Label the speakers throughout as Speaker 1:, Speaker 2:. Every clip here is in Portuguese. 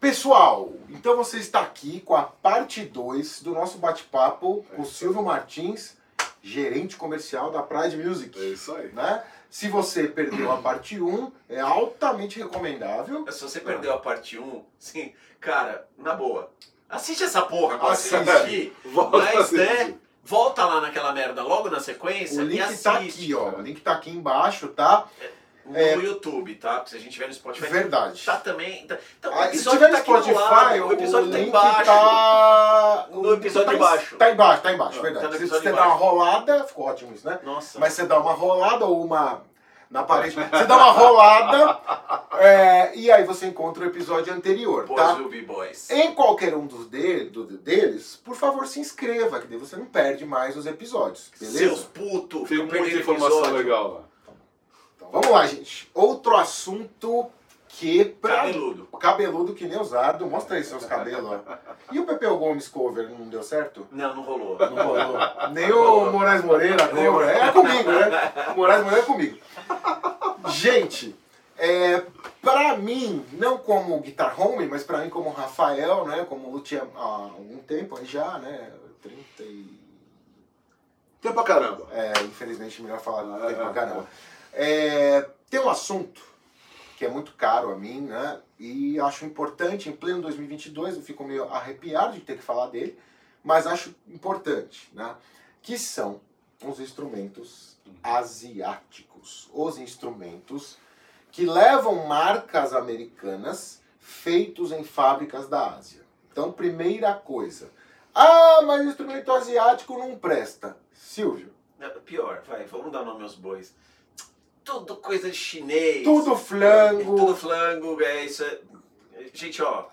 Speaker 1: Pessoal, então você está aqui com a parte 2 do nosso bate-papo
Speaker 2: É
Speaker 1: com o
Speaker 2: isso
Speaker 1: Silvio Martins, gerente comercial da Pride Music.
Speaker 2: É isso aí.
Speaker 1: Né? Se você perdeu a parte 1, um, é altamente recomendável.
Speaker 3: Se você perdeu a parte 1, sim, cara, na boa. Assiste essa porra agora
Speaker 1: Assiste.
Speaker 3: você assistir.
Speaker 2: Volta
Speaker 3: Mas,
Speaker 2: a
Speaker 3: né,
Speaker 2: assistir.
Speaker 3: Volta lá naquela merda logo na
Speaker 1: O
Speaker 3: sequência e
Speaker 1: link
Speaker 3: assiste.
Speaker 1: tá aqui, ó. O link tá aqui embaixo, tá?
Speaker 3: No
Speaker 1: É.
Speaker 3: YouTube, tá? Porque se a gente tiver no Spotify,
Speaker 1: Verdade.
Speaker 3: tá também. Tá, então, o
Speaker 1: Ah, se
Speaker 3: episódio
Speaker 1: tiver
Speaker 3: tá
Speaker 1: no
Speaker 3: aqui do
Speaker 1: Spotify,
Speaker 3: lado, o episódio tá
Speaker 1: link
Speaker 3: embaixo.
Speaker 1: tá-
Speaker 3: No
Speaker 1: o link
Speaker 3: episódio
Speaker 1: tá em-
Speaker 3: embaixo.
Speaker 1: Tá embaixo, tá embaixo,
Speaker 2: Ah,
Speaker 1: verdade.
Speaker 3: tá no
Speaker 1: Se
Speaker 3: episódio
Speaker 1: você dá
Speaker 3: embaixo.
Speaker 1: uma rolada, ficou ótimo isso, né?
Speaker 3: Nossa.
Speaker 1: Mas você dá uma rolada ou uma. Na parede. Você dá uma rolada é, e aí você encontra o episódio anterior,
Speaker 3: Boys
Speaker 1: tá?
Speaker 3: will be boys.
Speaker 1: Em qualquer um dos de- do- deles, por favor, se inscreva, que daí você não perde mais os episódios, beleza?
Speaker 3: Seus putos.
Speaker 2: Tem muita informação legal lá.
Speaker 1: Então, vamos lá, gente. Outro assunto que. Pra...
Speaker 3: Cabeludo.
Speaker 1: Cabeludo que nem usado. Mostra aí seus cabelos, ó. E o Pepeu Gomes cover não deu certo?
Speaker 3: Não, não rolou.
Speaker 1: Não rolou. Nem o Moraes Moreira cover. É comigo, né? O Moraes Moreira é comigo. Gente, é, pra mim, não como guitar home, mas pra mim como Rafael, né? Como Lutia há algum tempo aí já, né? 30 e...
Speaker 2: Tem pra caramba.
Speaker 1: É, infelizmente, melhor falar não tem
Speaker 2: É,
Speaker 1: pra
Speaker 2: é.
Speaker 1: caramba. É, tem um assunto que é muito caro a mim, né? E acho importante, em pleno 2022, eu fico meio arrepiado de ter que falar dele, mas acho importante, né? Que são os instrumentos asiáticos. Os instrumentos que levam marcas americanas feitos em fábricas da Ásia. Então, primeira coisa. Ah, mas instrumento asiático não presta. Silvio,
Speaker 3: Não, Pior, vai, vamos dar nome aos bois. Tudo coisa de chinês.
Speaker 1: Tudo
Speaker 3: É
Speaker 1: flango.
Speaker 3: tudo flango, é isso. é- Gente, ó.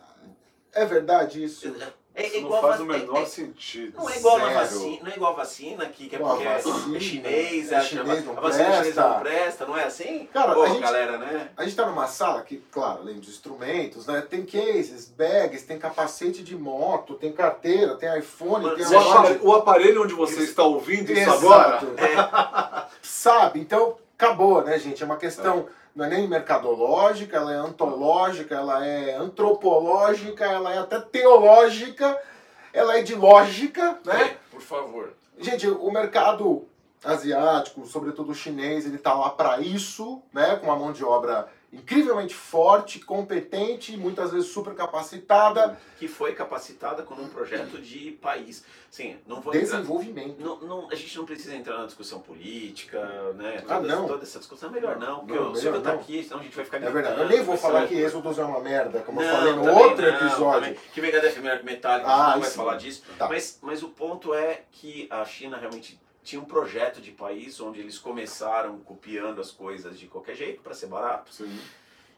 Speaker 1: É verdade isso?
Speaker 3: É,
Speaker 2: Isso não
Speaker 3: igual
Speaker 2: faz
Speaker 3: vac-
Speaker 2: o menor
Speaker 3: é- é-
Speaker 2: sentido.
Speaker 3: Não é igual a
Speaker 1: Zero.
Speaker 3: vacina, não é igual a vacina aqui, que é
Speaker 1: Pô, a
Speaker 3: porque
Speaker 1: vacina,
Speaker 3: é chinês,
Speaker 1: é
Speaker 3: a,
Speaker 1: chinês não
Speaker 3: a vacina chinesa
Speaker 1: presta.
Speaker 3: não presta, não é assim?
Speaker 1: Cara,
Speaker 3: Pô,
Speaker 1: a gente-
Speaker 3: galera, né?
Speaker 1: A gente tá numa sala que, claro, além dos instrumentos, né? Tem cases, bags, tem capacete de moto, tem carteira, tem iPhone,
Speaker 3: Mano,
Speaker 1: tem
Speaker 3: você
Speaker 2: O
Speaker 1: relógio.
Speaker 2: aparelho, o aparelho onde você
Speaker 3: Isso.
Speaker 2: está ouvindo isso
Speaker 1: Exato.
Speaker 2: agora.
Speaker 1: Sabe? Então, acabou, né, gente? É uma questão, não é nem mercadológica, ela é antológica, ela é antropológica, ela é até teológica, ela é de lógica, né?
Speaker 2: É,
Speaker 3: Por favor.
Speaker 1: Gente, o mercado asiático, sobretudo o chinês, ele tá lá para isso, né? Com uma mão de obra incrivelmente forte, competente, muitas vezes super capacitada,
Speaker 3: Que foi capacitada como um projeto de país. Sim, não vou entrar.
Speaker 1: desenvolvimento.
Speaker 3: Não, não- a gente não precisa entrar na discussão política, né?
Speaker 1: Ah,
Speaker 3: Toda-
Speaker 1: não.
Speaker 3: Toda essa discussão é melhor não, porque
Speaker 1: Não,
Speaker 3: o Silvio
Speaker 1: melhor
Speaker 3: tá
Speaker 1: não.
Speaker 3: aqui, senão a gente vai ficar
Speaker 1: É verdade. Eu
Speaker 3: gritando,
Speaker 1: nem vou
Speaker 3: vai
Speaker 1: falar
Speaker 3: ser-
Speaker 1: que Êxodos é uma merda, como eu
Speaker 3: Não,
Speaker 1: falei no
Speaker 3: também
Speaker 1: outro
Speaker 3: não,
Speaker 1: episódio.
Speaker 3: também. Que Megadeth é melhor que Metallica,
Speaker 1: Ah,
Speaker 3: a gente não vai
Speaker 1: isso.
Speaker 3: falar disso.
Speaker 1: Tá.
Speaker 3: Mas, mas o ponto é que a China realmente tinha um projeto de país onde eles começaram copiando as coisas de qualquer jeito para ser barato.
Speaker 2: Sim.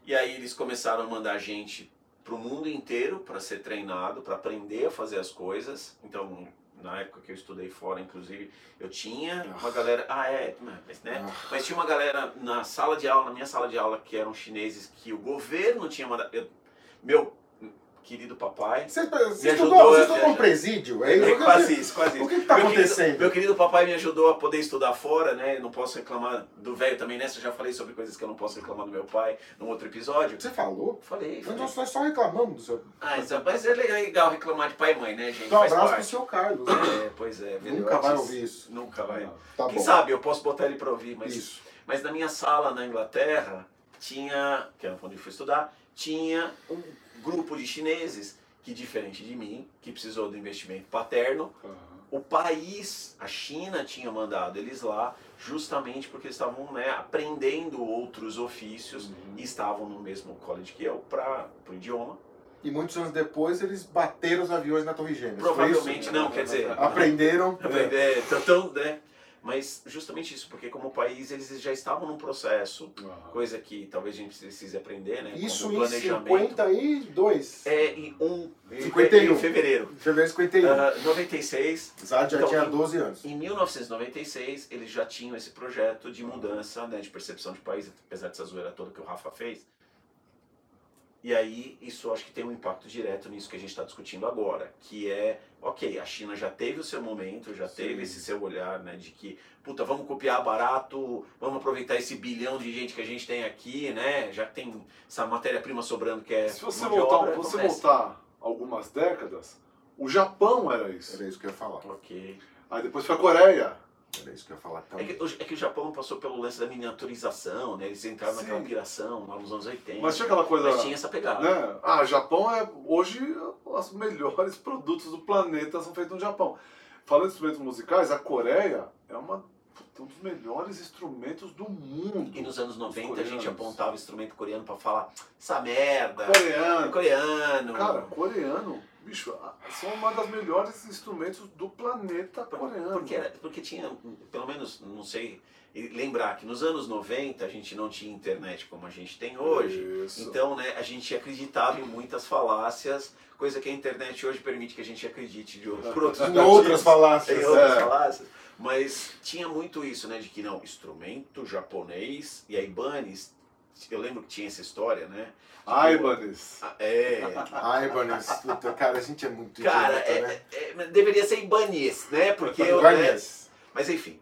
Speaker 3: E aí eles começaram a mandar gente pro mundo inteiro para ser treinado, para aprender a fazer as coisas. Então, na época que eu estudei fora, inclusive, eu tinha uma galera. Ah, é, mas né?
Speaker 2: Ah.
Speaker 3: Mas tinha uma galera na sala de aula, na minha sala de aula, que eram chineses que o governo tinha mandado. eu- meu querido papai.
Speaker 1: Você, tá, você
Speaker 3: Me
Speaker 1: estudou,
Speaker 3: ajudou
Speaker 1: você
Speaker 3: a
Speaker 1: estudou
Speaker 3: viajar.
Speaker 1: num presídio? É isso?
Speaker 3: quase isso, quase isso.
Speaker 1: O que que tá
Speaker 3: Meu querido-
Speaker 1: acontecendo?
Speaker 3: meu querido papai me ajudou a poder estudar fora, né? Não posso reclamar do velho também nessa. Eu já falei sobre coisas que eu não posso reclamar do meu pai num outro episódio.
Speaker 1: Você falou?
Speaker 3: Falei,
Speaker 1: Mas
Speaker 3: falei.
Speaker 1: nós nós só reclamamos do seu.
Speaker 3: Ah, isso- mas é legal reclamar de pai e mãe, né, gente?
Speaker 1: Então, um
Speaker 3: Faz
Speaker 1: abraço pro
Speaker 3: parte.
Speaker 1: seu Carlos. né?
Speaker 3: É, pois é, velho,
Speaker 1: Nunca vai
Speaker 3: antes-
Speaker 1: ouvir isso.
Speaker 3: Nunca vai.
Speaker 1: Tá
Speaker 3: Quem
Speaker 1: bom.
Speaker 3: sabe, eu posso botar ele pra ouvir, mas
Speaker 1: Isso.
Speaker 3: mas na minha sala na Inglaterra tinha, que era onde eu fui estudar, tinha um grupo de chineses que, diferente de mim, que precisou do investimento paterno,
Speaker 2: Aham.
Speaker 3: o país, a China, tinha mandado eles lá justamente porque eles estavam né, aprendendo outros ofícios
Speaker 2: Uhum.
Speaker 3: e estavam no mesmo college que eu para o idioma.
Speaker 1: E muitos anos depois eles bateram os aviões na Torre Gêmeas. foi isso? né?
Speaker 3: Provavelmente não, quer dizer,
Speaker 1: Aprenderam.
Speaker 3: é, é, tão, né? Mas justamente isso, porque como país eles já estavam num processo
Speaker 2: Aham.
Speaker 3: coisa que talvez a gente precise aprender, né?
Speaker 1: Isso
Speaker 3: como
Speaker 1: em 52.
Speaker 3: É em 1
Speaker 1: 51.
Speaker 3: em fevereiro.
Speaker 1: Fevereiro de 51.
Speaker 3: Ah, 96.
Speaker 1: Zad já
Speaker 3: então,
Speaker 1: tinha
Speaker 3: em-
Speaker 1: 12 anos.
Speaker 3: Em 1996, eles já tinham esse projeto de mudança, né, de percepção de país, apesar dessa zoeira toda que o Rafa fez. E aí, isso eu acho que tem um impacto direto nisso que a gente está discutindo agora, que é, ok, a China já teve o seu momento, já
Speaker 2: Sim.
Speaker 3: teve esse seu olhar, né, de que, puta, vamos copiar barato, vamos aproveitar esse bilhão de gente que a gente tem aqui, né, já que tem essa matéria-prima sobrando que é
Speaker 2: Se você
Speaker 3: mão de
Speaker 2: voltar, um
Speaker 3: obra,
Speaker 2: você
Speaker 3: acontece.
Speaker 2: voltar algumas décadas, o Japão era isso.
Speaker 1: Era isso que eu ia falar.
Speaker 3: Ok.
Speaker 2: Aí depois foi a Coreia.
Speaker 1: Era isso que eu ia falar Então,
Speaker 3: É
Speaker 1: também.
Speaker 3: que, o- é que o Japão passou pelo lance da miniaturização, né, eles entraram
Speaker 2: Sim.
Speaker 3: naquela piração lá nos anos 80,
Speaker 2: Mas tinha aquela coisa.
Speaker 3: mas tinha essa pegada.
Speaker 2: Né? Ah, Japão é. Hoje, os melhores produtos do planeta são feitos no Japão. Falando de instrumentos musicais, a Coreia é uma, puta, um dos melhores instrumentos do mundo.
Speaker 3: E nos anos 90 a
Speaker 2: coreanos.
Speaker 3: gente apontava instrumento coreano pra falar, essa merda, é
Speaker 2: Coreano.
Speaker 3: coreano.
Speaker 2: Cara, coreano, bicho, a- são uma das melhores instrumentos do planeta
Speaker 3: Por- é
Speaker 2: coreano.
Speaker 3: Porque, era- porque tinha, pelo menos, não sei, e lembrar que nos anos 90 a gente não tinha internet como a gente tem hoje.
Speaker 2: Isso.
Speaker 3: Então, né, a gente acreditava em muitas falácias, coisa que a internet hoje permite que a gente acredite de outros, por outros
Speaker 1: Em
Speaker 3: motivos.
Speaker 1: outras falácias. né?
Speaker 3: Tem outras
Speaker 2: É.
Speaker 3: falácias. Mas tinha muito isso, né? De que não, instrumento japonês e aí Ibanez. Eu lembro que tinha essa história, né?
Speaker 2: Ai, Ibanez.
Speaker 3: Ah, É,
Speaker 1: Ai, Ibanez, puta, cara, a gente é muito
Speaker 3: Cara,
Speaker 1: idiota,
Speaker 3: é-
Speaker 1: né?
Speaker 3: é, mas deveria ser Ibanez, né? Porque eu. né?
Speaker 1: Ibanez.
Speaker 3: Mas enfim,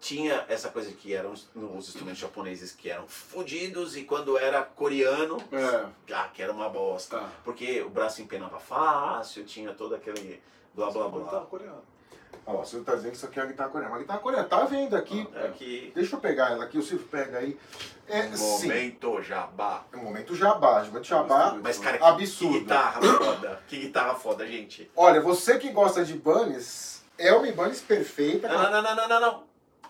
Speaker 3: tinha essa coisa que eram os- os instrumentos japoneses que eram fodidos e quando era coreano,
Speaker 2: É,
Speaker 3: ah, que era uma bosta.
Speaker 2: tá.
Speaker 3: Porque o braço empenava fácil, tinha todo aquele blá blá
Speaker 2: Tá,
Speaker 3: blá.
Speaker 2: coreano.
Speaker 1: Ó, o Silvio tá dizendo que isso aqui é uma guitarra coreana. Uma guitarra coreana, tá vendo aqui.
Speaker 3: É que.
Speaker 1: Deixa eu pegar ela aqui, o Silvio pega aí. É, sim.
Speaker 3: Um Momento jabá.
Speaker 1: É um momento jabá, momento jabá.
Speaker 3: Mas, cara, que- que
Speaker 1: Absurdo. né?
Speaker 3: guitarra foda. Que guitarra foda, gente.
Speaker 1: Olha, você que gosta de Ibanez, é uma Ibanez perfeita.
Speaker 3: Não, não, não, não, não, não.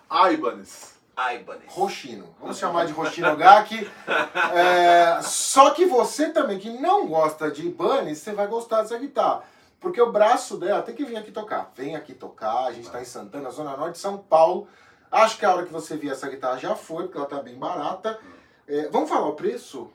Speaker 2: Ai, Ibanez.
Speaker 3: Ah, Ibanez.
Speaker 1: Roxino. Vamos chamar de Roxino Gaki. É, só que você também, que não gosta de Ibanez, você vai gostar dessa guitarra. Porque o braço dela tem que vir aqui tocar. Vem aqui tocar. A gente está em Santana, Zona Norte de São Paulo. Acho que a hora que você vier essa guitarra já foi, porque ela tá bem barata. É, vamos falar o preço?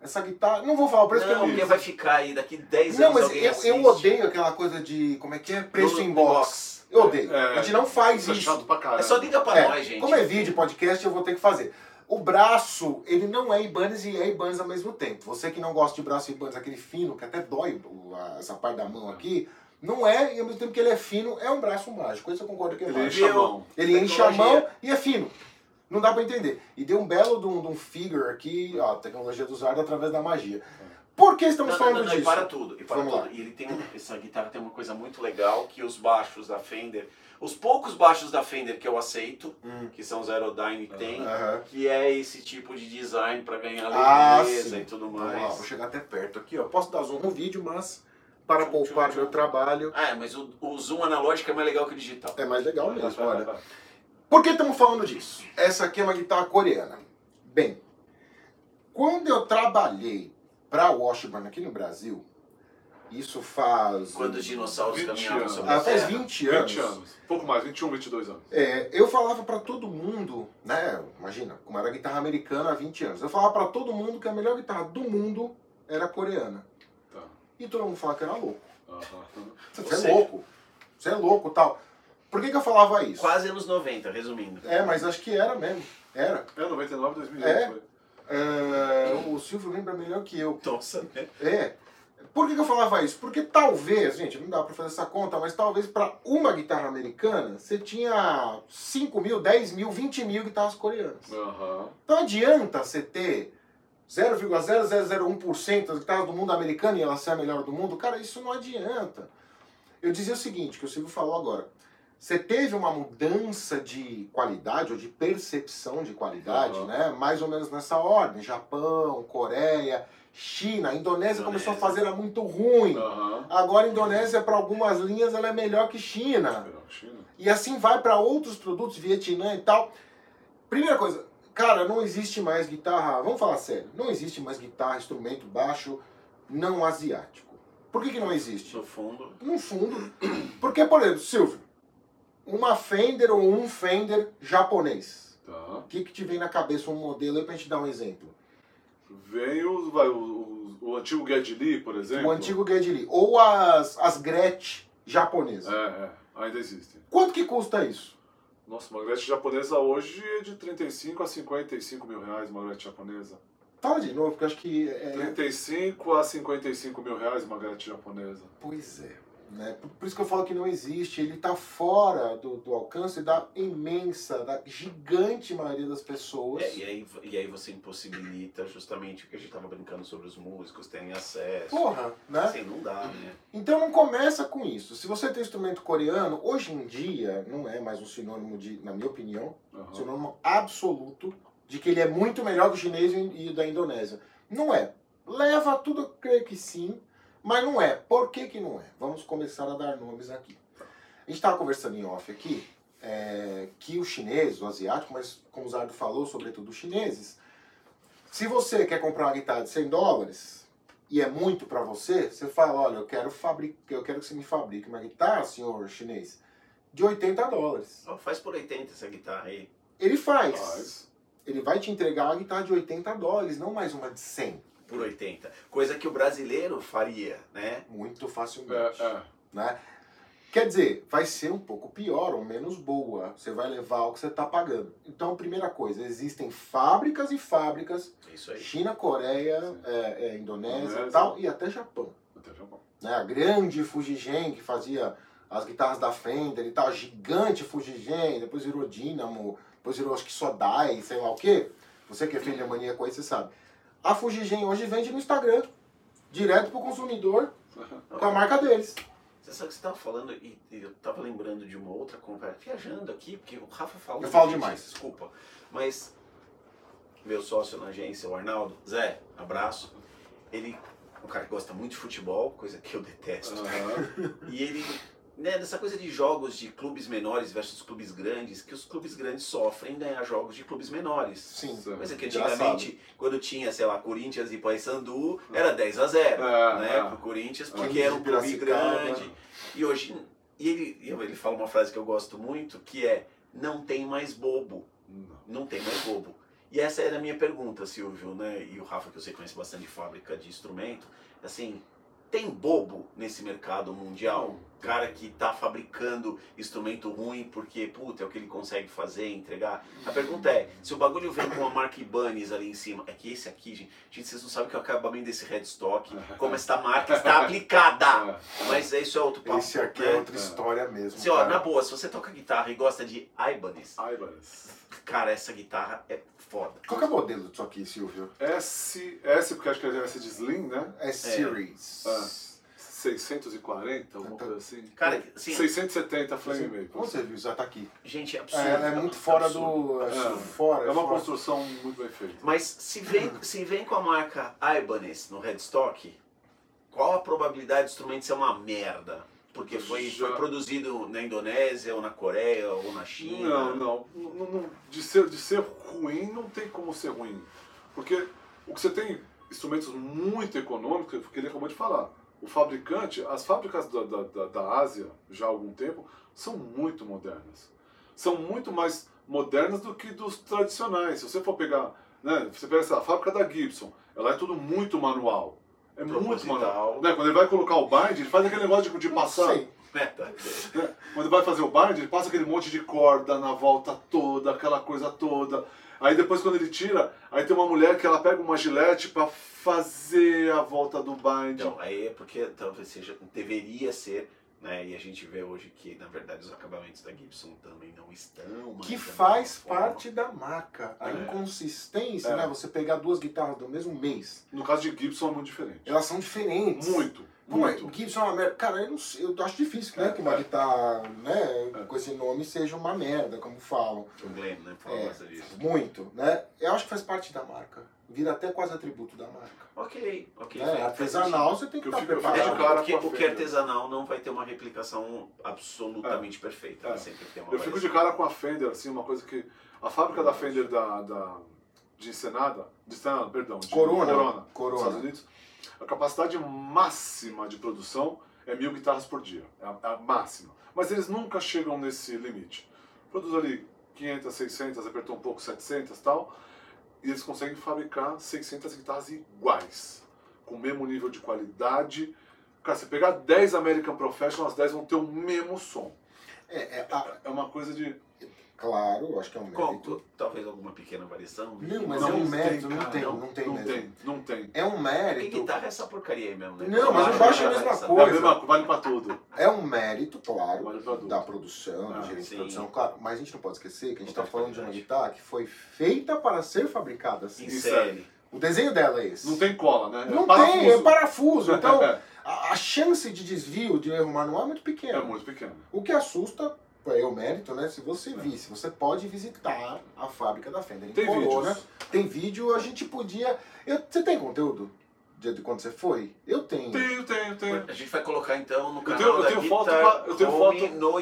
Speaker 1: Essa guitarra. Não vou falar o preço
Speaker 3: Não,
Speaker 1: porque
Speaker 3: porque
Speaker 1: eu
Speaker 3: vai ficar aí daqui 10
Speaker 1: Não,
Speaker 3: anos.
Speaker 1: mas
Speaker 3: alguém
Speaker 1: eu, eu
Speaker 3: assiste.
Speaker 1: odeio aquela coisa de. Como é que é? Preço
Speaker 3: No-
Speaker 1: em
Speaker 3: no
Speaker 1: box.
Speaker 3: box.
Speaker 1: Eu odeio.
Speaker 2: É,
Speaker 1: a gente não faz
Speaker 2: Isso é
Speaker 1: isso.
Speaker 2: chato pra caralho.
Speaker 3: É só liga pra
Speaker 1: É,
Speaker 3: nós, gente.
Speaker 1: Como é vídeo, podcast, eu vou ter que fazer. O braço, ele não é Ibanez e é Ibanez ao mesmo tempo. Você que não gosta de braço Ibanez, aquele fino, que até dói o- a- essa parte da mão aqui, não é, e ao mesmo tempo que ele é fino, é um braço mágico. Isso eu concordo que é
Speaker 2: Ele
Speaker 1: mágico.
Speaker 2: enche a mão.
Speaker 1: Ele enche a
Speaker 3: Tecnologia.
Speaker 1: mão e é fino. Não dá pra entender. E deu um belo de um, de um figure aqui, ó, tecnologia do Zardo através da magia. Por que estamos
Speaker 3: Não, não,
Speaker 1: falando
Speaker 3: não, não, e
Speaker 1: disso?
Speaker 3: para tudo. E para
Speaker 1: Vamos lá.
Speaker 3: tudo. E ele tem um- essa guitarra tem uma coisa muito legal que os baixos da Fender, os poucos baixos da Fender que eu aceito,
Speaker 1: Hum,
Speaker 3: que são os Aerodyne tem,
Speaker 1: aham.
Speaker 3: que é esse tipo de design pra ganhar
Speaker 1: Ah,
Speaker 3: leveza
Speaker 1: sim.
Speaker 3: e tudo
Speaker 1: Vamos lá, vou
Speaker 3: mais.
Speaker 1: chegar até perto aqui, ó. Posso dar zoom no vídeo, mas para poupar meu trabalho,
Speaker 3: Ah, é, mas o, o zoom analógico é mais legal que o digital.
Speaker 1: é mais legal
Speaker 2: Vai,
Speaker 1: mesmo,
Speaker 2: vai,
Speaker 1: olha.
Speaker 2: vai, vai.
Speaker 1: Por que estamos falando disso? Essa aqui é uma guitarra coreana. Bem, quando eu trabalhei para Washburn aqui no Brasil, isso faz.
Speaker 3: Quando os dinossauros
Speaker 2: 20
Speaker 3: caminhavam
Speaker 2: anos.
Speaker 3: sobre
Speaker 1: Ah,
Speaker 3: a
Speaker 1: faz
Speaker 3: terra.
Speaker 1: 20 anos.
Speaker 2: 20 anos. Pouco mais, 21, 22 anos.
Speaker 1: É, eu falava para todo mundo, né? Imagina, como era a guitarra americana há 20 anos. Eu falava para todo mundo que a melhor guitarra do mundo era a coreana.
Speaker 2: Tá.
Speaker 1: E todo mundo falava que era louco.
Speaker 2: Aham.
Speaker 1: Você,
Speaker 3: Ou
Speaker 1: é
Speaker 3: seja-
Speaker 1: louco. Você é louco tal. Por que, que eu falava isso?
Speaker 3: Quase anos 90, resumindo.
Speaker 1: É, mas acho que era mesmo. Era.
Speaker 2: É 99, 2008.
Speaker 1: É?
Speaker 2: Foi.
Speaker 1: É, o Silvio lembra melhor que eu.
Speaker 3: Nossa, né?
Speaker 1: É. Por que, que eu falava isso? Porque talvez, gente, não dá pra fazer essa conta, mas talvez pra uma guitarra americana você tinha 5 mil, 10 mil, 20 mil guitarras coreanas.
Speaker 2: Aham.
Speaker 1: Então adianta você ter 0,0001% das guitarras do mundo americano e ela ser a melhor do mundo? Cara, isso não adianta. Eu dizia o seguinte, que o Silvio falou agora. Você teve uma mudança de qualidade ou de percepção de qualidade,
Speaker 2: Aham.
Speaker 1: né? Mais ou menos nessa ordem. Japão, Coreia, China, a Indonésia,
Speaker 3: Indonésia.
Speaker 1: começou a fazer era muito ruim.
Speaker 2: Aham.
Speaker 1: Agora a Indonésia, para algumas linhas, ela é melhor que China.
Speaker 2: Não, China.
Speaker 1: E assim vai para outros produtos, Vietnã e tal. Primeira coisa, cara, não existe mais guitarra, vamos falar sério, não existe mais guitarra, instrumento baixo não asiático. Por que, que não existe?
Speaker 3: No fundo,
Speaker 1: No fundo, porque, por exemplo, Silvio, uma Fender ou um Fender japonês.
Speaker 2: Tá.
Speaker 1: O que, que te vem na cabeça um modelo aí pra gente dar um exemplo?
Speaker 2: Vem o, vai, o, o, o antigo Gedli, por exemplo.
Speaker 1: O antigo Gedli. Ou as, as Gretsch japonesas.
Speaker 2: É, é. Ainda existe.
Speaker 1: Quanto que custa isso?
Speaker 2: Nossa, uma grete japonesa hoje é de 35 a 55 mil reais, uma grete japonesa.
Speaker 1: Fala de novo, porque eu acho que. É...
Speaker 2: 35 a 55 mil reais uma garante japonesa.
Speaker 1: Pois é. Né? Por, por isso que eu falo que não existe. Ele está fora do, do alcance da imensa, da gigante maioria das pessoas.
Speaker 3: É, e, aí, e aí você impossibilita justamente o que a gente tava brincando sobre os músicos terem acesso.
Speaker 1: Porra, né?
Speaker 3: Assim, não dá, né?
Speaker 1: Então não começa com isso. Se você tem instrumento coreano, hoje em dia não é mais um sinônimo de, na minha opinião,
Speaker 2: Aham.
Speaker 1: sinônimo absoluto de que ele é muito melhor do chinês e da Indonésia. Não é. Leva tudo, eu creio que sim, mas não é. Por que, que não é? Vamos começar a dar nomes aqui. A gente estava conversando em off aqui é, que o chinês, o asiático, mas como o Zardo falou, sobretudo os chineses, se você quer comprar uma guitarra de 100 dólares e é muito para você, você fala, olha, eu quero, fabric... eu quero que você me fabrique uma guitarra, senhor chinês, de 80 dólares.
Speaker 3: Ó, faz por 80 essa guitarra aí.
Speaker 1: Ele
Speaker 2: Faz.
Speaker 1: ele vai te entregar uma guitarra de 80 dólares, não mais uma de 100.
Speaker 3: Por 80. Coisa que o brasileiro faria, né?
Speaker 1: Muito
Speaker 2: É,
Speaker 1: facilmente.
Speaker 2: é.
Speaker 1: Né? Quer dizer, vai ser um pouco pior ou menos boa. Você vai levar o que você está pagando. Então, primeira coisa, existem fábricas e fábricas,
Speaker 3: É Isso aí.
Speaker 1: China, Coreia,
Speaker 2: Sim.
Speaker 1: é, é, Indonésia
Speaker 2: Indonésia.
Speaker 1: e tal, e até Japão.
Speaker 2: Até um Japão.
Speaker 1: Né? A grande Fujigen, que fazia as guitarras da Fender e tal, a gigante Fujigen, depois virou Dynamo, depois virou acho que Sodai, sei lá o quê. Você que é filho de maníaco aí, você sabe. A Fujigen hoje vende no Instagram, direto pro consumidor, com a marca deles.
Speaker 3: Você sabe que você tava falando, e, e eu tava lembrando de uma outra conversa, viajando aqui, porque o Rafa falou.
Speaker 1: Eu falo
Speaker 3: gente,
Speaker 1: demais.
Speaker 3: Desculpa. Mas meu sócio na agência, o Arnaldo, Zé, abraço. Ele, um cara que gosta muito de futebol, coisa que eu detesto.
Speaker 2: Aham.
Speaker 3: E ele, né, dessa coisa de jogos de clubes menores versus clubes grandes, que os clubes grandes sofrem em ganhar jogos de clubes menores.
Speaker 1: Sim.
Speaker 2: Sim.
Speaker 3: Coisa que
Speaker 1: Engraçado.
Speaker 3: antigamente, quando tinha, sei lá, Corinthians e Paysandu,
Speaker 1: Ah.
Speaker 3: era 10 a 0
Speaker 2: É,
Speaker 3: né,
Speaker 2: é.
Speaker 3: pro Corinthians,
Speaker 1: Quinze
Speaker 3: porque era um
Speaker 1: ah. de
Speaker 3: clube
Speaker 1: Piracicaba.
Speaker 3: grande. E hoje, e ele, e ele fala uma frase que eu gosto muito, que é, não tem mais bobo,
Speaker 2: Não.
Speaker 3: não tem mais bobo. E essa era a minha pergunta, Silvio, né, e o Rafa, que você conhece bastante de fábrica de instrumento, assim, tem bobo nesse mercado mundial?
Speaker 2: Então,
Speaker 3: cara que tá fabricando instrumento ruim porque, puta, é o que ele consegue fazer, entregar. A pergunta é, se o bagulho vem com uma marca Ibanez ali em cima, é que esse aqui, gente, gente vocês não sabem que é o acabamento desse headstock, como esta marca está aplicada. Mas é isso é outro papo.
Speaker 1: Esse aqui
Speaker 3: né?
Speaker 1: é outra história mesmo.
Speaker 3: Assim, ó,
Speaker 1: cara.
Speaker 3: na boa, se você toca guitarra e gosta de Ibanez,
Speaker 2: Ibanez.
Speaker 3: cara, essa guitarra é foda.
Speaker 1: Qual que é o modelo disso aqui, Silvio?
Speaker 2: S, S, porque acho que é S de Slim, né?
Speaker 1: É Series.
Speaker 2: Ah. 640, alguma coisa assim.
Speaker 3: Cara, assim,
Speaker 2: 670 Flame tá
Speaker 1: Como
Speaker 2: Maple.
Speaker 1: você viu? Já tá aqui.
Speaker 3: gente, é absurdo.
Speaker 1: É, é muito fora
Speaker 3: absurdo.
Speaker 1: do.
Speaker 2: É.
Speaker 1: É, fora,
Speaker 2: É uma
Speaker 1: fora.
Speaker 2: construção muito bem feita.
Speaker 3: Mas se vem, se vem com a marca Ibanez no headstock, qual a probabilidade do instrumento ser uma merda? Porque foi,
Speaker 2: Já-
Speaker 3: foi produzido na Indonésia, ou na Coreia, ou na China.
Speaker 2: Não, não. Não- não- De, ser, de ser ruim, não tem como ser ruim. Porque o que você tem instrumentos muito econômicos, que ele acabou de falar. O fabricante, as fábricas da, da, da, da Ásia, já há algum tempo, são muito modernas. São muito mais modernas do que dos tradicionais. Se você for pegar, né, você pega essa fábrica da Gibson, ela é tudo muito manual. É muito
Speaker 3: Proposital.
Speaker 2: manual. Né, quando ele vai colocar o bind, ele faz aquele negócio de, de
Speaker 1: Não
Speaker 2: passar.
Speaker 1: sei.
Speaker 3: É, tá.
Speaker 2: Né? Quando vai fazer o bind, ele passa aquele monte de corda na volta toda, aquela coisa toda. Aí depois quando ele tira, aí tem uma mulher que ela pega uma gilete pra fazer a volta do bind.
Speaker 3: Então, aí é porque talvez seja, deveria ser, né? E a gente vê hoje que, na verdade, os acabamentos da Gibson também não estão. mas
Speaker 1: que
Speaker 3: da
Speaker 1: faz
Speaker 3: mesma forma.
Speaker 1: parte da marca. A
Speaker 2: É.
Speaker 1: inconsistência,
Speaker 2: É.
Speaker 1: né? Você pegar duas guitarras do mesmo mês,
Speaker 2: No caso de Gibson é muito diferente.
Speaker 1: elas são diferentes.
Speaker 2: Muito,
Speaker 1: Pô, mas
Speaker 2: muito.
Speaker 1: Gibson é uma merda. Cara, eu, não sei, eu acho difícil, né?
Speaker 2: É,
Speaker 1: que uma
Speaker 2: é.
Speaker 1: guitarra, né?
Speaker 2: É.
Speaker 1: Com esse nome seja uma merda, como falam.
Speaker 3: O Glenn, né? Fala
Speaker 1: É.
Speaker 3: bastante disso.
Speaker 1: Muito, né? Eu acho que faz parte da marca. Vira até quase atributo da marca.
Speaker 3: Ok, ok.
Speaker 1: Né?
Speaker 3: faz
Speaker 1: Artesanal, você tem que
Speaker 2: Eu
Speaker 1: estar
Speaker 2: fico- eu fico
Speaker 3: É,
Speaker 2: de
Speaker 1: preparado.
Speaker 2: cara
Speaker 3: porque
Speaker 2: com a
Speaker 3: o que é
Speaker 2: feira.
Speaker 3: artesanal não vai ter uma replicação absolutamente perfeita. né?
Speaker 2: É.
Speaker 3: Sempre tem uma
Speaker 2: Eu fico de
Speaker 3: variação.
Speaker 2: cara com a Fender, assim, uma coisa que... A fábrica da Fender da, da, de Ensenada, de Ensenada, perdão, de
Speaker 1: Corona.
Speaker 2: Corona, nos Estados
Speaker 1: Corona.
Speaker 2: Unidos, a capacidade máxima de produção é mil guitarras por dia. É a, a máxima. Mas eles nunca chegam nesse limite. Produz ali 500, 600, apertou um pouco 700 e tal, e eles conseguem fabricar 600 guitarras iguais, com o mesmo nível de qualidade. Cara, se pegar 10 American Professional, as 10 vão ter o mesmo som.
Speaker 1: É, é, a-
Speaker 2: É uma coisa de.
Speaker 1: claro, eu acho que é um
Speaker 3: Qual-
Speaker 1: mérito.
Speaker 3: talvez alguma pequena variação.
Speaker 1: Não, mas
Speaker 3: Não,
Speaker 1: é um
Speaker 2: tem,
Speaker 1: mérito, não
Speaker 3: cara,
Speaker 1: tem,
Speaker 3: não-
Speaker 1: não, tem
Speaker 2: não
Speaker 1: mesmo.
Speaker 2: tem, não tem.
Speaker 1: É um
Speaker 3: Porque
Speaker 2: tá?
Speaker 1: mérito,
Speaker 3: guitarra é essa porcaria aí mesmo, né?
Speaker 1: Não,
Speaker 2: mas o baixo é a
Speaker 3: né,
Speaker 1: mesma
Speaker 3: essa-
Speaker 2: É a
Speaker 1: coisa.
Speaker 2: mesma- vale pra tudo.
Speaker 1: é um mérito, claro,
Speaker 2: Vale pra tudo.
Speaker 1: da produção,
Speaker 2: Ah,
Speaker 1: do gerente
Speaker 3: sim.
Speaker 1: de produção, claro, mas a gente não pode esquecer que a gente
Speaker 3: Não
Speaker 1: está
Speaker 3: pode
Speaker 1: falando de uma
Speaker 3: verdade.
Speaker 1: guitarra que foi feita para ser fabricada assim.
Speaker 3: Em
Speaker 2: Isso
Speaker 3: série.
Speaker 1: O desenho dela é esse.
Speaker 2: Não tem cola, né?
Speaker 1: Não
Speaker 2: parafuso.
Speaker 1: tem, é parafuso. Então,
Speaker 2: é,
Speaker 1: a, a chance de desvio, de erro manual é muito pequena.
Speaker 2: muito um pequeno.
Speaker 1: O que assusta, é o mérito, né? Se você visse, você pode visitar a fábrica da Fender em
Speaker 2: É. Tem né? vídeos.
Speaker 1: Colônia. Tem vídeo, a gente podia... Eu- você tem conteúdo de, de quando você foi? Eu tenho.
Speaker 2: Tenho, tenho, tenho.
Speaker 3: A gente vai colocar então no
Speaker 2: tenho-
Speaker 3: canal
Speaker 2: é. eu
Speaker 3: da
Speaker 2: tenho
Speaker 3: Guitar
Speaker 2: foto com a- eu tenho
Speaker 3: Home
Speaker 2: foto-
Speaker 3: no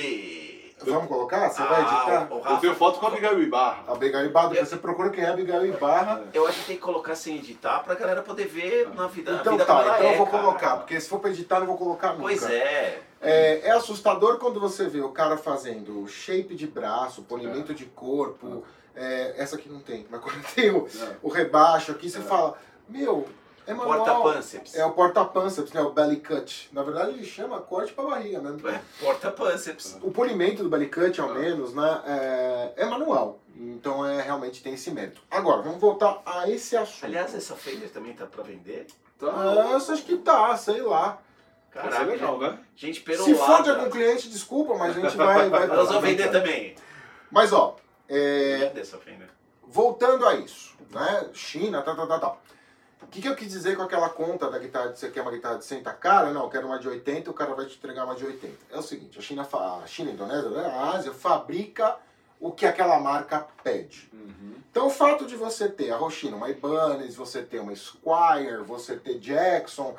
Speaker 3: YouTube.
Speaker 1: Vamos colocar? Você vai
Speaker 3: Ah,
Speaker 1: editar?
Speaker 3: o- o
Speaker 2: Eu
Speaker 3: Rafa-
Speaker 2: tenho foto com a Abigail Barra.
Speaker 1: Abigail Barra, depois você procura quem é Abigail Barra.
Speaker 3: Eu acho que tem que colocar sem editar pra galera poder
Speaker 2: Ah.
Speaker 3: ver na vida, a
Speaker 1: Então
Speaker 3: vida como
Speaker 1: tá,
Speaker 3: ela
Speaker 1: então
Speaker 3: é,
Speaker 1: eu vou
Speaker 3: cara.
Speaker 1: colocar, porque se for pra editar, eu não vou colocar nunca.
Speaker 3: Pois é.
Speaker 1: É, é assustador quando você vê o cara fazendo shape de braço, polimento de corpo. é, essa aqui não tem, mas quando tem o,
Speaker 2: É.
Speaker 1: o rebaixo aqui, você
Speaker 2: É.
Speaker 1: fala, meu, é manual.
Speaker 3: Porta-pânceps.
Speaker 1: É o porta-pânceps, né? O belly cut. Na verdade, ele chama corte pra barriga, né?
Speaker 3: É, Porta-pânceps.
Speaker 1: O polimento do belly cut, ao
Speaker 2: É.
Speaker 1: menos, né? É, é manual. Então, é realmente tem esse mérito. Agora, vamos voltar a esse assunto.
Speaker 3: Aliás, essa Fender também tá pra vender?
Speaker 1: Ah, eu acho que tá, sei lá.
Speaker 2: Isso é
Speaker 3: Caraca,
Speaker 2: legal, Então, né?
Speaker 3: gente perolada.
Speaker 1: Se for de algum cliente, desculpa, mas a gente vai... vai
Speaker 3: Elas vão né? vender também.
Speaker 1: Mas, ó, é,
Speaker 3: Vender essa Fender.
Speaker 1: voltando a isso, né? China, tal, tal, tal, tal. O que, que eu quis dizer com aquela conta da guitarra de você quer uma guitarra de 100 tá cara? Não, eu quero uma de 80, o cara vai te entregar uma de 80. É o seguinte, a China, fa- a China, a Indonésia, né, a Ásia fabrica o que aquela marca pede.
Speaker 2: Uhum.
Speaker 1: Então o fato de você ter a Roshina, uma Ibanez, você ter uma Squire, você ter Jackson,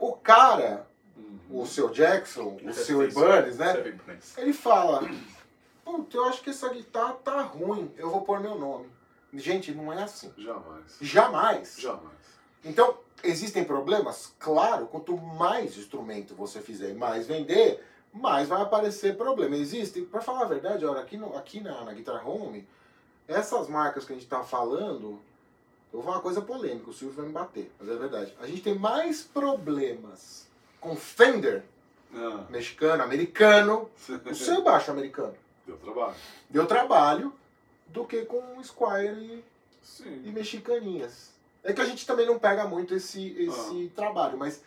Speaker 1: o cara,
Speaker 2: uhum.
Speaker 1: o seu Jackson, o seu Ibanez, né?
Speaker 2: É
Speaker 3: Seu Ibanez.
Speaker 1: Ele fala: Puta, eu acho que essa guitarra tá ruim, eu vou pôr meu nome. Gente, não é assim.
Speaker 2: Jamais.
Speaker 1: Jamais.
Speaker 2: Jamais.
Speaker 1: Então, existem problemas? Claro, quanto mais instrumento você fizer e mais vender, mais vai aparecer problema. Existe, pra falar a verdade, olha, aqui, no- aqui na, na Guitar Home, essas marcas que a gente tá falando, eu vou falar uma coisa polêmica, o Silvio vai me bater, mas é verdade. A gente tem mais problemas com Fender
Speaker 2: Ah.
Speaker 1: mexicano, americano, o seu baixo americano
Speaker 2: Deu trabalho.
Speaker 1: deu trabalho do que com Squire e, e
Speaker 2: Sim.
Speaker 1: mexicaninhas. É que a gente também não pega muito esse,
Speaker 3: Ah.
Speaker 1: esse trabalho, mas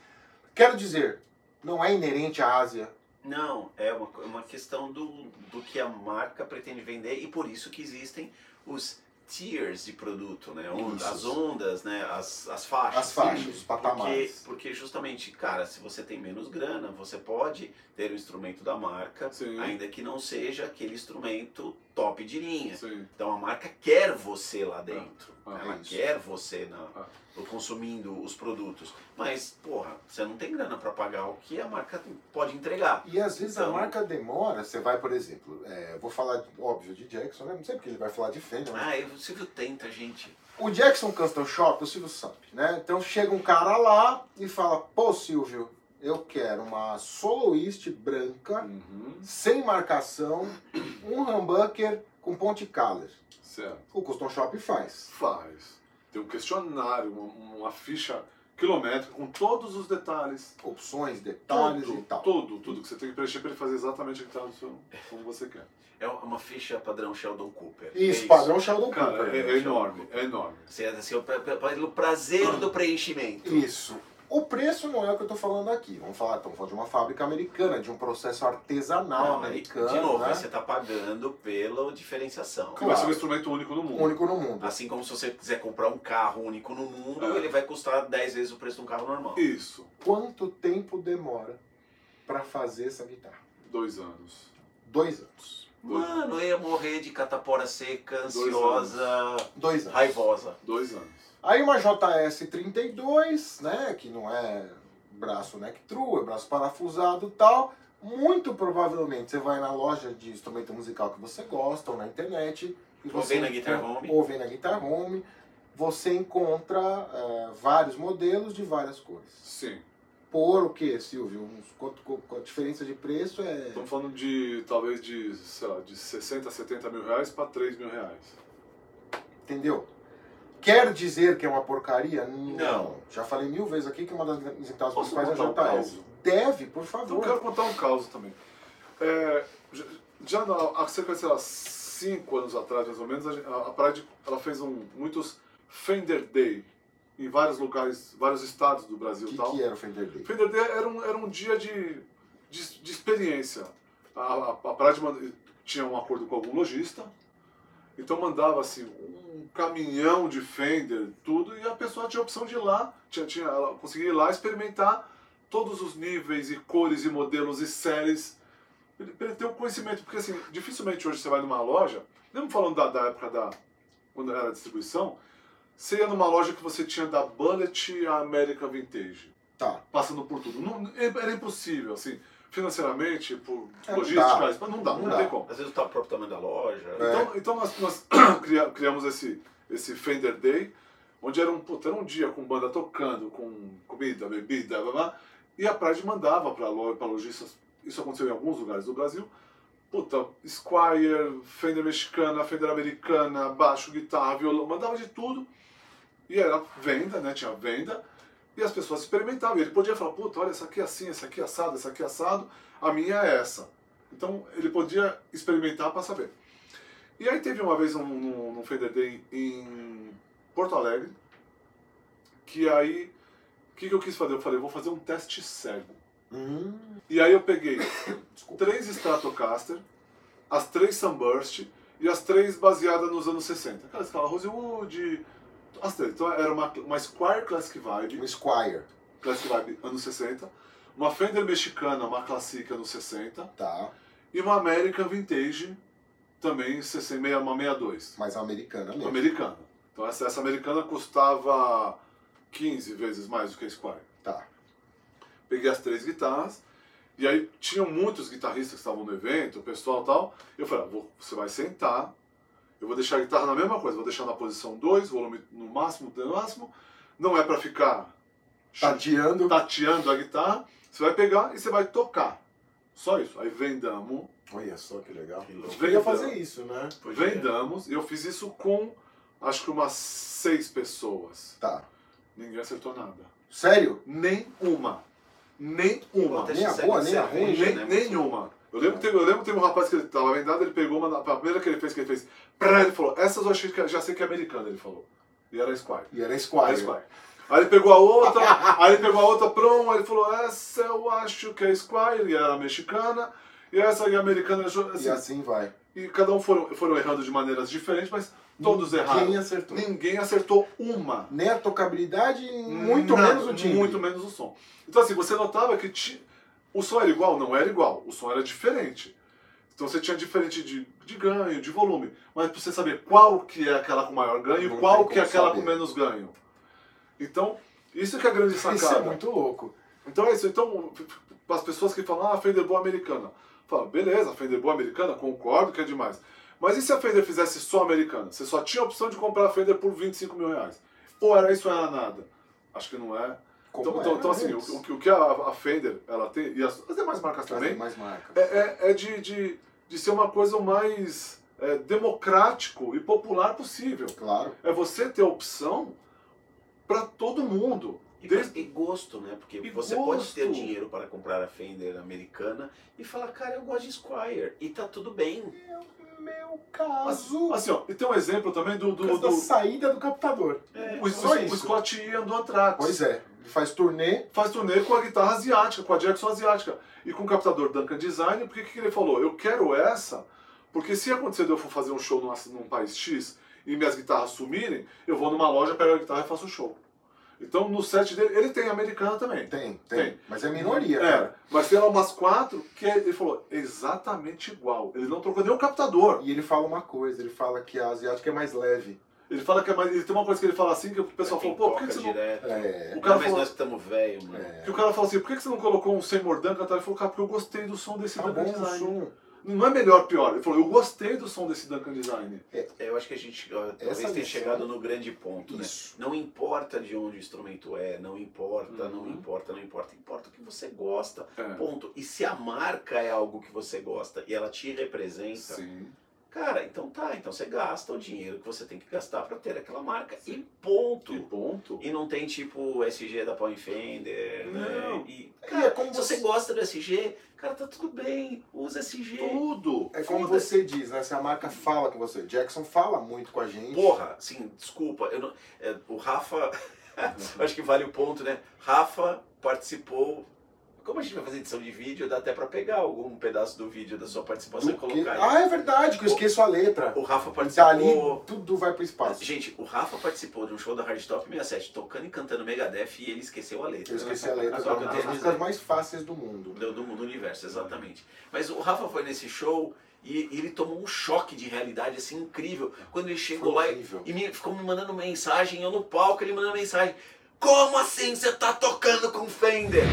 Speaker 1: quero dizer, não é inerente à Ásia.
Speaker 3: Não, é uma, é uma questão do, do que a marca pretende vender e por isso que existem os tiers de produto, né? On-
Speaker 1: Isso.
Speaker 3: as ondas, né? As, as faixas.
Speaker 1: As faixas, os
Speaker 3: Porque,
Speaker 1: patamares.
Speaker 3: porque justamente, cara, se você tem menos grana, você pode ter o instrumento da marca,
Speaker 2: Sim.
Speaker 3: ainda que não seja aquele instrumento top de linha.
Speaker 2: Sim.
Speaker 3: Então a marca quer você lá dentro.
Speaker 2: Ah,
Speaker 3: Ela
Speaker 1: isso.
Speaker 3: quer você na,
Speaker 2: Ah.
Speaker 3: consumindo os produtos. Mas, porra, você não tem grana pra pagar o que a marca pode entregar.
Speaker 1: E às vezes
Speaker 3: Então-
Speaker 1: a marca demora, você vai, por exemplo, é, vou falar, óbvio, de Jackson, né? não sei porque ele vai falar de Fender, mas...
Speaker 3: Ah, eu- o Silvio tenta, gente.
Speaker 1: O Jackson Custom Shop, o Silvio sabe, né? Então chega um cara lá e fala, pô Silvio, eu quero uma soloist branca,
Speaker 2: Uhum.
Speaker 1: sem marcação, um humbucker com ponte collar.
Speaker 2: Certo.
Speaker 1: O Custom Shop faz.
Speaker 2: Faz. Tem um questionário, uma, uma ficha quilométrica com todos os detalhes.
Speaker 1: Opções, detalhes
Speaker 2: tudo,
Speaker 1: e tal.
Speaker 2: tudo, tudo que você tem que preencher para ele fazer exatamente o que tá no seu, como você quer.
Speaker 3: É uma ficha padrão Sheldon Cooper. É
Speaker 1: Isso, padrão Sheldon
Speaker 2: Cara, é,
Speaker 1: Cooper.
Speaker 2: é enorme, é enorme.
Speaker 3: Você é assim, o pra- pra- pra- o prazer do preenchimento.
Speaker 1: Isso. O preço não é o que eu tô falando aqui. Vamos falar, estamos falando de uma fábrica americana, de um processo artesanal
Speaker 3: Não, mas,
Speaker 1: americano.
Speaker 3: de novo,
Speaker 1: né?
Speaker 3: Ah, aí você tá pagando pela diferenciação.
Speaker 2: Que vai ser um
Speaker 1: Claro.
Speaker 2: instrumento único no mundo.
Speaker 1: único no mundo.
Speaker 3: Assim como se você quiser comprar um carro único no mundo,
Speaker 1: Ah.
Speaker 2: É.
Speaker 3: ele vai custar 10 vezes o preço de um carro normal.
Speaker 2: Isso.
Speaker 1: Quanto tempo demora pra fazer essa guitarra?
Speaker 2: Dois anos.
Speaker 1: Dois anos.
Speaker 2: Dois,
Speaker 3: Mano, eu ia morrer de catapora seca, ansiosa,
Speaker 1: Dois anos.
Speaker 3: raivosa.
Speaker 2: dois anos.
Speaker 1: Aí uma JS32, né, que não é braço neck true, é braço parafusado e tal. Muito provavelmente você vai na loja de instrumento musical que você gosta ou na internet. E
Speaker 3: Ou
Speaker 1: você
Speaker 3: vem na Guitar
Speaker 1: encon-
Speaker 3: Home.
Speaker 1: Ou vem na Guitar Home. Você encontra eh, vários modelos de várias cores.
Speaker 2: Sim.
Speaker 1: Por o que, Silvio? Uns, quanto, co- co- a diferença de preço é...
Speaker 2: Estamos falando de talvez de, sei lá, de 60, 70 mil reais para 3 mil reais.
Speaker 1: Entendeu? Quer dizer que é uma porcaria?
Speaker 3: Não.
Speaker 1: Já falei mil vezes aqui que uma das guitarras
Speaker 2: Posso
Speaker 1: principais é a
Speaker 2: contar um
Speaker 1: JS.
Speaker 2: caso?
Speaker 3: Então,
Speaker 1: Deve, por favor.
Speaker 2: Então eu quero contar um caos também. É, já, Já na, há cerca de, sei lá, cinco anos atrás, mais ou menos, a, gente- a, a Pride ela fez um, muitos Fender Day em vários lugares, vários estados do Brasil e
Speaker 1: que,
Speaker 2: tal.
Speaker 1: que era o Fender Day?
Speaker 2: Fender Day era um, era um dia de, de, de experiência. A, a, a Pride manda- tinha um acordo com algum lojista, então mandava assim um caminhão de Fender, tudo, e a pessoa tinha a opção de ir lá, tinha, tinha, ela conseguia ir lá experimentar todos os níveis e cores e modelos e séries, para ele, pra ele ter o conhecimento, porque assim, dificilmente hoje você vai numa loja, mesmo falando da, da época da, quando era a distribuição, você ia numa loja que você tinha da Bullet à América Vintage
Speaker 1: Tá.
Speaker 2: passando por tudo. Não- é, era impossível, assim, financeiramente, por
Speaker 1: É, não dá.
Speaker 2: logística, mas não dá,
Speaker 1: Não
Speaker 2: não,
Speaker 1: dá.
Speaker 2: tem como.
Speaker 3: Às vezes tá o próprio tamanho da loja.
Speaker 1: É.
Speaker 2: Então, então nós, nós cria- criamos esse, esse Fender Day, onde era um, puta, era um dia com banda tocando, com comida, bebida, blá, blá, e a Pride mandava para lojistas, isso aconteceu em alguns lugares do Brasil, puta, Squire, Fender mexicana, Fender americana, baixo, guitarra, violão, mandava de tudo, e era venda, né, tinha venda, e as pessoas experimentavam, e ele podia falar, puta, olha, essa aqui é assim, essa aqui é assado, essa aqui é assado, a minha é essa. Então ele podia experimentar para saber. E aí teve uma vez um, um, um Fender Day em Porto Alegre, que aí, o que, que eu quis fazer? Eu falei, eu vou fazer um teste cego.
Speaker 1: Hum,
Speaker 2: E aí eu peguei
Speaker 1: desculpa.
Speaker 2: três Stratocaster, as três Sunburst e as três baseadas nos anos 60. Aquela escala Rosewood, as três. Então era uma, uma Squire Classic Vibe,
Speaker 1: Um Squire,
Speaker 2: Classic Vibe anos 60, uma Fender mexicana, uma Classic anos 60
Speaker 1: tá?
Speaker 2: e uma American Vintage, também 60, meia- uma 62.
Speaker 1: Mas americana mesmo.
Speaker 2: Americana. Então essa, essa americana custava 15 vezes mais do que a Squire.
Speaker 1: Tá.
Speaker 2: Peguei as três guitarras, e aí tinham muitos guitarristas que estavam no evento, o pessoal e tal. E eu falei, ah, vou- você vai sentar, eu vou deixar a guitarra na mesma coisa, vou deixar na posição 2, volume no máximo, no máximo. Não é pra ficar Tá
Speaker 1: Tateando.
Speaker 2: tateando a guitarra, você vai pegar e você vai tocar. Só isso. Aí vendamos,
Speaker 1: Olha só que legal.
Speaker 3: Que louco.
Speaker 1: Podia
Speaker 2: Vendamos.
Speaker 1: fazer isso, né?
Speaker 3: Podia.
Speaker 2: vendamos, e eu fiz isso com acho que umas seis pessoas.
Speaker 1: Tá.
Speaker 2: Ninguém acertou nada.
Speaker 1: Sério?
Speaker 2: Nenhuma. Nenhuma.
Speaker 3: Até
Speaker 1: Nem a
Speaker 3: se-
Speaker 1: boa,
Speaker 3: se-
Speaker 1: nem a
Speaker 3: se-
Speaker 1: ruim,
Speaker 2: Nem,
Speaker 3: né?
Speaker 2: nenhuma. Eu lembro, que teve, eu lembro que teve um rapaz que ele tava vendado, ele pegou uma. A primeira que ele fez, que ele fez. Prá, ele falou, essas eu achei que já sei que é americana, ele falou. E era a Squire.
Speaker 1: E era
Speaker 2: Era a
Speaker 1: Squire.
Speaker 2: Squire. Aí ele pegou a outra, aí ele pegou a outra pronto, aí ele falou, essa eu acho que é Squire, e era mexicana, e essa e a americana. assim,
Speaker 1: E assim vai.
Speaker 2: E cada um foram, foram errando de maneiras diferentes, mas todos erraram.
Speaker 1: Quem acertou?
Speaker 2: Ninguém acertou uma.
Speaker 1: Nem a tocabilidade, muito
Speaker 2: Nada,
Speaker 1: menos o timbre.
Speaker 2: Muito menos o som. Então, assim, você notava que ti- o som era igual? Não era igual. O som era diferente. Então, você tinha diferente de, de ganho, de volume. Mas pra você saber qual que é aquela com maior ganho
Speaker 1: Não
Speaker 2: e qual
Speaker 1: tem
Speaker 2: que é
Speaker 1: como
Speaker 2: aquela
Speaker 1: saber.
Speaker 2: com menos ganho. Então, isso que é a grande sacada.
Speaker 1: Isso é muito louco.
Speaker 2: Então é isso. Então, as pessoas que falam, ah, Fender boa americana. Fala, beleza, Fender é boa americana, concordo que é demais. Mas e se a Fender fizesse só americana? Você só tinha a opção de comprar a Fender por 25 mil reais. Ou era isso ou era nada? Acho que não é.
Speaker 1: Como era
Speaker 2: Então, então, então, assim, o,
Speaker 1: antes.
Speaker 2: o que- o que a, a Fender ela tem, e as, as demais marcas
Speaker 1: Trazem
Speaker 2: também,
Speaker 1: mais marcas.
Speaker 2: é, é- é de, de, de ser uma coisa o mais é, democrático e popular possível.
Speaker 1: Claro.
Speaker 2: É você ter opção para todo mundo.
Speaker 3: E,
Speaker 2: Desde-
Speaker 3: e gosto, né? Porque
Speaker 2: E
Speaker 3: você pode
Speaker 2: gosto.
Speaker 3: ter dinheiro para comprar a Fender americana e falar, cara, eu gosto de Squire. E tá tudo bem.
Speaker 1: Meu caso.
Speaker 2: Assim, ó, e tem um exemplo também do- do-
Speaker 1: Por causa da
Speaker 2: do,
Speaker 1: saída do captador.
Speaker 3: É,
Speaker 2: O,
Speaker 1: Só
Speaker 2: o-
Speaker 1: isso.
Speaker 2: o Scott Ian do Anthrax.
Speaker 1: Pois é. Ele faz turnê.
Speaker 2: Faz turnê com a guitarra asiática, com a Jackson asiática. E com o captador Duncan Design, porque o que que ele falou? Eu quero essa, porque se acontecer de eu for fazer um show numa- num, país X e minhas guitarras sumirem, eu vou numa loja, pego a guitarra e faço um show. Então no set dele, ele tem americana também.
Speaker 1: Tem, tem.
Speaker 2: Tem.
Speaker 1: Mas é minoria,
Speaker 2: É,
Speaker 1: cara.
Speaker 2: mas tem lá umas quatro que ele falou é exatamente igual. Ele não trocou nem o captador.
Speaker 1: E ele fala uma coisa. Ele fala que a asiática é mais leve.
Speaker 2: Ele fala que é mais. Ele tem uma coisa que ele fala assim que o pessoal
Speaker 3: Pra quem
Speaker 2: falou, pô, por que,
Speaker 3: Tá toca
Speaker 2: que você não.
Speaker 3: direto.
Speaker 1: É.
Speaker 2: O
Speaker 3: Cara,
Speaker 2: cara
Speaker 3: mas
Speaker 2: falou,
Speaker 3: nós que estamos velho, mano.
Speaker 1: É.
Speaker 2: Que o cara fala assim, por que que você não colocou um sem mordanca? Ele falou, cara, porque eu gostei do som desse
Speaker 1: Tá
Speaker 2: Duncan
Speaker 1: bom o
Speaker 2: Design.
Speaker 1: som.
Speaker 2: Não é melhor, pior. Ele falou, eu gostei do som desse Duncan Design.
Speaker 3: Eu acho que a gente ó, talvez
Speaker 1: lição-
Speaker 3: tenha chegado no grande ponto, né?
Speaker 1: Isso.
Speaker 3: Não importa de onde o instrumento é, não importa, não
Speaker 2: Uhum.
Speaker 3: importa, não importa. Importa o que você gosta,
Speaker 2: É.
Speaker 3: ponto. E se a marca é algo que você gosta e ela te representa,
Speaker 2: Sim.
Speaker 3: cara, então tá, então você gasta o dinheiro que você tem que gastar pra ter aquela marca. E ponto.
Speaker 2: Que ponto.
Speaker 3: E não tem tipo SG da Paul Fender, né?
Speaker 2: Não.
Speaker 3: E,
Speaker 1: E é como
Speaker 3: Se você
Speaker 1: você.
Speaker 3: gosta do SG, cara, tá tudo bem, usa SG.
Speaker 2: Tudo.
Speaker 1: É como
Speaker 3: Foda-se.
Speaker 1: você diz, né? Se a marca fala com você. Jackson fala muito com a gente.
Speaker 3: Porra, assim, desculpa, eu não- é, o Rafa, acho que vale o ponto, né? Rafa participou. Como a gente vai fazer edição de vídeo, dá até pra pegar algum pedaço do vídeo da sua participação
Speaker 1: Do que...
Speaker 3: e colocar aí.
Speaker 1: Ah, é verdade, que eu esqueço a letra.
Speaker 3: O Rafa
Speaker 1: Dali
Speaker 3: participou.
Speaker 1: tudo vai pro espaço.
Speaker 3: Gente, o Rafa participou de um show da Hard Top 67, tocando e cantando Megadeth e ele esqueceu a letra.
Speaker 1: Eu esqueci a letra,
Speaker 3: Só
Speaker 1: é
Speaker 3: que eu
Speaker 1: uma
Speaker 3: tenho
Speaker 1: das
Speaker 3: a
Speaker 1: músicas
Speaker 3: dizer.
Speaker 1: mais fáceis do mundo.
Speaker 3: Do, do, do universo, exatamente. Mas o Rafa foi nesse show e ele tomou um choque de realidade assim incrível. Quando ele chegou lá e-
Speaker 1: horrível.
Speaker 3: e me, ficou me mandando mensagem, eu no palco, ele mandando mensagem. Como assim você tá tocando com Fender?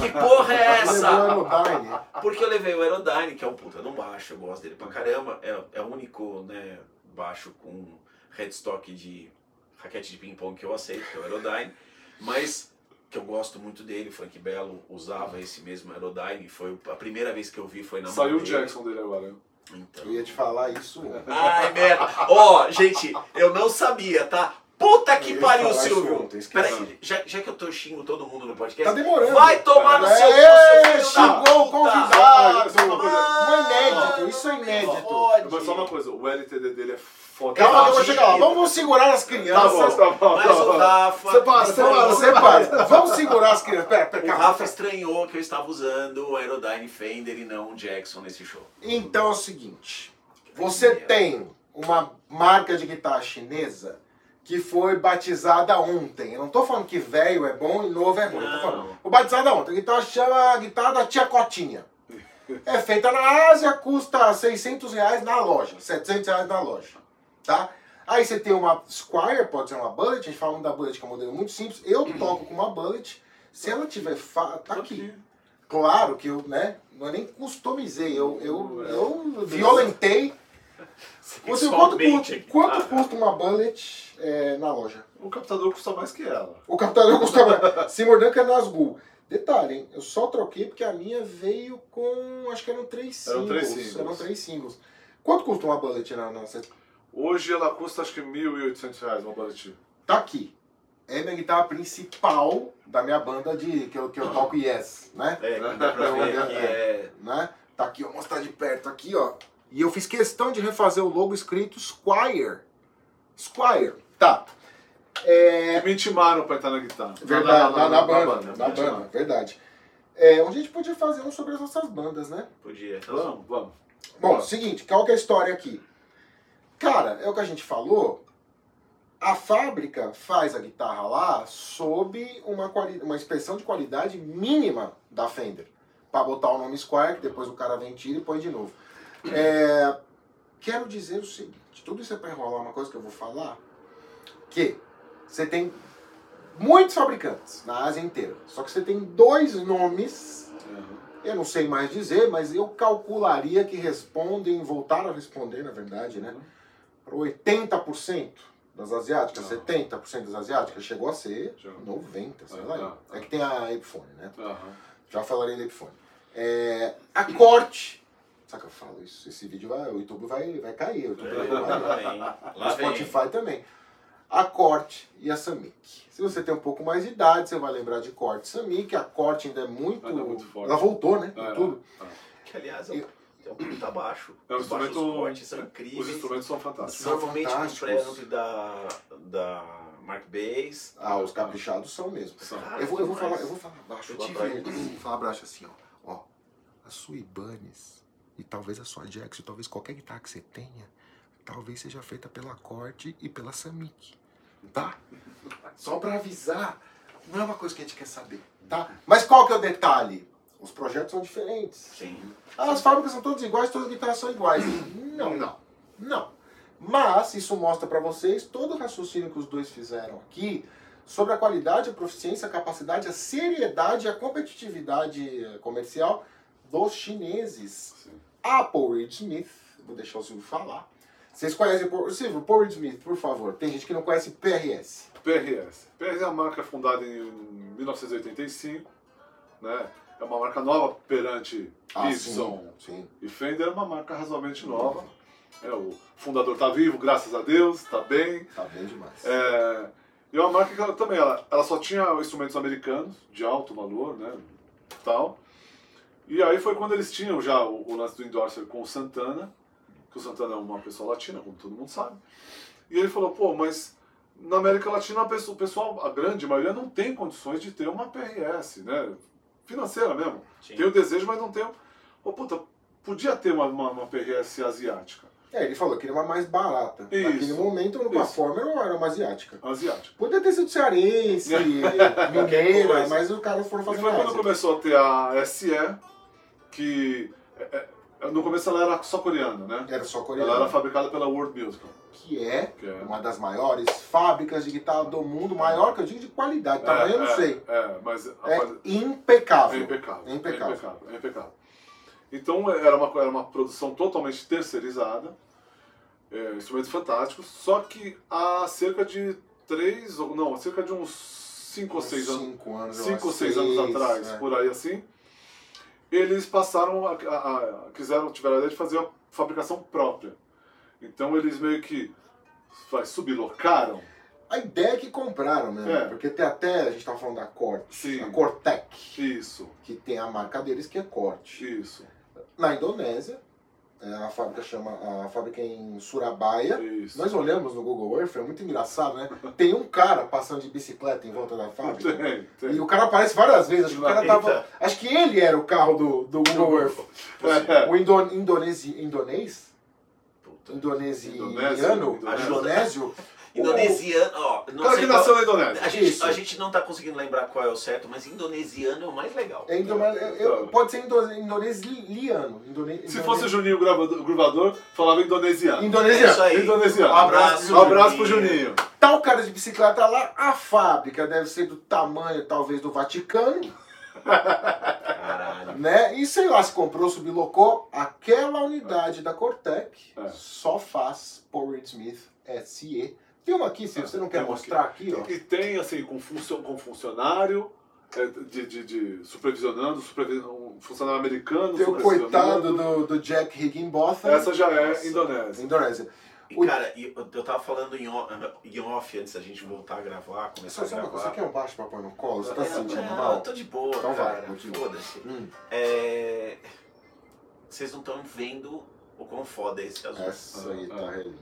Speaker 3: Que porra é essa?
Speaker 1: Lembrou a Aerodyne.
Speaker 3: Porque eu levei o Aerodyne, que é um puta no baixo, eu gosto dele pra caramba. É, é o único, né, baixo com headstock de raquete de ping-pong que eu aceito, que é o Aerodyne. Mas que eu gosto muito dele, o Frank Belo usava esse mesmo Aerodyne. Foi a primeira vez que eu vi, foi na mão
Speaker 2: Saiu o
Speaker 3: dele.
Speaker 2: Jackson dele agora. né?
Speaker 3: Então...
Speaker 1: Eu ia te falar isso. ontem.
Speaker 3: Ai, merda. Ó, gente, eu não sabia, tá? Puta que
Speaker 1: Eu ia
Speaker 3: pariu,
Speaker 1: falar isso
Speaker 3: Silvio.
Speaker 1: ontem, esqueci.
Speaker 3: Peraí, já, já que eu tô xingo todo mundo no podcast,
Speaker 1: Tá demorando.
Speaker 3: vai tomar no seu cu,
Speaker 1: É,
Speaker 3: seu filho da
Speaker 1: chegou o
Speaker 3: puta.
Speaker 1: convidado.
Speaker 2: Ah,
Speaker 1: Não é
Speaker 3: Ah,
Speaker 1: inédito, isso é
Speaker 3: não
Speaker 1: inédito.
Speaker 3: pode.
Speaker 2: Mas só uma coisa, o LTD dele é foda.
Speaker 1: Calma que eu vou
Speaker 3: Imagina.
Speaker 1: chegar lá. Vamos, vamos segurar as
Speaker 2: Tá
Speaker 1: crianças.
Speaker 2: bom, tá bom.
Speaker 3: Mas o Rafa...
Speaker 2: Separa,
Speaker 1: Separa, separa. Vamos segurar as crianças. Pera, pera,
Speaker 3: O
Speaker 1: calma.
Speaker 3: Rafa estranhou que eu estava usando o Aerodyne Fender e não o Jackson nesse show. é
Speaker 1: Então é o seguinte. Você tem uma marca de guitarra chinesa que foi batizada ontem. Eu não tô falando que velho é bom e novo é ruim. Eu tô falando.
Speaker 3: Não.
Speaker 1: Foi batizada ontem. A guitarra chama a guitarra da Tia Cotinha. É feita na Ásia, custa 600 reais na loja, 700 reais na loja, tá? Aí você tem uma Squire, pode ser uma Bullet, a gente fala muito da Bullet, que é um modelo muito simples. Eu toco com uma Bullet, se ela tiver... Fa... Tá aqui. Claro que eu, né? Eu nem customizei, eu, eu, eu violentei. Você, quanto,
Speaker 3: Principalmente
Speaker 1: custa,
Speaker 3: aqui.
Speaker 1: quanto
Speaker 3: Ah,
Speaker 1: custa uma bullet é, na loja?
Speaker 2: O captador custa mais que ela.
Speaker 1: O captador custa mais. Se mordendo que é Nazgul. Detalhe, hein? Eu só troquei porque a minha veio com. Acho que eram três
Speaker 2: Eram
Speaker 1: singles.
Speaker 2: três singles.
Speaker 1: Eram três singles. Quanto custa uma bullet na nossa?
Speaker 2: Hoje ela custa acho que 1.800 reais uma baratinha.
Speaker 1: Tá aqui. É minha guitarra principal da minha banda de que eu, que eu toco Yes, né?
Speaker 3: É, que dá pra ver que é...
Speaker 1: né? Tá aqui, vou mostrar de perto aqui, ó. E eu fiz questão de refazer o logo escrito Squire. Squire, tá.
Speaker 2: E me intimaram pra entrar na guitarra.
Speaker 1: É. Verdade, na, na banda, na,
Speaker 2: me
Speaker 1: banda,
Speaker 2: intimaram.
Speaker 1: verdade. É, onde a gente podia fazer um sobre as nossas bandas, né?
Speaker 3: Podia.
Speaker 2: Vamos, vamos.
Speaker 1: Bom,
Speaker 2: Tá.
Speaker 1: seguinte, qual que é a história aqui? Cara, é o que a gente falou. A fábrica faz a guitarra lá sob uma, quali- uma inspeção de qualidade mínima da Fender. Pra botar o nome Squire, que depois o cara vem, tira e põe de novo. É, quero dizer o seguinte: tudo isso é pra enrolar uma coisa que eu vou falar. Que você tem muitos fabricantes na Ásia inteira. Só que você tem dois nomes
Speaker 2: Uhum.
Speaker 1: eu não sei mais dizer, mas eu calcularia que respondem, voltaram a responder, na verdade, né? Para 80% das asiáticas,
Speaker 2: Não.
Speaker 1: 70% das asiáticas, chegou a ser
Speaker 2: Ah. Já.
Speaker 1: 90%, sei
Speaker 2: Ah,
Speaker 1: lá.
Speaker 2: tá.
Speaker 1: É que tem a Epiphone, né?
Speaker 2: Aham.
Speaker 1: Já falarei da Epiphone. É, a corte. Sabe que eu falo isso? Esse vídeo vai, o YouTube vai, vai cair. O,
Speaker 3: É,
Speaker 1: YouTube vai,
Speaker 3: lá vem.
Speaker 1: o
Speaker 3: Lá vem.
Speaker 1: Spotify também. A corte e a Samick. Se você tem um pouco mais de idade, você vai lembrar de corte e Samick. A corte ainda é muito.
Speaker 2: Ainda é muito forte.
Speaker 1: Ela voltou, né?
Speaker 2: É,
Speaker 1: com tudo.
Speaker 3: Que, aliás, é um, é um puta baixo.
Speaker 2: É um
Speaker 3: Os baixos
Speaker 2: instrumento-
Speaker 3: cortes são
Speaker 2: Os
Speaker 3: incríveis.
Speaker 2: instrumentos são fantásticos.
Speaker 1: São
Speaker 3: Normalmente com
Speaker 1: fantásticos.
Speaker 3: preso da, da Mark Bass.
Speaker 1: Ah, os caprichados são mesmo.
Speaker 2: São.
Speaker 1: Eu vou, eu vou falar, eu vou falar
Speaker 3: Eu
Speaker 1: baixo lá
Speaker 3: tive
Speaker 1: pra
Speaker 3: um.
Speaker 1: eles. Vou falar baixo assim, ó. Ó, a sua Ibanez e talvez a sua Jackson, talvez qualquer guitarra que você tenha, talvez seja feita pela Corte e pela Samick, tá? Só pra avisar, não é uma coisa que a gente quer saber, tá? Mas qual que é o detalhe? Os projetos são diferentes.
Speaker 3: Sim.
Speaker 1: Ah, as fábricas são todas iguais, todas as guitarras são iguais.
Speaker 2: Uhum.
Speaker 1: Não, não, não. Mas isso mostra pra vocês todo o raciocínio que os dois fizeram aqui sobre a qualidade, a proficiência, a capacidade, a seriedade e a competitividade eh, comercial dos chineses.
Speaker 2: Sim.
Speaker 1: a Paul Reed Smith. Vou deixar o Silvio falar. Vocês conhecem o Paul, Silvio, Paul Reed Smith, por favor. Tem gente que não conhece PRS.
Speaker 2: PRS. PRS é uma marca fundada em 1985, né? É uma marca nova perante Gibson
Speaker 1: Ah, sim.
Speaker 2: e Fender, é uma marca razoavelmente nova. É, o fundador está vivo, graças a Deus, está bem.
Speaker 1: Tá bem demais.
Speaker 2: É, e é uma marca que ela, também ela, ela só tinha instrumentos americanos de alto valor, né? Tal. E aí foi quando eles tinham já o, o lance do endorser com o Santana, que o Santana é uma pessoa latina, como todo mundo sabe. E ele falou, pô, mas na América Latina a pessoa- o pessoal, a grande maioria, não tem condições de ter uma PRS, né? Financeira mesmo.
Speaker 3: Sim.
Speaker 2: Tem um- o desejo, mas não tem. o- Ô, puta, podia ter uma, uma, uma PRS asiática.
Speaker 1: É, ele falou que ele era uma mais barata.
Speaker 2: Isso.
Speaker 1: Naquele momento, numa
Speaker 2: Isso.
Speaker 1: forma, era uma- era uma asiática.
Speaker 2: Asiática.
Speaker 1: Podia ter sido cearense, mineira,
Speaker 3: coisa.
Speaker 1: mas os caras foram
Speaker 2: E
Speaker 1: fazer
Speaker 2: foi quando
Speaker 1: mais.
Speaker 2: começou a ter a SE, que é, é, no começo ela era só coreana, né?
Speaker 1: Era só
Speaker 2: Ela era
Speaker 1: coreano.
Speaker 2: fabricada pela World Musical,
Speaker 1: Que é
Speaker 2: que é...
Speaker 1: uma das maiores fábricas de guitarra do mundo, maior que eu digo de qualidade, tamanho eu não
Speaker 2: é,
Speaker 1: sei.
Speaker 2: É, mas a
Speaker 1: É
Speaker 2: quali- é
Speaker 1: impecável. É
Speaker 2: impecável.
Speaker 1: impecável.
Speaker 2: É impecável. é impecável. Então era uma, co- era uma produção totalmente terceirizada, é, instrumentos fantásticos, só que há cerca de três, ou não, há cerca de uns cinco ou
Speaker 1: Uns
Speaker 2: seis anos,
Speaker 1: Cinco anos. eu acho,
Speaker 2: cinco ou seis anos
Speaker 1: seis,
Speaker 2: atrás,
Speaker 1: né?
Speaker 2: por aí assim, eles passaram a, a- a- quiseram tiveram a ideia de fazer a fabricação própria. Então eles meio que vai, sublocaram,
Speaker 1: A ideia é que compraram, né?
Speaker 2: É.
Speaker 1: Porque tem até, a gente tava falando da Corte,
Speaker 2: sim,
Speaker 1: a Cortec,
Speaker 2: isso,
Speaker 1: que tem a marca deles que é Corte.
Speaker 2: isso,
Speaker 1: Na Indonésia, é, a fábrica chama, a fábrica é em Surabaya,
Speaker 2: isso.
Speaker 1: Nós olhamos no Google Earth, é muito engraçado, né? Tem um cara passando de bicicleta em volta da fábrica. né?
Speaker 2: tem, tem.
Speaker 1: E o cara aparece várias vezes. Acho que o cara tava.
Speaker 3: Eita.
Speaker 1: Acho que ele era o carro do, do Google Earth.
Speaker 2: É.
Speaker 1: O indo, indonesi, indonês?
Speaker 3: Puta.
Speaker 1: Indonesiano?
Speaker 2: Indonésio,
Speaker 1: Indonésio?
Speaker 3: Indonesiano, ó.
Speaker 2: O
Speaker 3: Não
Speaker 2: cara
Speaker 3: sei
Speaker 2: que
Speaker 3: qual-
Speaker 2: nasceu na Indonésia.
Speaker 3: A gente,
Speaker 1: Isso.
Speaker 3: a gente não tá conseguindo lembrar qual é o certo, mas indonesiano é o mais legal.
Speaker 1: É indo, eu- pode ser indo, indonesiano. Indone,
Speaker 2: Se fosse o Juninho gravador- gruvador, falava indonesiano.
Speaker 3: É isso
Speaker 1: Indonesiano.
Speaker 3: aí.
Speaker 2: Indonesiano.
Speaker 3: Um abraço,
Speaker 2: Um abraço pro Juninho.
Speaker 1: Tá o cara de bicicleta lá, a fábrica deve ser do tamanho, talvez, do Vaticano.
Speaker 3: Caralho.
Speaker 1: né? E sei lá, se comprou, sublocou, aquela unidade da Cortec
Speaker 2: É.
Speaker 1: só faz Paul Reed Smith SE. Tem uma aqui, se você não quer
Speaker 2: É, Tem uma
Speaker 1: mostrar aqui, ó.
Speaker 2: E tem, assim, com, funcio- com funcionário, é, de, de- de supervisionando, supervi- um funcionário americano,
Speaker 1: Tem o
Speaker 2: supervisionando.
Speaker 1: coitado do, do Jack Higginbotham.
Speaker 2: Essa já é
Speaker 3: Nossa.
Speaker 2: Indonésia.
Speaker 1: Indonésia.
Speaker 3: E, cara, e eu eu tava falando em on- em off antes da gente voltar a gravar, começar
Speaker 1: Só
Speaker 3: a
Speaker 1: só uma coisa,
Speaker 3: gravar.
Speaker 1: você quer um baixo pra pôr no colo? Você tá
Speaker 3: É,
Speaker 1: se sentindo
Speaker 3: não, eu
Speaker 1: mal?
Speaker 3: tô de boa,
Speaker 1: Então vai,
Speaker 3: cara.
Speaker 1: continua.
Speaker 3: Foda-se.
Speaker 1: Hum,
Speaker 3: É, Vocês não estão vendo o quão foda é esse azul.
Speaker 1: essa aí tá
Speaker 2: Ah.
Speaker 1: relinda.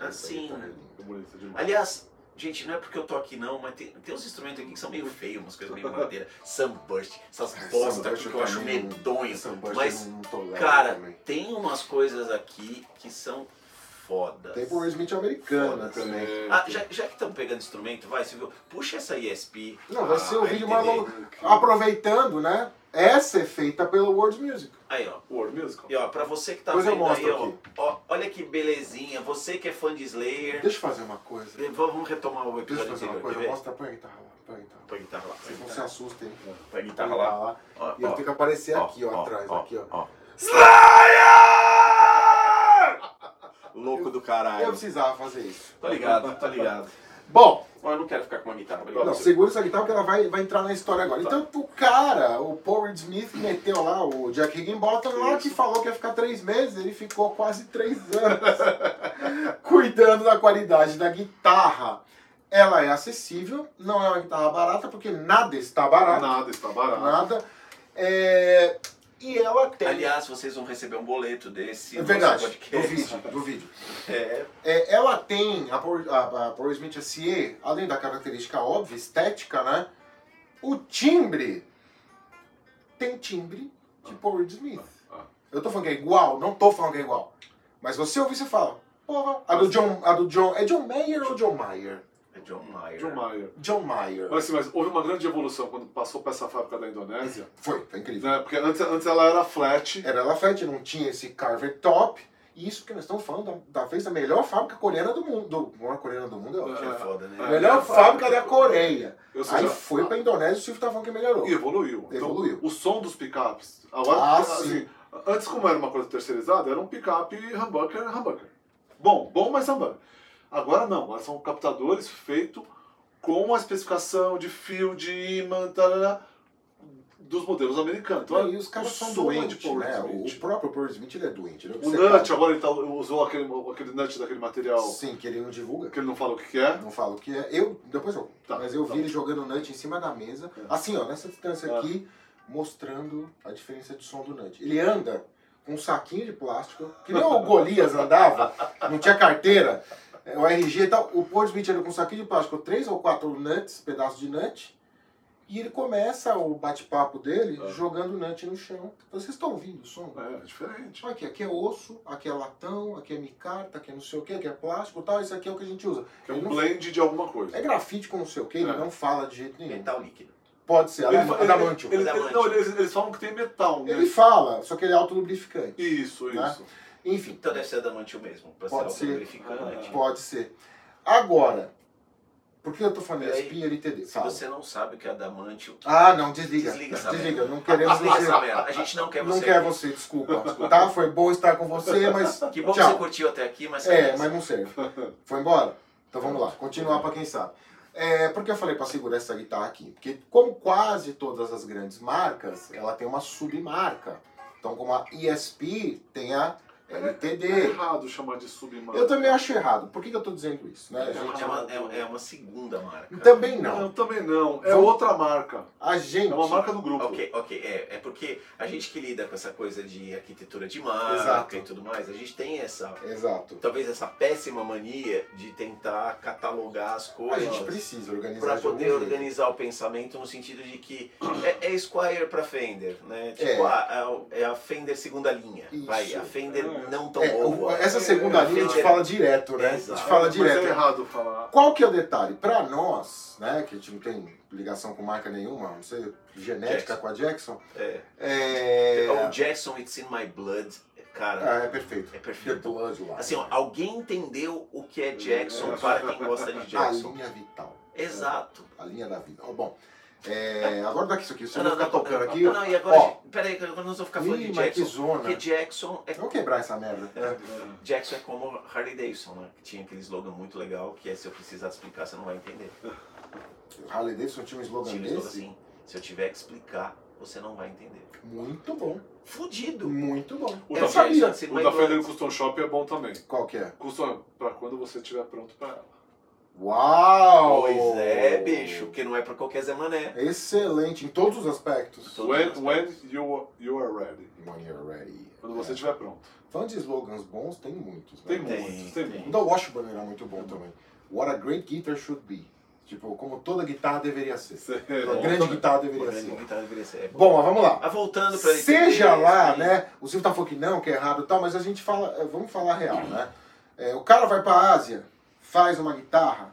Speaker 2: É,
Speaker 3: Assim.
Speaker 1: tá
Speaker 2: é bonito demais.
Speaker 3: Aliás, gente, não é porque eu tô aqui não, mas tem, tem uns instrumentos aqui que são meio feios, umas coisas meio madeira. Sunburst, essas
Speaker 1: É,
Speaker 3: bosta que
Speaker 1: tá
Speaker 3: eu acho
Speaker 1: um
Speaker 3: medonho. Mas, cara, tem umas coisas aqui que são fodas.
Speaker 1: Tem Paul Reed Smith americana
Speaker 3: Foda-se.
Speaker 1: também.
Speaker 2: É,
Speaker 3: Ah, já, já que estamos pegando instrumento, vai, Silvio, puxa essa ESP.
Speaker 1: Não, vai
Speaker 3: a-
Speaker 1: ser o
Speaker 3: a
Speaker 1: vídeo
Speaker 3: MTV.
Speaker 1: mais longo. Aproveitando, né? Essa é feita pelo World Music.
Speaker 3: Aí, ó.
Speaker 2: World Musical.
Speaker 1: É
Speaker 3: E ó, pra você que tá
Speaker 1: Depois eu
Speaker 3: vendo aí, ó,
Speaker 1: mostro
Speaker 3: ó, olha que belezinha. Você que é fã de Slayer.
Speaker 1: Deixa eu fazer uma coisa.
Speaker 3: V- Vamos retomar o
Speaker 1: Deixa eu
Speaker 3: episódio
Speaker 1: fazer uma
Speaker 3: anterior,
Speaker 1: coisa,
Speaker 3: quer ver?
Speaker 1: mostra, põe a guitarra lá, põe a guitarra.
Speaker 3: Põe a guitarra lá. põe a
Speaker 1: Vocês não se
Speaker 3: guitarra.
Speaker 1: assustem. hein?
Speaker 3: Põe a
Speaker 1: Põe a
Speaker 3: guitarra
Speaker 1: guitarra
Speaker 3: lá.
Speaker 1: lá.
Speaker 3: Ó,
Speaker 1: E ele
Speaker 3: ó,
Speaker 1: tem que aparecer
Speaker 3: ó,
Speaker 1: aqui, ó,
Speaker 3: ó,
Speaker 1: atrás, aqui, ó.
Speaker 3: Slayer! Louco do
Speaker 1: Eu
Speaker 3: caralho.
Speaker 1: precisava fazer isso.
Speaker 3: Tá ligado, tá ligado.
Speaker 1: Bom,
Speaker 3: Mas eu não quero ficar com uma guitarra. obrigado.
Speaker 1: não, segura essa guitarra porque ela vai, vai entrar na história
Speaker 2: Tá.
Speaker 1: agora. Então, o cara, o Paul Reed Smith, meteu lá o Jack Higginbotham lá que
Speaker 2: Isso.
Speaker 1: falou que ia ficar três meses, ele ficou quase três anos cuidando da qualidade da guitarra. Ela é acessível, não é uma guitarra barata, porque nada está barato.
Speaker 2: Nada está barato.
Speaker 1: nada. É, E ela tem.
Speaker 3: Aliás, vocês vão receber um boleto desse.
Speaker 1: é
Speaker 3: no
Speaker 1: verdade,
Speaker 3: nosso
Speaker 1: do vídeo, do vídeo.
Speaker 3: É,
Speaker 1: É, ela tem, a Paul, a, a Paul Smith SE, além da característica óbvia, estética, né? O timbre tem timbre de Paul Smith.
Speaker 2: Ah,
Speaker 1: Eu tô falando que é igual, não tô falando que é igual. Mas você ouvir, você fala, porra, a do John, a do John, é John Mayer ou John Mayer?
Speaker 3: é John Mayer.
Speaker 2: John Mayer.
Speaker 1: John Mayer.
Speaker 2: Mas, assim, mas houve uma grande evolução quando passou para essa fábrica da Indonésia.
Speaker 1: Foi, foi incrível.
Speaker 2: Né? Porque antes, antes ela era flat.
Speaker 1: Era Lafayette, não tinha esse carver top. E isso que nós estamos falando da, da vez da melhor fábrica coreana do mundo. Do, não é coreana do mundo, é ótimo.
Speaker 3: Que é foda, né?
Speaker 2: É,
Speaker 1: melhor
Speaker 2: é,
Speaker 1: fábrica da Coreia.
Speaker 2: Eu sei
Speaker 1: Aí
Speaker 2: já-
Speaker 1: foi pra Indonésia e o Silvio tá falando que melhorou.
Speaker 2: E evoluiu. Então,
Speaker 1: Evoluiu.
Speaker 2: o som dos picapes. Agora,
Speaker 1: Ah,
Speaker 2: assim,
Speaker 1: sim.
Speaker 2: Antes, como era uma coisa terceirizada, era um picape humbucker, humbucker. Bom, bom, mas humbucker. Agora não, agora são captadores feitos com a especificação de fio, de imã, tarará, dos modelos americanos. Então,
Speaker 1: e os caras
Speaker 2: o
Speaker 1: são
Speaker 2: som de
Speaker 1: doentes,
Speaker 2: Paul
Speaker 1: né?
Speaker 2: Smith.
Speaker 1: O próprio Paul Smith ele é doente. Ele é
Speaker 2: o
Speaker 1: obcecado.
Speaker 2: Nut, agora ele tá- usou aquele, aquele Nut daquele material
Speaker 1: Sim, que ele não divulga.
Speaker 2: que ele não fala o que que é.
Speaker 1: Não falo o que é. Eu, depois eu.
Speaker 2: Tá,
Speaker 1: mas eu
Speaker 2: tá.
Speaker 1: vi ele jogando Nut em cima da mesa.
Speaker 2: É.
Speaker 1: Assim, ó, nessa distância
Speaker 2: É.
Speaker 1: aqui, mostrando a diferença de som do Nut. Ele anda com um saquinho de plástico, que nem o Golias andava, não tinha carteira, é, o RG e tal. O Paul Smith anda com um saquinho de plástico, três ou quatro nuts, pedaços de nut. E ele começa o bate-papo dele
Speaker 2: É.
Speaker 1: jogando nut no chão. Vocês estão ouvindo o som?
Speaker 2: É, é diferente.
Speaker 1: Tipo, Aqui, aqui é osso, aqui é latão, aqui é micarta, aqui é não sei o que, aqui é plástico e tal, isso aqui é o que a gente usa.
Speaker 2: Que é
Speaker 1: Ele
Speaker 2: um
Speaker 1: não-
Speaker 2: blend de alguma coisa.
Speaker 1: É grafite com não sei o que, ele
Speaker 2: É.
Speaker 1: não fala de jeito nenhum.
Speaker 3: Metal líquido.
Speaker 1: Pode ser, é
Speaker 2: Ele-
Speaker 1: adama-
Speaker 2: ele-
Speaker 1: adamantio. Ele,
Speaker 2: ele- ele- não, eles, eles falam que tem metal, né?
Speaker 1: fala, só que ele é autolubrificante.
Speaker 2: Isso,
Speaker 1: Né?
Speaker 2: isso.
Speaker 1: Enfim,
Speaker 3: Então deve ser adamantio mesmo, pra
Speaker 1: Pode
Speaker 3: ser
Speaker 1: ser.
Speaker 3: lubrificante.
Speaker 2: Ah.
Speaker 1: pode ser. Agora, por que eu tô falando
Speaker 3: Peraí.
Speaker 1: SP e LTD?
Speaker 3: Se
Speaker 1: Fala.
Speaker 3: você não sabe o que é adamantio,
Speaker 1: Ah, não, desliga.
Speaker 3: Desliga
Speaker 1: Desliga,
Speaker 3: essa
Speaker 1: não queremos
Speaker 3: desliga
Speaker 1: você.
Speaker 3: essa merda. A gente não quer
Speaker 1: não
Speaker 3: você.
Speaker 1: quer
Speaker 3: aqui.
Speaker 1: você, desculpa. Tá? Foi bom estar com você, mas.
Speaker 3: Que bom que
Speaker 1: Tchau.
Speaker 3: você curtiu até aqui, mas
Speaker 1: É,
Speaker 3: cadê
Speaker 1: mas não serve. Foi embora? Então vamos lá, continuar para quem sabe. É, por que eu falei para segurar essa guitarra aqui? Porque como quase todas as grandes marcas, ela tem uma submarca. Então como a ESP tem a
Speaker 2: É
Speaker 1: LTD.
Speaker 2: errado chamar de submarino.
Speaker 1: Eu também acho errado. Por que, que eu tô dizendo isso? Né?
Speaker 3: É,
Speaker 1: A gente-
Speaker 3: é uma, é uma- é uma segunda marca.
Speaker 1: Também
Speaker 2: não.
Speaker 1: não.
Speaker 2: também não. É
Speaker 1: Vamos-
Speaker 2: outra marca.
Speaker 1: A
Speaker 2: É
Speaker 1: gente.
Speaker 2: uma marca do grupo.
Speaker 3: Ok, ok. É, é porque a gente que lida com essa coisa de arquitetura de marca
Speaker 1: Exato.
Speaker 3: e tudo mais, a gente tem essa.
Speaker 1: Exato.
Speaker 3: Talvez essa péssima mania de tentar catalogar as
Speaker 1: A
Speaker 3: coisas.
Speaker 1: gente precisa organizar.
Speaker 3: para
Speaker 1: de algum
Speaker 3: poder
Speaker 1: jeito.
Speaker 3: organizar o pensamento no sentido de que é, é Squire para Fender, né? Tipo,
Speaker 1: É.
Speaker 3: ah, é o- é a Fender segunda linha.
Speaker 1: Isso.
Speaker 3: Vai, a Fender
Speaker 2: É.
Speaker 3: não tão
Speaker 1: É, o-
Speaker 3: boa.
Speaker 1: essa segunda
Speaker 3: um É,
Speaker 1: linha a gente
Speaker 3: é-
Speaker 1: fala direto, né? A
Speaker 3: Exato.
Speaker 1: gente
Speaker 2: É,
Speaker 1: fala
Speaker 2: mas
Speaker 1: direto.
Speaker 2: É errado falar.
Speaker 1: Qual que é o detalhe? Para nós, né, que a gente não tem ligação com marca nenhuma, não sei, genética
Speaker 3: Jackson.
Speaker 1: com a Jackson,
Speaker 3: É.
Speaker 1: é...
Speaker 3: O Jackson, It's in My Blood, cara,
Speaker 1: Ah, é perfeito.
Speaker 3: é
Speaker 1: The
Speaker 3: perfeito.
Speaker 1: Bloodline.
Speaker 3: Assim, ó, alguém entendeu o que é Jackson
Speaker 2: É.
Speaker 3: para quem gosta de
Speaker 1: a
Speaker 3: Jackson.
Speaker 1: linha vital,
Speaker 3: Exato.
Speaker 1: a linha da vida. Ó, bom, é... agora dá aqui isso aqui, você
Speaker 3: Não,
Speaker 1: vai
Speaker 3: não,
Speaker 1: ficar
Speaker 3: não,
Speaker 1: tocando
Speaker 3: não,
Speaker 1: aqui.
Speaker 3: Não, não, e agora,
Speaker 1: Ó.
Speaker 3: gente, peraí, agora nós vamos ficar falando
Speaker 1: Ih,
Speaker 3: de
Speaker 1: mas que né?
Speaker 3: Jackson.
Speaker 1: zona.
Speaker 3: Porque Jackson é
Speaker 1: Vamos quebrar essa merda. né?
Speaker 3: Jackson é como Harley Davidson, né? Que tinha aquele slogan muito legal que é se eu precisar explicar, você não vai entender.
Speaker 1: Harley Davidson tinha um slogan
Speaker 3: Tinha um
Speaker 1: desse?
Speaker 3: slogan assim, se eu tiver que explicar, você não vai entender.
Speaker 1: Muito bom.
Speaker 3: Fudido!
Speaker 1: Muito bom.
Speaker 2: O
Speaker 1: Eu
Speaker 2: da-
Speaker 1: sabia.
Speaker 3: Jackson,
Speaker 2: O da Fender Custom Shop é bom também.
Speaker 1: Qual que é?
Speaker 2: Custom pra quando você estiver pronto pra ela.
Speaker 1: Uau!
Speaker 3: Pois é, bicho, porque não é pra qualquer Zé Mané.
Speaker 1: Excelente, em todos os aspectos.
Speaker 3: Todos
Speaker 2: When,
Speaker 3: os
Speaker 2: when you, you are ready.
Speaker 1: When you're ready.
Speaker 2: Quando você
Speaker 1: É.
Speaker 2: estiver pronto.
Speaker 1: Falando de slogans bons, tem muitos.
Speaker 2: Tem,
Speaker 1: né?
Speaker 3: Tem,
Speaker 2: muitos, tem,
Speaker 3: tem.
Speaker 1: O
Speaker 2: muitos.
Speaker 1: da Washburn era muito bom também. What a great guitar should be. Tipo, como toda guitarra deveria ser.
Speaker 2: É.
Speaker 1: Uma
Speaker 3: Bom,
Speaker 1: É, grande
Speaker 3: também.
Speaker 1: guitarra
Speaker 3: Uma
Speaker 1: deveria
Speaker 3: grande
Speaker 1: ser.
Speaker 3: guitarra deveria ser. É bom.
Speaker 1: Bom, mas vamos lá.
Speaker 3: Ah, voltando pra ele.
Speaker 1: Seja
Speaker 3: entender,
Speaker 1: lá,
Speaker 3: esse-
Speaker 1: né? O Silvio tá falando que não, que é errado e tal, mas a gente fala, eh, vamos falar real, né? É, o cara vai pra Ásia, faz uma guitarra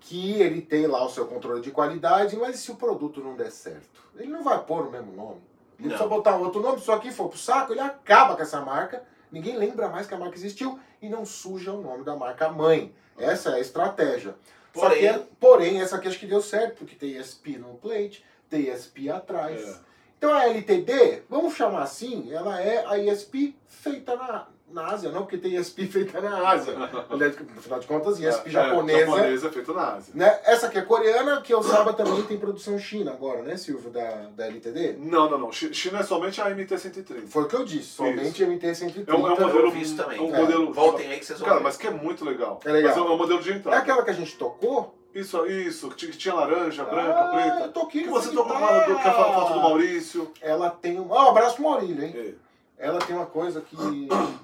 Speaker 1: que ele tem lá o seu controle de qualidade, mas se o produto não der certo, ele não vai pôr o mesmo nome. Ele
Speaker 3: Não.
Speaker 1: precisa botar um outro nome, só que for pro saco, ele acaba com essa marca, ninguém lembra mais que a marca existiu e não suja o nome da marca mãe. Essa é a estratégia. Só que, é-
Speaker 3: Porém,
Speaker 1: porém, essa aqui acho que deu certo, porque tem ESP no plate, tem ESP atrás.
Speaker 2: É.
Speaker 1: Então a LTD, vamos chamar assim, ela é a ESP feita na, na Ásia, não porque tem ESP feita na Ásia. Aliás, Afinal de contas, ESP
Speaker 2: É,
Speaker 1: japonesa.
Speaker 2: japonesa é feita na Ásia.
Speaker 1: Né? Essa aqui é coreana, que eu saiba também tem produção China agora, né, Silvio, da, da LTD?
Speaker 2: Não, não, não. Chi- China é somente a MT-130.
Speaker 1: Foi o que eu disse, somente MT-130.
Speaker 2: É um, é um modelo.
Speaker 3: eu vi isso também.
Speaker 2: é um
Speaker 1: É.
Speaker 2: modelo
Speaker 3: voltem aí que vocês vão
Speaker 2: Cara,
Speaker 3: ver.
Speaker 2: mas que é muito legal.
Speaker 1: É legal.
Speaker 2: Mas é um modelo de
Speaker 1: É
Speaker 2: entrada.
Speaker 1: aquela que a gente tocou?
Speaker 2: Isso, isso. Que tinha- que tinha laranja, branca,
Speaker 1: ah,
Speaker 2: preta.
Speaker 1: Eu toquei
Speaker 2: Que
Speaker 1: nessa
Speaker 2: você tocou
Speaker 1: guitarra.
Speaker 2: uma, que a fa- foto do Maurício.
Speaker 1: Ela tem um. Ó, abraço pro Maurílio, hein?
Speaker 2: É.
Speaker 1: Ela tem uma coisa que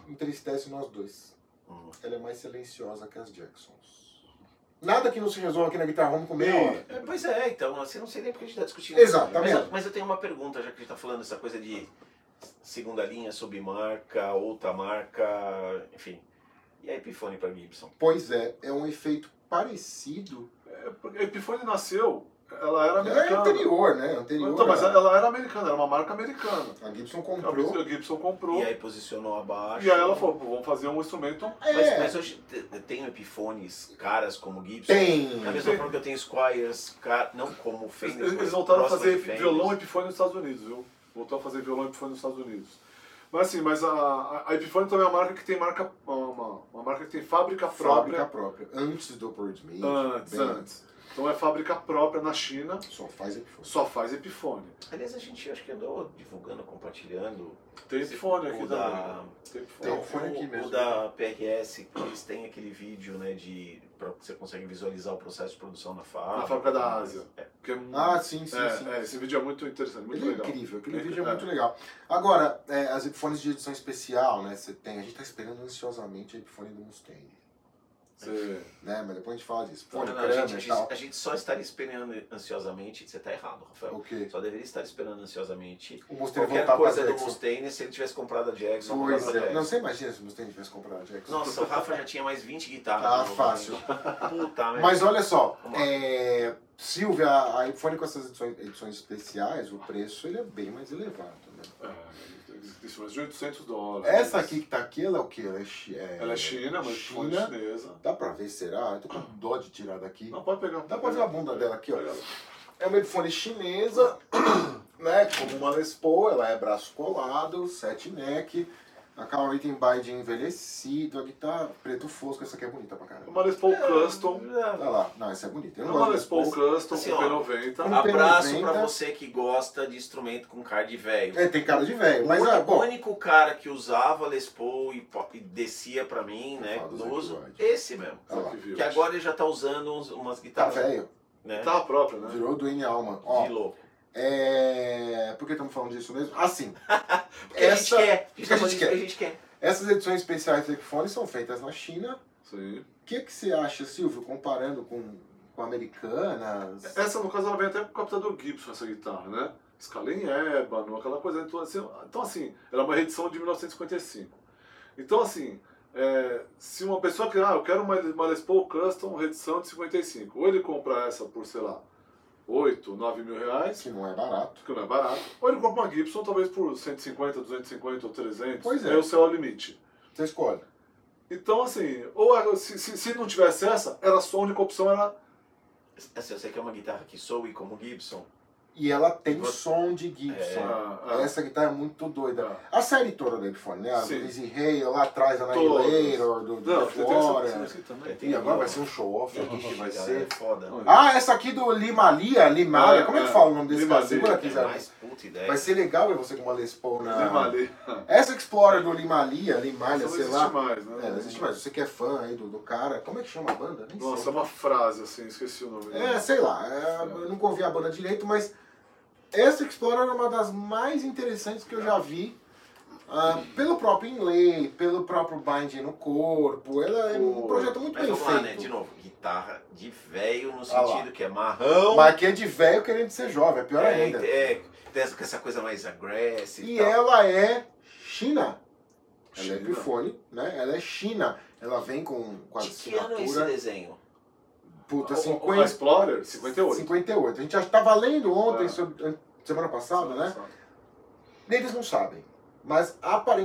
Speaker 1: entristece nós dois.
Speaker 3: Hum.
Speaker 1: Ela é mais silenciosa que as Jacksons. Nada que não se resolva aqui na Guitar Home com meia hora.
Speaker 3: É, Pois é, então, assim, não sei nem porque a gente tá discutindo isso.
Speaker 1: Exato, tá
Speaker 3: Mas,
Speaker 1: vendo?
Speaker 3: eu- mas eu tenho uma pergunta, já que a gente tá falando essa coisa de segunda linha, submarca, outra marca, enfim. E a Epiphone pra Gibson?
Speaker 1: Pois é, é um efeito parecido.
Speaker 2: É, porque a Epiphone nasceu, ela era
Speaker 1: É
Speaker 2: americana.
Speaker 1: anterior, né? Anterior.
Speaker 2: Tá Então, mas
Speaker 1: a,
Speaker 2: ela era americana, era uma marca americana.
Speaker 1: a Gibson
Speaker 2: A
Speaker 1: comprou.
Speaker 2: Gibson- a Gibson comprou.
Speaker 3: E aí posicionou abaixo.
Speaker 2: E aí ela falou, "Pô, vamos fazer um instrumento.
Speaker 1: É,
Speaker 3: Mas, mas hoje te- tem epifones caras como Gibson?
Speaker 1: tem.
Speaker 3: Na mesma forma que eu tenho Squires, car... não como
Speaker 2: Eles,
Speaker 3: Fender.
Speaker 2: eles
Speaker 3: coisas
Speaker 2: voltaram a
Speaker 3: próximas
Speaker 2: fazer
Speaker 3: de Fender.
Speaker 2: violão e Epiphone nos Estados Unidos, viu? Voltou a fazer violão e Epiphone nos Estados Unidos. Mas assim, mas a, a, a Epiphone também é uma marca que tem marca. Uma, uma marca que tem fábrica
Speaker 1: Fábrica
Speaker 2: própria.
Speaker 1: própria. Antes do Bird Smith.
Speaker 2: Antes,
Speaker 1: bem
Speaker 2: antes. Então é fábrica própria na China,
Speaker 1: Só faz Epifone.
Speaker 2: só faz Epiphone.
Speaker 3: Aliás, a gente acho que andou divulgando, compartilhando.
Speaker 2: Tem
Speaker 3: Esse-
Speaker 2: Epiphone aqui
Speaker 3: o
Speaker 2: também.
Speaker 3: da-
Speaker 2: né? Tem
Speaker 1: Tem
Speaker 2: Epiphone.
Speaker 3: Não,
Speaker 1: fone
Speaker 3: o,
Speaker 1: Então, aqui
Speaker 3: o
Speaker 1: mesmo.
Speaker 3: da PRS, que eles têm aquele vídeo, né, de. Pra, que você consegue visualizar o processo de produção na fábrica.
Speaker 2: Na fábrica da Ásia.
Speaker 3: É.
Speaker 2: Que é mu-
Speaker 1: Ah, sim, sim,
Speaker 2: é,
Speaker 1: sim.
Speaker 2: é, esse vídeo é muito interessante, muito
Speaker 1: Ele é
Speaker 2: legal.
Speaker 1: incrível, aquele
Speaker 2: É,
Speaker 1: vídeo é,
Speaker 2: é.
Speaker 1: muito legal. Agora, é, as headphones de edição especial, né? Você tem, a gente tá esperando ansiosamente a headphone do Mustang,
Speaker 2: Você-
Speaker 1: né? Mas depois a gente fala disso.
Speaker 3: Não,
Speaker 1: Fone,
Speaker 3: não, a,
Speaker 1: Kramer
Speaker 3: gente,
Speaker 1: e tal.
Speaker 3: a gente só estaria esperando ansiosamente. Você tá errado, Rafael.
Speaker 1: O quê?
Speaker 3: Só deveria estar esperando ansiosamente.
Speaker 1: O Mustang
Speaker 3: Qualquer
Speaker 1: voltar pra
Speaker 3: coisa do
Speaker 1: Jackson.
Speaker 3: Mustaine se ele tivesse comprado a Jackson.
Speaker 1: Pois
Speaker 3: comprado a
Speaker 1: é. Não,
Speaker 3: Jackson.
Speaker 1: você imagina se o Mustang tivesse comprado a Jackson.
Speaker 3: Nossa, o Rafa já tinha mais 20 guitarras.
Speaker 1: Ah,
Speaker 3: no
Speaker 1: fácil.
Speaker 3: momento. Puta, merda.
Speaker 1: Mas olha só,
Speaker 3: Vamos lá.
Speaker 1: é, Silvia, a iPhone com essas edições, edições especiais, o preço ele é bem mais elevado. Né?
Speaker 2: É, existe mais de 800 dólares.
Speaker 1: Essa aqui que tá aqui, ela é o quê? Ela é, chi-
Speaker 2: Ela é China, mas China.
Speaker 1: China.
Speaker 2: chinesa.
Speaker 1: Dá pra ver, será? Eu tô com dó de tirar daqui.
Speaker 2: Não, pode pegar. um
Speaker 1: Dá pra ver a bunda dela aqui, ó.
Speaker 2: Pega ela.
Speaker 1: É uma headphone chinesa, né? Como uma Les Paul, ela é braço colado, 7 neck. A Calvary tem bide envelhecido, a guitarra preto fosco, essa aqui é bonita pra
Speaker 2: É
Speaker 1: caramba.
Speaker 2: Uma Les Paul Custom.
Speaker 1: Olha lá, não, essa é bonita.
Speaker 2: É
Speaker 1: Eu
Speaker 2: uma
Speaker 1: gosto
Speaker 2: Les Paul
Speaker 1: dessa.
Speaker 2: Custom
Speaker 3: Assim,
Speaker 2: com
Speaker 3: ó.
Speaker 1: Um
Speaker 2: P90.
Speaker 3: Abraço
Speaker 1: P90.
Speaker 3: pra você que gosta de instrumento com card velho.
Speaker 1: É, tem cara de velho,
Speaker 3: O
Speaker 1: mas
Speaker 3: único-
Speaker 1: é
Speaker 3: o
Speaker 1: bom.
Speaker 3: único cara que usava Les Paul e, pop- e descia pra mim, né,
Speaker 1: Fala dos
Speaker 3: no uso,
Speaker 1: Edward.
Speaker 3: esse mesmo.
Speaker 1: Olha lá.
Speaker 2: Que viu.
Speaker 3: Que agora ele já tá usando uns- umas
Speaker 1: Tá
Speaker 3: guitarras,
Speaker 1: velho,
Speaker 3: né,
Speaker 2: Tá própria, né?
Speaker 1: virou Dwayne Allman. Ó,
Speaker 3: de louco.
Speaker 1: É... Por que estamos falando disso mesmo? Assim,
Speaker 3: Porque
Speaker 1: essa,
Speaker 3: a gente quer, a gente
Speaker 1: porque
Speaker 3: tá
Speaker 1: a gente
Speaker 3: falando isso
Speaker 1: quer.
Speaker 3: porque a gente quer.
Speaker 1: essas edições especiais do Epiphone são feitas na China.
Speaker 2: Sim.
Speaker 1: O que, que você acha, Silvio, comparando com, com americanas?
Speaker 3: É.
Speaker 2: Essa, no caso, ela vem até com o captador Gibson, essa guitarra, né? Escala em ébano, aquela coisa. Então, assim, então, assim, ela é uma reedição de 1955. Então, assim, é, se uma pessoa que, ah, eu quero uma, uma Les Paul Custom reedição de 55, ou ele compra essa por, sei lá, 8, 9 mil reais,
Speaker 1: Que não é barato.
Speaker 2: que não é barato, ou ele compra uma Gibson talvez por 150, 250 ou 300,
Speaker 1: Pois é.
Speaker 2: é o seu limite.
Speaker 1: Você escolhe.
Speaker 2: Então, assim, ou a- se, se, se não tivesse essa, era só a única opção, era
Speaker 3: Assim, você quer uma guitarra que soe como Gibson?
Speaker 1: E ela tem
Speaker 3: Você-
Speaker 1: som de Gibson.
Speaker 2: a- a-
Speaker 1: Essa guitarra é muito doida.
Speaker 2: a-
Speaker 1: A série toda do Epiphone, né? A do
Speaker 2: Sim.
Speaker 1: Easy Hale, lá atrás, a
Speaker 2: Todas.
Speaker 1: Annihilator, do, do
Speaker 2: Não,
Speaker 1: The
Speaker 2: você tem essa- essa
Speaker 1: Flora.
Speaker 2: aqui também.
Speaker 3: Tem
Speaker 1: E agora vai
Speaker 3: uma-
Speaker 1: ser um show-off aqui que vai
Speaker 3: Cara,
Speaker 1: ser...
Speaker 3: é foda.
Speaker 2: Olha.
Speaker 1: Ah, essa aqui do Limalia, Limalia,
Speaker 2: Ah,
Speaker 1: como é que
Speaker 2: é.
Speaker 1: fala o nome desse cara?
Speaker 2: Limalia.
Speaker 1: Segura aqui,
Speaker 3: É
Speaker 1: Zé.
Speaker 3: mais puta ideia.
Speaker 1: Vai ser legal ver você com uma Les Paul na.
Speaker 2: Lima ali.
Speaker 1: Essa Explorer do Limalia, Limalha,
Speaker 2: Essa não
Speaker 1: sei
Speaker 2: existe
Speaker 1: lá.
Speaker 2: mais, né?
Speaker 1: É, não existe mais. Você que é fã aí do, do cara, como é que chama a banda? Nem
Speaker 2: Nossa,
Speaker 1: sei.
Speaker 2: é uma frase assim, esqueci o nome.
Speaker 1: É, sei lá. é, eu nunca ouvi a banda direito, mas essa Explorer era uma das mais interessantes que eu já vi. ah, pelo próprio inlay, pelo próprio binding no corpo. Ela é um
Speaker 2: Pô,
Speaker 1: projeto muito
Speaker 3: Mas
Speaker 1: bem
Speaker 3: vamos lá, né? De
Speaker 1: feito.
Speaker 3: novo, guitarra de velho no
Speaker 1: Ah lá.
Speaker 3: sentido que é marrão.
Speaker 1: Mas aqui é de velho querendo ser jovem, é pior
Speaker 3: é, então.
Speaker 1: ainda.
Speaker 3: é, tem essa- essa coisa mais agressiva
Speaker 1: E
Speaker 3: tal.
Speaker 1: ela é China. Ela
Speaker 2: China.
Speaker 1: é Epiphone, né? Ela é China. Ela vem com, com a
Speaker 3: De que ano é esse
Speaker 1: assinatura.
Speaker 3: desenho?
Speaker 1: Puta,
Speaker 2: A
Speaker 1: 50,
Speaker 2: Explorer, 58.
Speaker 1: 58. A gente já estava lendo ontem,
Speaker 2: É.
Speaker 1: sobre- an- semana passada, né? Eles não sabem. Mas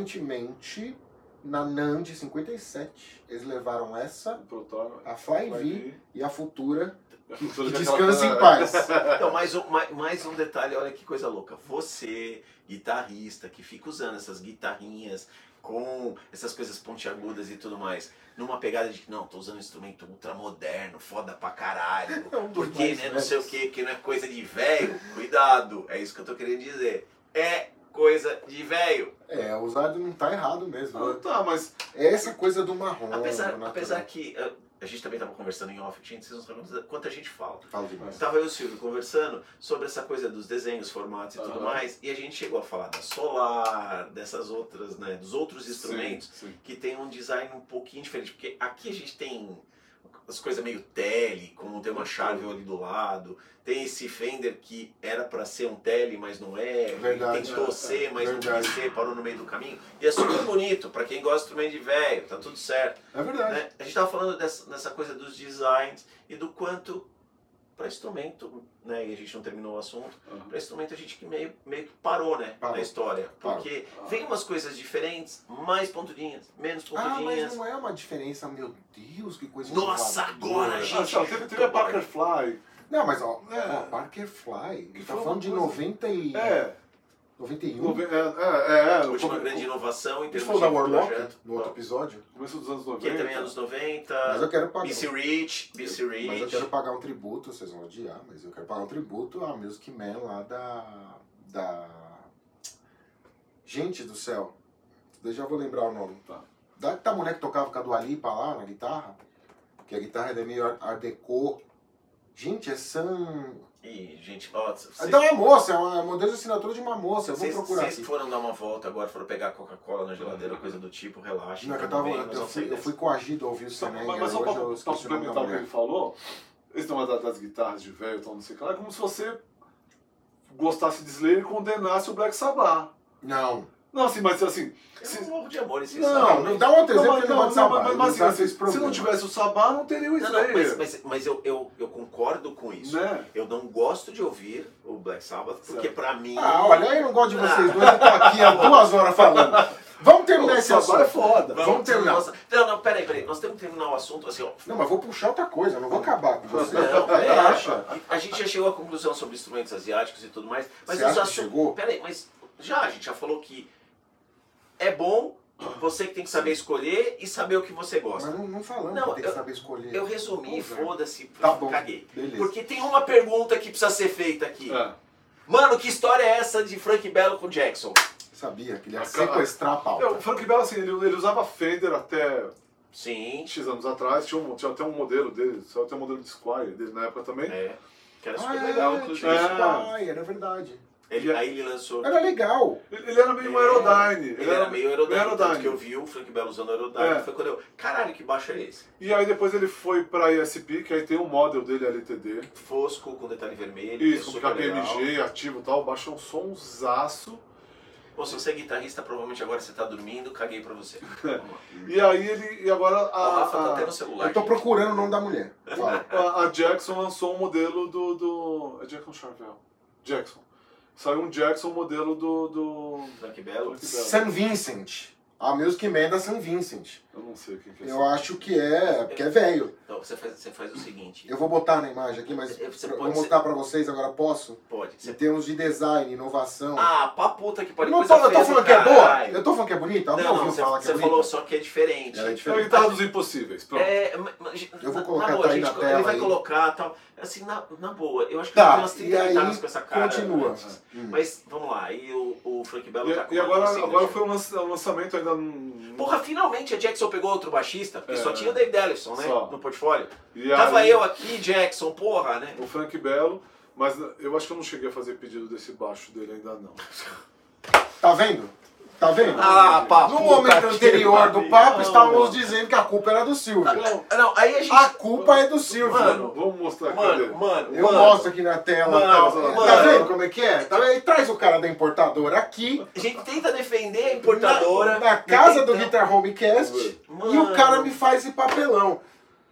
Speaker 1: aparentemente, na NAN de 57, eles levaram essa,
Speaker 2: O Proton.
Speaker 1: a Fly V e a Futura. Que descanse
Speaker 2: descansa
Speaker 1: em paz.
Speaker 3: Então, mais um, mais, mais um detalhe, olha que coisa louca. Você, guitarrista, que fica usando essas guitarrinhas com essas coisas pontiagudas e tudo mais, numa pegada de que não, tô usando um instrumento ultramoderno, foda pra caralho.
Speaker 1: É um dos
Speaker 3: Porque,
Speaker 1: mais
Speaker 3: né, não sei o
Speaker 1: velhos.
Speaker 3: que, que não é coisa de velho. Cuidado, é isso que eu tô querendo dizer. É coisa de velho.
Speaker 1: É, o Zardo não tá errado mesmo. né?
Speaker 2: Ah, tá, mas.
Speaker 1: É essa coisa do marrom.
Speaker 3: Apesar,
Speaker 1: do natural.
Speaker 3: apesar que ah, a gente também tava conversando em off, gente, vocês não sabem quanto a gente fala.
Speaker 1: Fala demais.
Speaker 3: Estava eu e o Silvio conversando sobre essa coisa dos desenhos, formatos e tudo
Speaker 2: Aham.
Speaker 3: mais, e a gente chegou a falar da Solar, dessas outras, né, dos outros instrumentos
Speaker 2: Sim, sim.
Speaker 3: que tem um design um pouquinho diferente, porque aqui a gente tem as coisas meio tele, como tem uma chave ali do lado, tem esse Fender que era para ser um tele, mas não é, ele
Speaker 1: Verdade.
Speaker 3: tentou ser, mas não
Speaker 1: Verdade.
Speaker 3: quis ser, parou no meio do caminho, e é super bonito, para quem gosta de instrumento de velho, tá tudo certo
Speaker 1: É verdade.
Speaker 3: né? A gente estava falando dessa, dessa coisa dos designs e do quanto para instrumento, né? E a gente não terminou o assunto.
Speaker 2: Aham.
Speaker 3: Para instrumento a gente que meio, meio que parou, né?
Speaker 1: Parou.
Speaker 3: Na história,
Speaker 1: Parou.
Speaker 3: porque vem umas coisas diferentes, mais pontudinhas, menos
Speaker 1: Ah,
Speaker 3: pontudinhas.
Speaker 1: mas não é uma diferença, meu Deus, que coisa
Speaker 3: Nossa,
Speaker 1: inovadora.
Speaker 3: agora, gente.
Speaker 2: Ah, tá, teve, teve a Parker Fly.
Speaker 1: Não, mas ó,
Speaker 2: É.
Speaker 1: ó, Parker Fly,
Speaker 2: Que
Speaker 1: tá
Speaker 2: foi
Speaker 1: falando
Speaker 2: uma
Speaker 1: de
Speaker 2: coisa-
Speaker 1: 90 e...
Speaker 2: É.
Speaker 1: 91.
Speaker 2: Nove- É, é, é, é,
Speaker 3: Última
Speaker 2: come-
Speaker 3: grande
Speaker 2: um.
Speaker 3: inovação em
Speaker 1: A gente falou
Speaker 3: termos de
Speaker 1: da Warlock
Speaker 3: projeto.
Speaker 1: no outro
Speaker 3: Não.
Speaker 1: episódio,
Speaker 2: Começo dos anos
Speaker 3: Que
Speaker 2: 90.
Speaker 3: é também anos 90.
Speaker 1: mas eu quero pagar.
Speaker 3: BC Rich, BC
Speaker 1: Mas eu
Speaker 3: Rich.
Speaker 1: quero pagar um tributo, vocês vão odiar, mas eu quero pagar um tributo à Music Man lá da. da. Gente do céu. Eu já vou lembrar o nome.
Speaker 2: Tá.
Speaker 1: Da, da mulher que tocava com a Dua Lipa lá na guitarra. Que a guitarra é meio Art- art deco. Gente, é Sam.
Speaker 3: Ih, gente, ó,
Speaker 1: É
Speaker 3: vocês-
Speaker 1: da uma moça, é uma é um modelo de assinatura de uma moça. Eu vou
Speaker 3: vocês
Speaker 1: procurar
Speaker 3: vocês
Speaker 1: aqui. Uhum.
Speaker 3: foram dar uma volta agora, foram pegar Coca-Cola na geladeira, coisa do tipo, relaxa.
Speaker 1: Não, é que eu,
Speaker 3: tá
Speaker 1: tava,
Speaker 3: bem,
Speaker 1: eu,
Speaker 3: nós vamos
Speaker 1: fui,
Speaker 3: sair
Speaker 1: eu fui
Speaker 3: dessa.
Speaker 1: coagido a ouvir o
Speaker 2: Só-
Speaker 1: Sam
Speaker 2: Mas, mas
Speaker 1: Né, Hoje
Speaker 2: só
Speaker 1: eu
Speaker 2: pra, pra
Speaker 1: esqueci o nome da
Speaker 2: complementar o que ele
Speaker 1: mulher.
Speaker 2: falou, esse negócio da- das guitarras de velho, tal, não sei o que lá, é como se você gostasse de Slayer e condenasse o Black Sabbath.
Speaker 1: Não,
Speaker 2: Não, assim, mas assim,
Speaker 3: Eu não morro de amor, esses
Speaker 1: não, não dá um outro exemplo que
Speaker 2: mas,
Speaker 1: não vai
Speaker 2: não,
Speaker 1: salvar.
Speaker 2: mas,
Speaker 1: Não
Speaker 2: mas,
Speaker 1: dá
Speaker 2: assim,
Speaker 1: esse
Speaker 2: se não
Speaker 1: problema.
Speaker 2: tivesse o Sabá, não teria o
Speaker 3: Não, não,
Speaker 2: Slayer.
Speaker 1: é
Speaker 3: mas, mas, mas eu, eu, eu concordo com isso.
Speaker 2: Né?
Speaker 3: Eu não gosto de ouvir o Black Sabbath, porque
Speaker 2: Certo.
Speaker 3: pra mim.
Speaker 1: Ah, olha, eu não gosto de vocês dois, eu tô aqui há duas horas falando. Vamos terminar
Speaker 2: O
Speaker 1: esse
Speaker 2: Sabá é
Speaker 1: assunto. né?
Speaker 2: foda.
Speaker 1: vamos terminar.
Speaker 3: Nossa, não, não, peraí, peraí. Nós temos que terminar o assunto assim, ó.
Speaker 1: Não, mas vou puxar outra coisa, não vou acabar com você.
Speaker 3: Não, é.
Speaker 1: Relaxa.
Speaker 3: A gente já chegou à conclusão sobre instrumentos asiáticos e tudo mais. Mas
Speaker 1: Você
Speaker 3: os
Speaker 1: acha que
Speaker 3: assu-
Speaker 1: chegou?
Speaker 3: Peraí, mas já, a gente já falou que é bom, você que tem que saber escolher e saber o que você
Speaker 1: Mas
Speaker 3: gosta.
Speaker 1: não, não falando,
Speaker 3: Não,
Speaker 1: tem que
Speaker 3: eu-
Speaker 1: saber escolher.
Speaker 3: Eu resumi,
Speaker 1: Tá
Speaker 3: foda-se,
Speaker 1: Tá bom.
Speaker 3: caguei.
Speaker 1: Beleza. Ah.
Speaker 3: Porque tem uma pergunta que precisa ser feita aqui.
Speaker 2: É.
Speaker 3: Mano, que história é essa de Frank Bello com Jackson?
Speaker 1: Sabia que ele ia
Speaker 2: Ah,
Speaker 1: sequestrar a pauta.
Speaker 2: É, o Frank Bell, assim, ele, ele usava Fender até
Speaker 3: Sim.
Speaker 2: X anos atrás, tinha, um, tinha até um modelo dele, só até um modelo de Squire dele na época também.
Speaker 3: É. Que era
Speaker 1: Ah,
Speaker 3: super
Speaker 1: é, É,
Speaker 3: legal, inclusive.
Speaker 1: tinha
Speaker 2: é.
Speaker 1: Spy, era verdade.
Speaker 3: Ele, aí ele lançou.
Speaker 1: Era legal.
Speaker 2: Ele, ele era
Speaker 1: É,
Speaker 2: meio um Aerodyne.
Speaker 3: Ele era meio Aerodyne.
Speaker 2: meio
Speaker 3: Tanto que eu vi o Frank Bello usando Aerodyne.
Speaker 2: É.
Speaker 3: Foi quando eu. Caralho, que baixo é esse?
Speaker 2: E aí depois ele foi pra ESP, que aí tem um model dele, LTD.
Speaker 3: Fosco com detalhe vermelho. que é
Speaker 2: Isso, com
Speaker 3: super legal.
Speaker 2: KPMG, ativo e tal, baixa um somzaço.
Speaker 3: Pô, se você é guitarrista, provavelmente agora você tá dormindo, caguei pra você. Vamos lá.
Speaker 2: E aí ele, e agora a...
Speaker 3: o Rafa tá
Speaker 2: a-
Speaker 3: até no celular.
Speaker 1: Ah, Eu tô procurando o nome da mulher. Fala.
Speaker 2: A, a Jackson lançou um modelo do. do é Jackson Charvel. Jackson. Saiu um Jackson modelo do. do
Speaker 3: Frank Bello.
Speaker 1: San Vincent. A Music Man da San Vincent.
Speaker 2: eu não sei quem que é.
Speaker 1: Eu acho que é, porque é velho.
Speaker 3: Então, você faz, você faz o seguinte.
Speaker 1: Eu vou botar na imagem aqui, mas
Speaker 3: Você
Speaker 1: eu vou
Speaker 3: pode ser-
Speaker 1: mostrar pra vocês agora, posso?
Speaker 3: Pode. Você...
Speaker 1: Em termos de design, inovação.
Speaker 3: Ah, pra puta que
Speaker 1: Eu
Speaker 3: pode
Speaker 1: não tô, eu tô falando que é boa? Eu tô falando que é bonita? Ela não,
Speaker 3: Não, não,
Speaker 1: ouviu
Speaker 3: você,
Speaker 1: falar que
Speaker 3: você
Speaker 1: é bonita?
Speaker 3: falou só que é diferente.
Speaker 1: Ela é
Speaker 2: É a
Speaker 1: diferente.
Speaker 2: guitarra dos impossíveis, pronto.
Speaker 3: É, ma- ma- gente,
Speaker 1: Eu vou
Speaker 3: na-
Speaker 1: colocar,
Speaker 3: na
Speaker 1: tá
Speaker 3: boa,
Speaker 1: aí
Speaker 3: gente,
Speaker 1: na tela
Speaker 3: ele vai
Speaker 1: aí.
Speaker 3: colocar tal. Assim, na, na boa, eu acho que
Speaker 1: Tá,
Speaker 3: tem umas 30
Speaker 1: e aí,
Speaker 3: guitarras com essa cara.
Speaker 1: Continua.
Speaker 3: né?
Speaker 1: Hum.
Speaker 3: Mas vamos lá, aí o, o Frank Bello tá com
Speaker 2: E, e
Speaker 3: uma
Speaker 2: agora,
Speaker 3: signature.
Speaker 2: agora foi um lança- um lançamento ainda. num-
Speaker 3: Porra, finalmente a Jackson pegou outro baixista, porque
Speaker 2: É.
Speaker 3: só tinha o David Ellison, né?
Speaker 2: Só.
Speaker 3: No portfólio.
Speaker 2: E
Speaker 3: Tava
Speaker 2: aí,
Speaker 3: eu aqui, Jackson, porra, né?
Speaker 2: O Frank Bello, mas eu acho que eu não cheguei a fazer pedido desse baixo dele ainda não.
Speaker 1: Tá vendo? Tá vendo?
Speaker 3: Ah, papo.
Speaker 1: no momento anterior do papo, estávamos dizendo que a culpa era do Silvio.
Speaker 2: Não,
Speaker 3: Ah, Não, aí a gente.
Speaker 2: Ah,
Speaker 1: A culpa é do Silvio.
Speaker 3: Mano,
Speaker 2: vamos mostrar aqui
Speaker 3: mano,
Speaker 2: dele.
Speaker 3: mano,
Speaker 1: eu
Speaker 3: mano.
Speaker 1: mostro aqui na tela.
Speaker 3: Mano,
Speaker 1: tá, tá
Speaker 3: mano.
Speaker 1: vendo como é que é? Tá vendo? Ele traz o cara da importadora aqui.
Speaker 3: A gente tenta defender a importadora. Então.
Speaker 1: Na, na casa do
Speaker 3: tenta-
Speaker 1: Guitar Homecast. E o cara me faz esse papelão.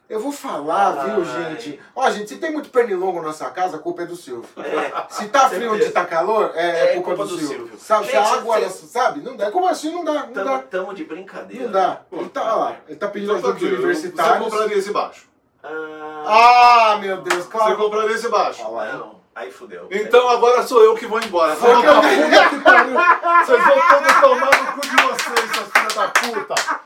Speaker 1: Eu vou falar, viu,
Speaker 3: Ai.
Speaker 1: gente? Ó, gente, se tem muito pernilongo na nossa casa, a culpa é do Silvio.
Speaker 3: É.
Speaker 1: Se tá frio
Speaker 3: Certeza.
Speaker 1: onde tá calor, é,
Speaker 3: É
Speaker 1: culpa,
Speaker 3: culpa
Speaker 1: do,
Speaker 3: do
Speaker 1: Silvio.
Speaker 3: Silvio. Então,
Speaker 1: Sabe, se a
Speaker 3: Gente,
Speaker 1: água,
Speaker 3: você-
Speaker 1: ela- sabe? Não dá. Como assim? Não dá, não
Speaker 3: Tamo,
Speaker 1: dá.
Speaker 3: tamo de brincadeira.
Speaker 1: Não dá. Ele tá, olha lá, ele tá pedindo
Speaker 2: Então tá
Speaker 1: ajuda
Speaker 2: aqui,
Speaker 1: dos
Speaker 2: eu- Você
Speaker 1: universitários.
Speaker 2: compraria esse baixo?
Speaker 3: Ah,
Speaker 1: Ah, meu Deus,
Speaker 2: Você
Speaker 1: claro.
Speaker 2: compraria esse baixo?
Speaker 1: Ah lá, hein?
Speaker 3: não. Aí fudeu.
Speaker 2: Então agora sou eu que vou embora. tá?
Speaker 1: Foi
Speaker 2: Filha
Speaker 1: que eu-
Speaker 2: da puta que pariu. Vocês vão todos tomar no cu de vocês, seus filhos da puta.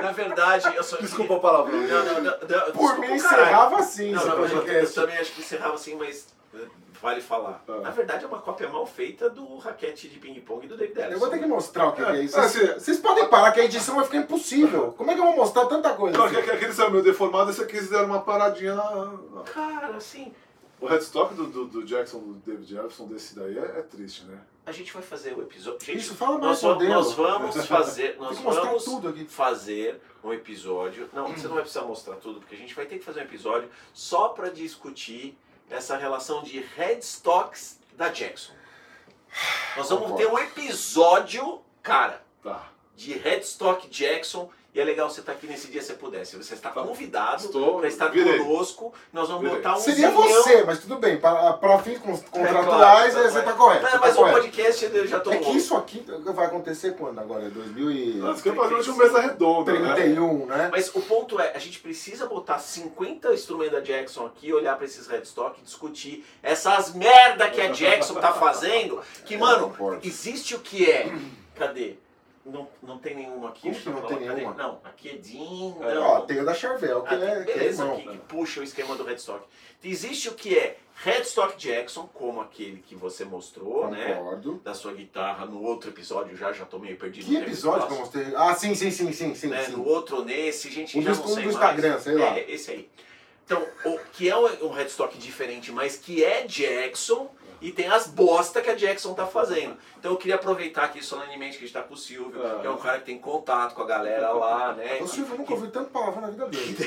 Speaker 3: Na verdade, eu só.
Speaker 2: Desculpa a palavra.
Speaker 3: Não, não, não, não,
Speaker 1: Por
Speaker 3: desculpa
Speaker 1: mim,
Speaker 3: o caralho.
Speaker 1: encerrava assim
Speaker 3: Não,
Speaker 1: esse
Speaker 3: não, mas eu, eu
Speaker 1: podcast.
Speaker 3: também acho que encerrava assim, mas eh, vale falar.
Speaker 2: Ah.
Speaker 3: Na verdade, é uma cópia mal feita do raquete de ping-pong do David Ellison.
Speaker 1: Eu vou ter que mostrar o que é,
Speaker 2: É,
Speaker 1: isso.
Speaker 2: assim-
Speaker 1: Vocês, vocês podem parar que a edição vai ficar impossível. Como é que eu vou mostrar tanta coisa?
Speaker 2: Não, é
Speaker 1: assim?
Speaker 2: que- que- Aquele saiu meio deformado, esse aqui eles deram uma paradinha na. na-
Speaker 3: Cara, assim,
Speaker 2: O headstock do, do, do Jackson, do David Jefferson, desse daí é, é triste, né?
Speaker 3: a gente vai fazer o episódio. Gente,
Speaker 1: Isso, fala mais
Speaker 3: é? nós,
Speaker 1: sobre
Speaker 3: vamos- nós vamos fazer. Nós
Speaker 1: Tem que mostrar
Speaker 3: vamos
Speaker 1: tudo aqui.
Speaker 3: fazer um episódio. Não, você não vai precisar mostrar tudo, porque a gente vai ter que fazer um episódio só pra discutir essa relação de headstocks da Jackson. Nós vamos ter um episódio, cara,
Speaker 2: Tá.
Speaker 3: de Headstock Jackson. E é legal você estar aqui nesse dia se você pudesse. Você está
Speaker 1: Tá
Speaker 3: convidado
Speaker 2: Estou-
Speaker 3: para estar
Speaker 2: virei.
Speaker 3: conosco. Nós vamos
Speaker 2: Virei.
Speaker 3: botar um
Speaker 1: Seria
Speaker 3: zilhão- É
Speaker 1: você, mas tudo bem. Para, para fins con-
Speaker 3: claro,
Speaker 1: contratuais,
Speaker 3: tá
Speaker 1: você está
Speaker 3: correto.
Speaker 1: correto. você
Speaker 3: Não,
Speaker 1: tá
Speaker 3: mas o
Speaker 1: correto.
Speaker 3: podcast eu já tô
Speaker 1: É que isso aqui vai acontecer quando agora? 2031,
Speaker 2: Nós queremos fazer hoje um mesa redonda, né?
Speaker 1: né?
Speaker 3: Mas o ponto é, a gente precisa botar 50 instrumentos da Jackson aqui, olhar pra esses headstock e discutir essas merda que a Jackson tá fazendo. Que,
Speaker 1: É,
Speaker 3: mano,
Speaker 1: não pode.
Speaker 3: existe o que é. Cadê? Não, não tem nenhuma aqui.
Speaker 1: Como que não tem
Speaker 3: Cadê?
Speaker 1: nenhuma?
Speaker 3: Não, aqui é Dean.
Speaker 2: É,
Speaker 3: não.
Speaker 1: Ó, tem o da Charvel, que
Speaker 3: Ah,
Speaker 1: é que é
Speaker 3: beleza,
Speaker 1: irmão.
Speaker 3: que, que puxa o esquema do headstock. Existe o que é headstock Jackson, como aquele que você mostrou, né?
Speaker 1: Concordo.
Speaker 3: Da sua guitarra no outro episódio, já já tô meio perdido.
Speaker 1: Que
Speaker 3: no tempo e
Speaker 1: episódio que
Speaker 3: espaço
Speaker 1: eu mostrei? Ah, sim, sim, sim, sim, sim.
Speaker 3: né,
Speaker 1: sim.
Speaker 3: no outro nesse, gente,
Speaker 1: Um
Speaker 3: já
Speaker 1: do-
Speaker 3: não
Speaker 1: um
Speaker 3: sei
Speaker 1: do
Speaker 3: mais.
Speaker 1: Instagram, sei lá.
Speaker 3: É, esse aí. Então, o que é um um headstock diferente, mas que é Jackson e tem as bosta que a Jackson tá fazendo. Então eu queria aproveitar aqui solenemente que a gente tá com o Silvio,
Speaker 2: Ah.
Speaker 3: que é um cara que tem contato com a galera lá, né?
Speaker 1: O Silvio nunca ouviu tanto palavrão na vida dele.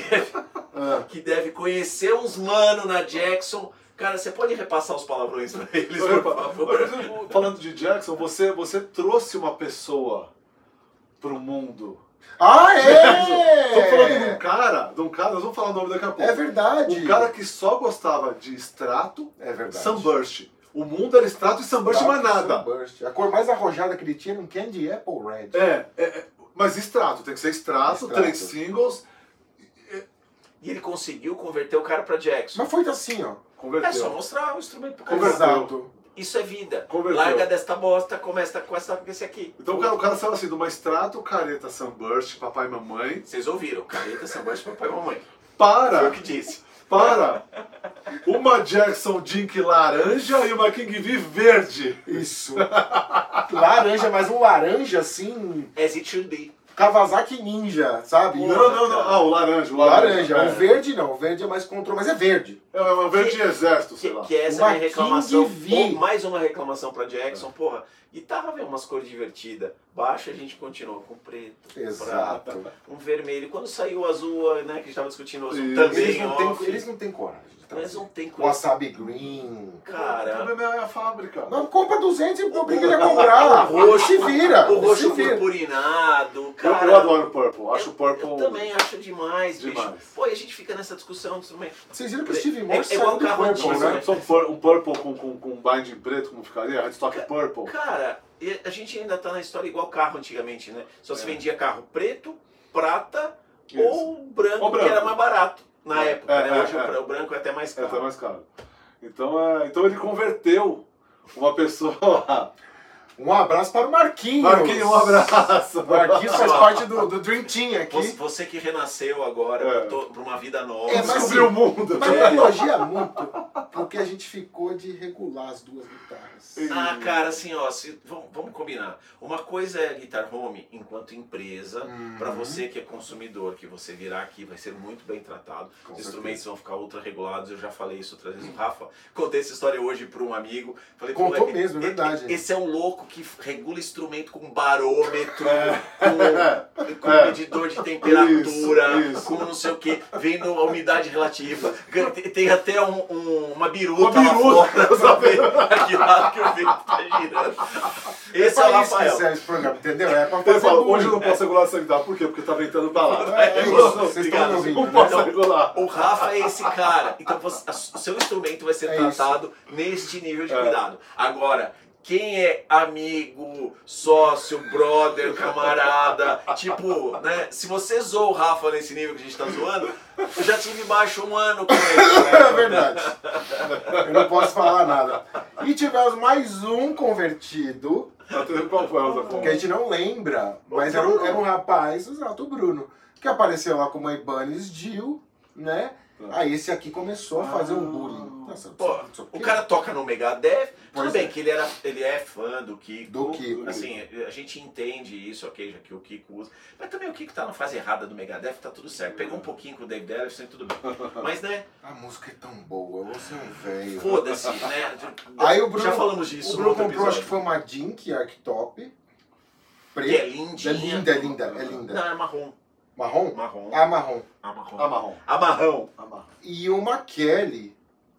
Speaker 1: Ah,
Speaker 3: Que deve conhecer uns mano na Jackson. Cara, você pode repassar os palavrões pra eles, por favor?
Speaker 2: Inclusive, Falando de Jackson, você, você trouxe uma pessoa pro mundo.
Speaker 1: Ah,
Speaker 2: Tô falando de um
Speaker 1: é!
Speaker 2: cara, de um cara, nós vamos falar o nome daqui a pouco.
Speaker 1: É verdade.
Speaker 2: Um cara que só gostava de extrato,
Speaker 1: É verdade.
Speaker 2: sunburst. O mundo era extrato e sunburst e mais nada.
Speaker 1: Sunburst. A cor mais arrojada que ele tinha era um Candy Apple Red.
Speaker 2: É, é, é, mas extrato, tem que ser extrato,
Speaker 1: Extrato.
Speaker 2: três singles,
Speaker 3: E ele conseguiu converter o cara pra Jackson.
Speaker 1: Mas foi assim, ó.
Speaker 2: converteu.
Speaker 3: É só mostrar o instrumento pro cara.
Speaker 2: Converteu.
Speaker 1: Exato.
Speaker 3: Isso é vida.
Speaker 2: Converteu.
Speaker 3: Larga desta bosta, começa com essa, com esse aqui.
Speaker 2: Então o cara, o cara saiu assim, de uma extrato, careta, sunburst, papai e mamãe,
Speaker 3: Vocês ouviram, careta, sambante, papai e mamãe.
Speaker 1: Tá.
Speaker 3: Foi o
Speaker 2: para,
Speaker 3: que disse.
Speaker 2: para, uma Jackson Dink laranja e uma King V verde.
Speaker 1: Isso. laranja, mas um laranja assim.
Speaker 3: As it should be.
Speaker 1: Kawasaki Ninja, sabe?
Speaker 2: Não, não, não, ah, o laranja, o
Speaker 1: O laranja.
Speaker 2: laranja.
Speaker 3: né?
Speaker 2: um
Speaker 1: O verde não. O verde é mais controle, mas é verde.
Speaker 2: É, é um verde exército, sei
Speaker 3: Que,
Speaker 2: lá.
Speaker 3: que é essa
Speaker 1: Uma
Speaker 3: minha reclamação.
Speaker 1: King V.
Speaker 3: Ou mais uma reclamação pra Jackson. Porra, guitarra vem umas cores divertidas. Baixa, a gente continua com preto,
Speaker 1: Exato.
Speaker 3: prata, um vermelho. Quando saiu o azul, né, que a gente tava discutindo o azul
Speaker 2: Isso.
Speaker 3: também,
Speaker 1: Eles não,
Speaker 3: off.
Speaker 1: têm, eles não têm coragem. Tá?
Speaker 3: Mas não tem coisa.
Speaker 1: Wasabi Green.
Speaker 2: O
Speaker 3: Cara,
Speaker 2: problema é a fábrica.
Speaker 1: Não, compra 200 e obriga ele a comprar.
Speaker 3: O roxo-
Speaker 1: Ah, se vira.
Speaker 3: o roxo
Speaker 1: se vira.
Speaker 3: purpurinado,
Speaker 2: Eu,
Speaker 3: cara.
Speaker 2: eu adoro o Purple, acho
Speaker 3: Eu-
Speaker 2: o Purple...
Speaker 3: Eu também acho demais,
Speaker 2: Demais.
Speaker 3: bicho. Pô, e a gente fica nessa discussão também.
Speaker 1: Vocês viram que o Steve
Speaker 3: É- é
Speaker 1: Morse saiu
Speaker 3: igual
Speaker 1: do
Speaker 3: carro
Speaker 1: Purple,
Speaker 2: Mas
Speaker 3: antigo,
Speaker 1: né?
Speaker 2: só- só um, pur- um Purple com, com, com binding preto, como ficaria? Headstock Purple.
Speaker 3: Cara, e a gente ainda tá na história igual carro antigamente, né? Só se
Speaker 2: É.
Speaker 3: vendia carro preto, prata
Speaker 2: Isso.
Speaker 3: ou branco,
Speaker 2: Ou branco.
Speaker 3: que era mais barato na
Speaker 2: É,
Speaker 3: época.
Speaker 2: é,
Speaker 3: né?
Speaker 2: é,
Speaker 3: Hoje o
Speaker 2: é.
Speaker 3: bra- o branco é até mais
Speaker 2: É,
Speaker 3: caro.
Speaker 2: tá mais caro. Então, é, então ele converteu uma pessoa lá.
Speaker 1: Um abraço para o Marquinhos.
Speaker 2: Marquinhos, um abraço.
Speaker 1: O Marquinhos faz parte do, do Dream Team
Speaker 3: Você,
Speaker 1: aqui.
Speaker 3: você que renasceu agora
Speaker 2: É.
Speaker 3: pra to- pra uma vida nova.
Speaker 1: É, mas-
Speaker 2: Descobriu o mundo.
Speaker 1: Mas
Speaker 3: é.
Speaker 1: me elogia muito, porque a gente ficou de regular as duas guitarras.
Speaker 3: Ah, cara, assim, ó, se- vamos, vamos combinar. Uma coisa é a Guitar Home enquanto empresa,
Speaker 1: Uhum.
Speaker 3: pra você que é consumidor, que você virá aqui, vai ser muito bem
Speaker 1: Com
Speaker 3: tratado. Os
Speaker 1: certeza.
Speaker 3: instrumentos vão ficar ultra regulados, eu já falei isso outras vezes. O Rafa, contei essa história hoje pra um amigo. Falei, pô,
Speaker 1: Contou
Speaker 3: é-
Speaker 1: mesmo, é
Speaker 3: é-
Speaker 1: verdade.
Speaker 3: Esse é um louco que regula instrumento com barômetro,
Speaker 2: É.
Speaker 3: com, com
Speaker 2: É.
Speaker 3: medidor de temperatura,
Speaker 2: Isso, isso.
Speaker 3: com não sei o que, vendo a umidade relativa. Tem- Tem até um- um- uma biruta
Speaker 2: Uma
Speaker 3: lá
Speaker 2: biruta.
Speaker 3: fora, só ver aqui lá que o vento tá girando. Esse é o
Speaker 1: pra isso que
Speaker 3: Rafael.
Speaker 1: serve esse programa, entendeu? É pra
Speaker 2: Ele
Speaker 1: fazer
Speaker 2: fala,
Speaker 1: bullying.
Speaker 2: hoje eu não posso regular essa guitarra. Por quê? Porque tá ventando pra lá.
Speaker 1: É, é isso, vocês estão
Speaker 3: Obrigado,
Speaker 1: me
Speaker 2: Não
Speaker 1: ouvindo, né?
Speaker 2: posso regular.
Speaker 3: O Rafa é esse cara. Então você- a- o seu instrumento vai ser
Speaker 1: É isso.
Speaker 3: tratado neste nível de
Speaker 2: É.
Speaker 3: cuidado. Agora, quem é amigo, sócio, brother, camarada, tipo, né? Se você zoa o Rafa nesse nível que a gente tá zoando, eu já tive baixo um ano com
Speaker 1: É
Speaker 3: ele. né?
Speaker 1: verdade. Eu não posso falar nada. E tivemos mais um convertido,
Speaker 2: Tá tendo qual foi a outra
Speaker 1: que a
Speaker 2: forma?
Speaker 1: gente não lembra, mas era um, era um rapaz, exato, o Bruno, que apareceu lá com uma Ibanez Jill, né? Aí esse aqui começou a fazer um bullying. Nossa,
Speaker 3: Ah. Pô,
Speaker 1: não sei
Speaker 3: o cara toca no Megadeth, tudo
Speaker 1: Pois
Speaker 3: bem
Speaker 1: é.
Speaker 3: que ele, era, ele é fã do Kiko.
Speaker 1: Do Kiko.
Speaker 3: Assim, a gente entende isso, ok, já que o Kiko usa. Mas também o Kiko tá na fase errada do Megadeth, tá tudo certo. Pegou um pouquinho com o Dave Ellison, tudo bem. Mas, né,
Speaker 1: A música é tão boa, você é um velho.
Speaker 3: Foda-se, né?
Speaker 1: Aí o Bruno-
Speaker 3: Já falamos disso.
Speaker 1: O
Speaker 3: no
Speaker 1: Bruno
Speaker 3: outro
Speaker 1: comprou, acho que
Speaker 3: episódio.
Speaker 1: foi uma Jink Arctop.
Speaker 3: Que é
Speaker 1: Preta. É
Speaker 3: lindinha.
Speaker 1: linda, é linda, é linda.
Speaker 3: Não, é marrom.
Speaker 1: Marrom?
Speaker 3: Marrom.
Speaker 1: Ah, marrom.
Speaker 3: Amarrom.
Speaker 2: Amarrom.
Speaker 3: Amarrão.
Speaker 2: Amarrom.
Speaker 1: E uma Kelly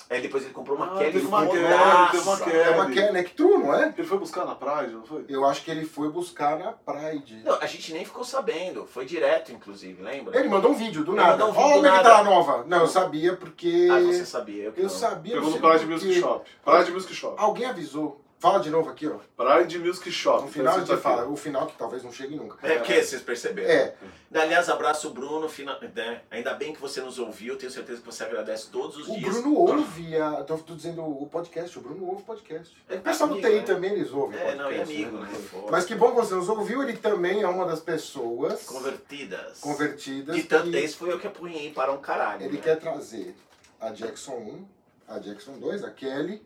Speaker 3: Aí depois ele comprou uma
Speaker 2: Ah,
Speaker 3: Kelly
Speaker 2: teve uma Kelly,
Speaker 3: fodaça.
Speaker 2: teve uma
Speaker 1: É uma
Speaker 2: Kelly.
Speaker 1: Kelly True, não é?
Speaker 2: Ele foi buscar na Pride, não foi?
Speaker 1: Eu acho que ele foi buscar na Pride.
Speaker 3: Não, a gente nem ficou sabendo. Foi direto, inclusive, lembra?
Speaker 1: Ele mandou um vídeo do
Speaker 3: Ele
Speaker 1: nada.
Speaker 3: mandou um
Speaker 1: Olha
Speaker 3: vídeo do
Speaker 1: onde que
Speaker 3: nada.
Speaker 1: tá a nova. Não, eu sabia porque.
Speaker 3: Ah, você sabia. que
Speaker 1: Eu
Speaker 3: não.
Speaker 1: sabia.
Speaker 2: Pegou
Speaker 1: não sei
Speaker 2: no Pride
Speaker 1: por
Speaker 2: Music
Speaker 1: quê.
Speaker 2: Shop. Pride Music Shop.
Speaker 1: Alguém avisou. Fala de novo aqui, ó.
Speaker 2: Pride Music Shop.
Speaker 1: No final a gente
Speaker 2: Tá
Speaker 1: fala. O final que talvez não chegue nunca.
Speaker 3: É porque vocês perceberam.
Speaker 1: É.
Speaker 3: Aliás, abraço o Bruno. fina- né? Ainda bem que você nos ouviu. Tenho certeza que você agradece todos os
Speaker 1: O
Speaker 3: dias.
Speaker 1: Bruno ouve a. Tô, tô dizendo o podcast, o Bruno ouve o podcast.
Speaker 3: É,
Speaker 1: O pessoal do
Speaker 3: amigo,
Speaker 1: TI
Speaker 3: né?
Speaker 1: também eles ouvem.
Speaker 3: É, não, e
Speaker 1: podcast,
Speaker 3: amigo, né?
Speaker 1: Mas que bom que você nos ouviu, ele também é uma das pessoas
Speaker 3: Convertidas.
Speaker 1: convertidas
Speaker 3: E tanto esse foi eu que apunhei para um caralho.
Speaker 1: Ele
Speaker 3: né?
Speaker 1: quer trazer a Jackson 1, a Jackson 2, a Kelly.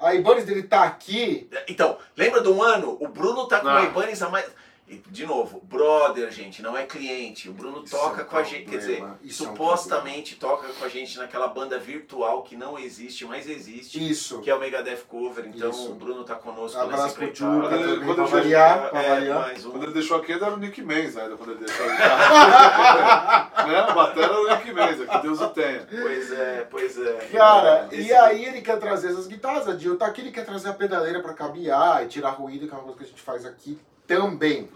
Speaker 1: A Ibanez dele tá aqui.
Speaker 3: Então, lembra do ano? O Bruno tá com
Speaker 2: Ah.
Speaker 3: uma Ibanez a mais. E, De novo, brother, gente, não é cliente. O Bruno
Speaker 1: Isso
Speaker 3: toca
Speaker 1: é um
Speaker 3: com a gente. Quer dizer,
Speaker 1: problema, isso é um
Speaker 3: supostamente toca com a gente naquela banda virtual que não existe, mas existe,
Speaker 1: Isso.
Speaker 3: que é o Megadeth Cover. Então
Speaker 1: Isso.
Speaker 3: o Bruno tá conosco
Speaker 1: Abraço
Speaker 3: nessa
Speaker 1: pro
Speaker 3: empreitada.
Speaker 1: Juca
Speaker 2: Quando ele-
Speaker 1: também,
Speaker 2: quando
Speaker 1: pra
Speaker 2: ele-
Speaker 1: variar. Pra
Speaker 3: É,
Speaker 1: variar.
Speaker 3: mais
Speaker 2: Quando
Speaker 3: um.
Speaker 2: ele deixou aqui, ele era o Nick Menz ainda, quando ele deixou ele. né? A bateria era o Nick Menz, é que Deus o tenha.
Speaker 3: Pois é, pois é.
Speaker 1: Cara,
Speaker 3: Esse-
Speaker 1: e aí ele quer trazer essas guitarras, a Jill tá aqui, ele quer trazer a pedaleira pra cabear e tirar ruído, que é uma coisa que a gente faz aqui também.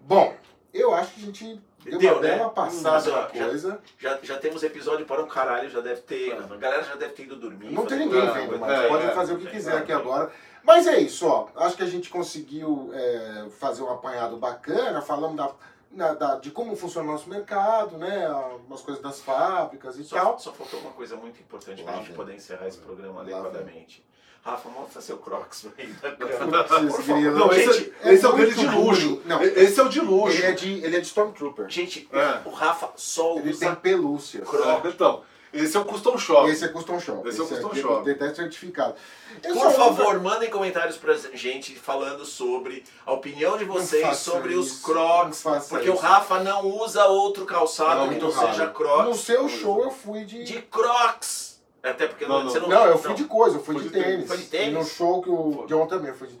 Speaker 1: Bom, eu acho que a gente deu,
Speaker 3: Deu,
Speaker 1: uma
Speaker 3: né?
Speaker 1: bela passada
Speaker 3: Hum,
Speaker 1: na
Speaker 3: mas, ó, já-
Speaker 1: coisa.
Speaker 3: Já, já temos episódio para um caralho, já deve ter. A galera já deve ter ido dormir.
Speaker 1: Não tem
Speaker 3: fazer-
Speaker 1: ninguém
Speaker 2: Não,
Speaker 1: vendo,
Speaker 2: é,
Speaker 1: mas
Speaker 2: é,
Speaker 1: pode
Speaker 2: é,
Speaker 1: fazer o que
Speaker 3: tem,
Speaker 1: quiser
Speaker 3: claro,
Speaker 1: aqui
Speaker 3: tem.
Speaker 1: agora. Mas é isso, ó. Acho que a gente conseguiu é, fazer um apanhado bacana, falamos da, na- da- de como funciona o nosso mercado, né? Umas coisas das fábricas e
Speaker 3: Só,
Speaker 1: tal.
Speaker 3: só faltou uma coisa muito importante
Speaker 1: Lá
Speaker 3: para a gente
Speaker 1: vem.
Speaker 3: poder encerrar esse programa
Speaker 1: Lá vem.
Speaker 3: adequadamente. Rafa, mostra seu Crocs então. aí da
Speaker 1: Putz,
Speaker 3: câmera. Por favor.
Speaker 1: grilo.
Speaker 2: Não, esse,
Speaker 3: gente,
Speaker 2: é, esse é o
Speaker 1: muito
Speaker 2: dele de luxo.
Speaker 1: ruim. Não.
Speaker 2: Esse é o de luxo.
Speaker 1: Ele é de, ele é de Stormtrooper.
Speaker 3: gente,
Speaker 2: É.
Speaker 3: o Rafa só
Speaker 1: Ele tem
Speaker 3: usa.
Speaker 1: pelúcia.
Speaker 3: Crocs.
Speaker 2: Então, esse é o Custom Shop.
Speaker 1: Esse é custom shop.
Speaker 2: Esse é o custom
Speaker 1: aqui
Speaker 2: shop.
Speaker 1: Tem até certificado. é Eu só
Speaker 3: Por
Speaker 1: uso-
Speaker 3: favor, mandem comentários pra gente falando sobre a opinião de
Speaker 1: Não
Speaker 3: vocês
Speaker 1: faça
Speaker 3: sobre os
Speaker 1: isso,
Speaker 3: Crocs.
Speaker 1: não faça
Speaker 3: Porque o
Speaker 1: isso.
Speaker 3: Rafa não usa outro calçado
Speaker 1: Não,
Speaker 3: que
Speaker 1: muito
Speaker 3: não
Speaker 1: raro.
Speaker 3: seja
Speaker 1: No
Speaker 3: Crocs.
Speaker 1: seu show eu fui de.
Speaker 3: De Crocs! Até porque
Speaker 2: Não, não.
Speaker 3: você não. um
Speaker 1: Não, eu fui
Speaker 3: não.
Speaker 1: de coisa, eu fui, de, tênis.
Speaker 3: Foi de tênis?
Speaker 1: E no show que o
Speaker 2: Foi.
Speaker 1: John também foi de.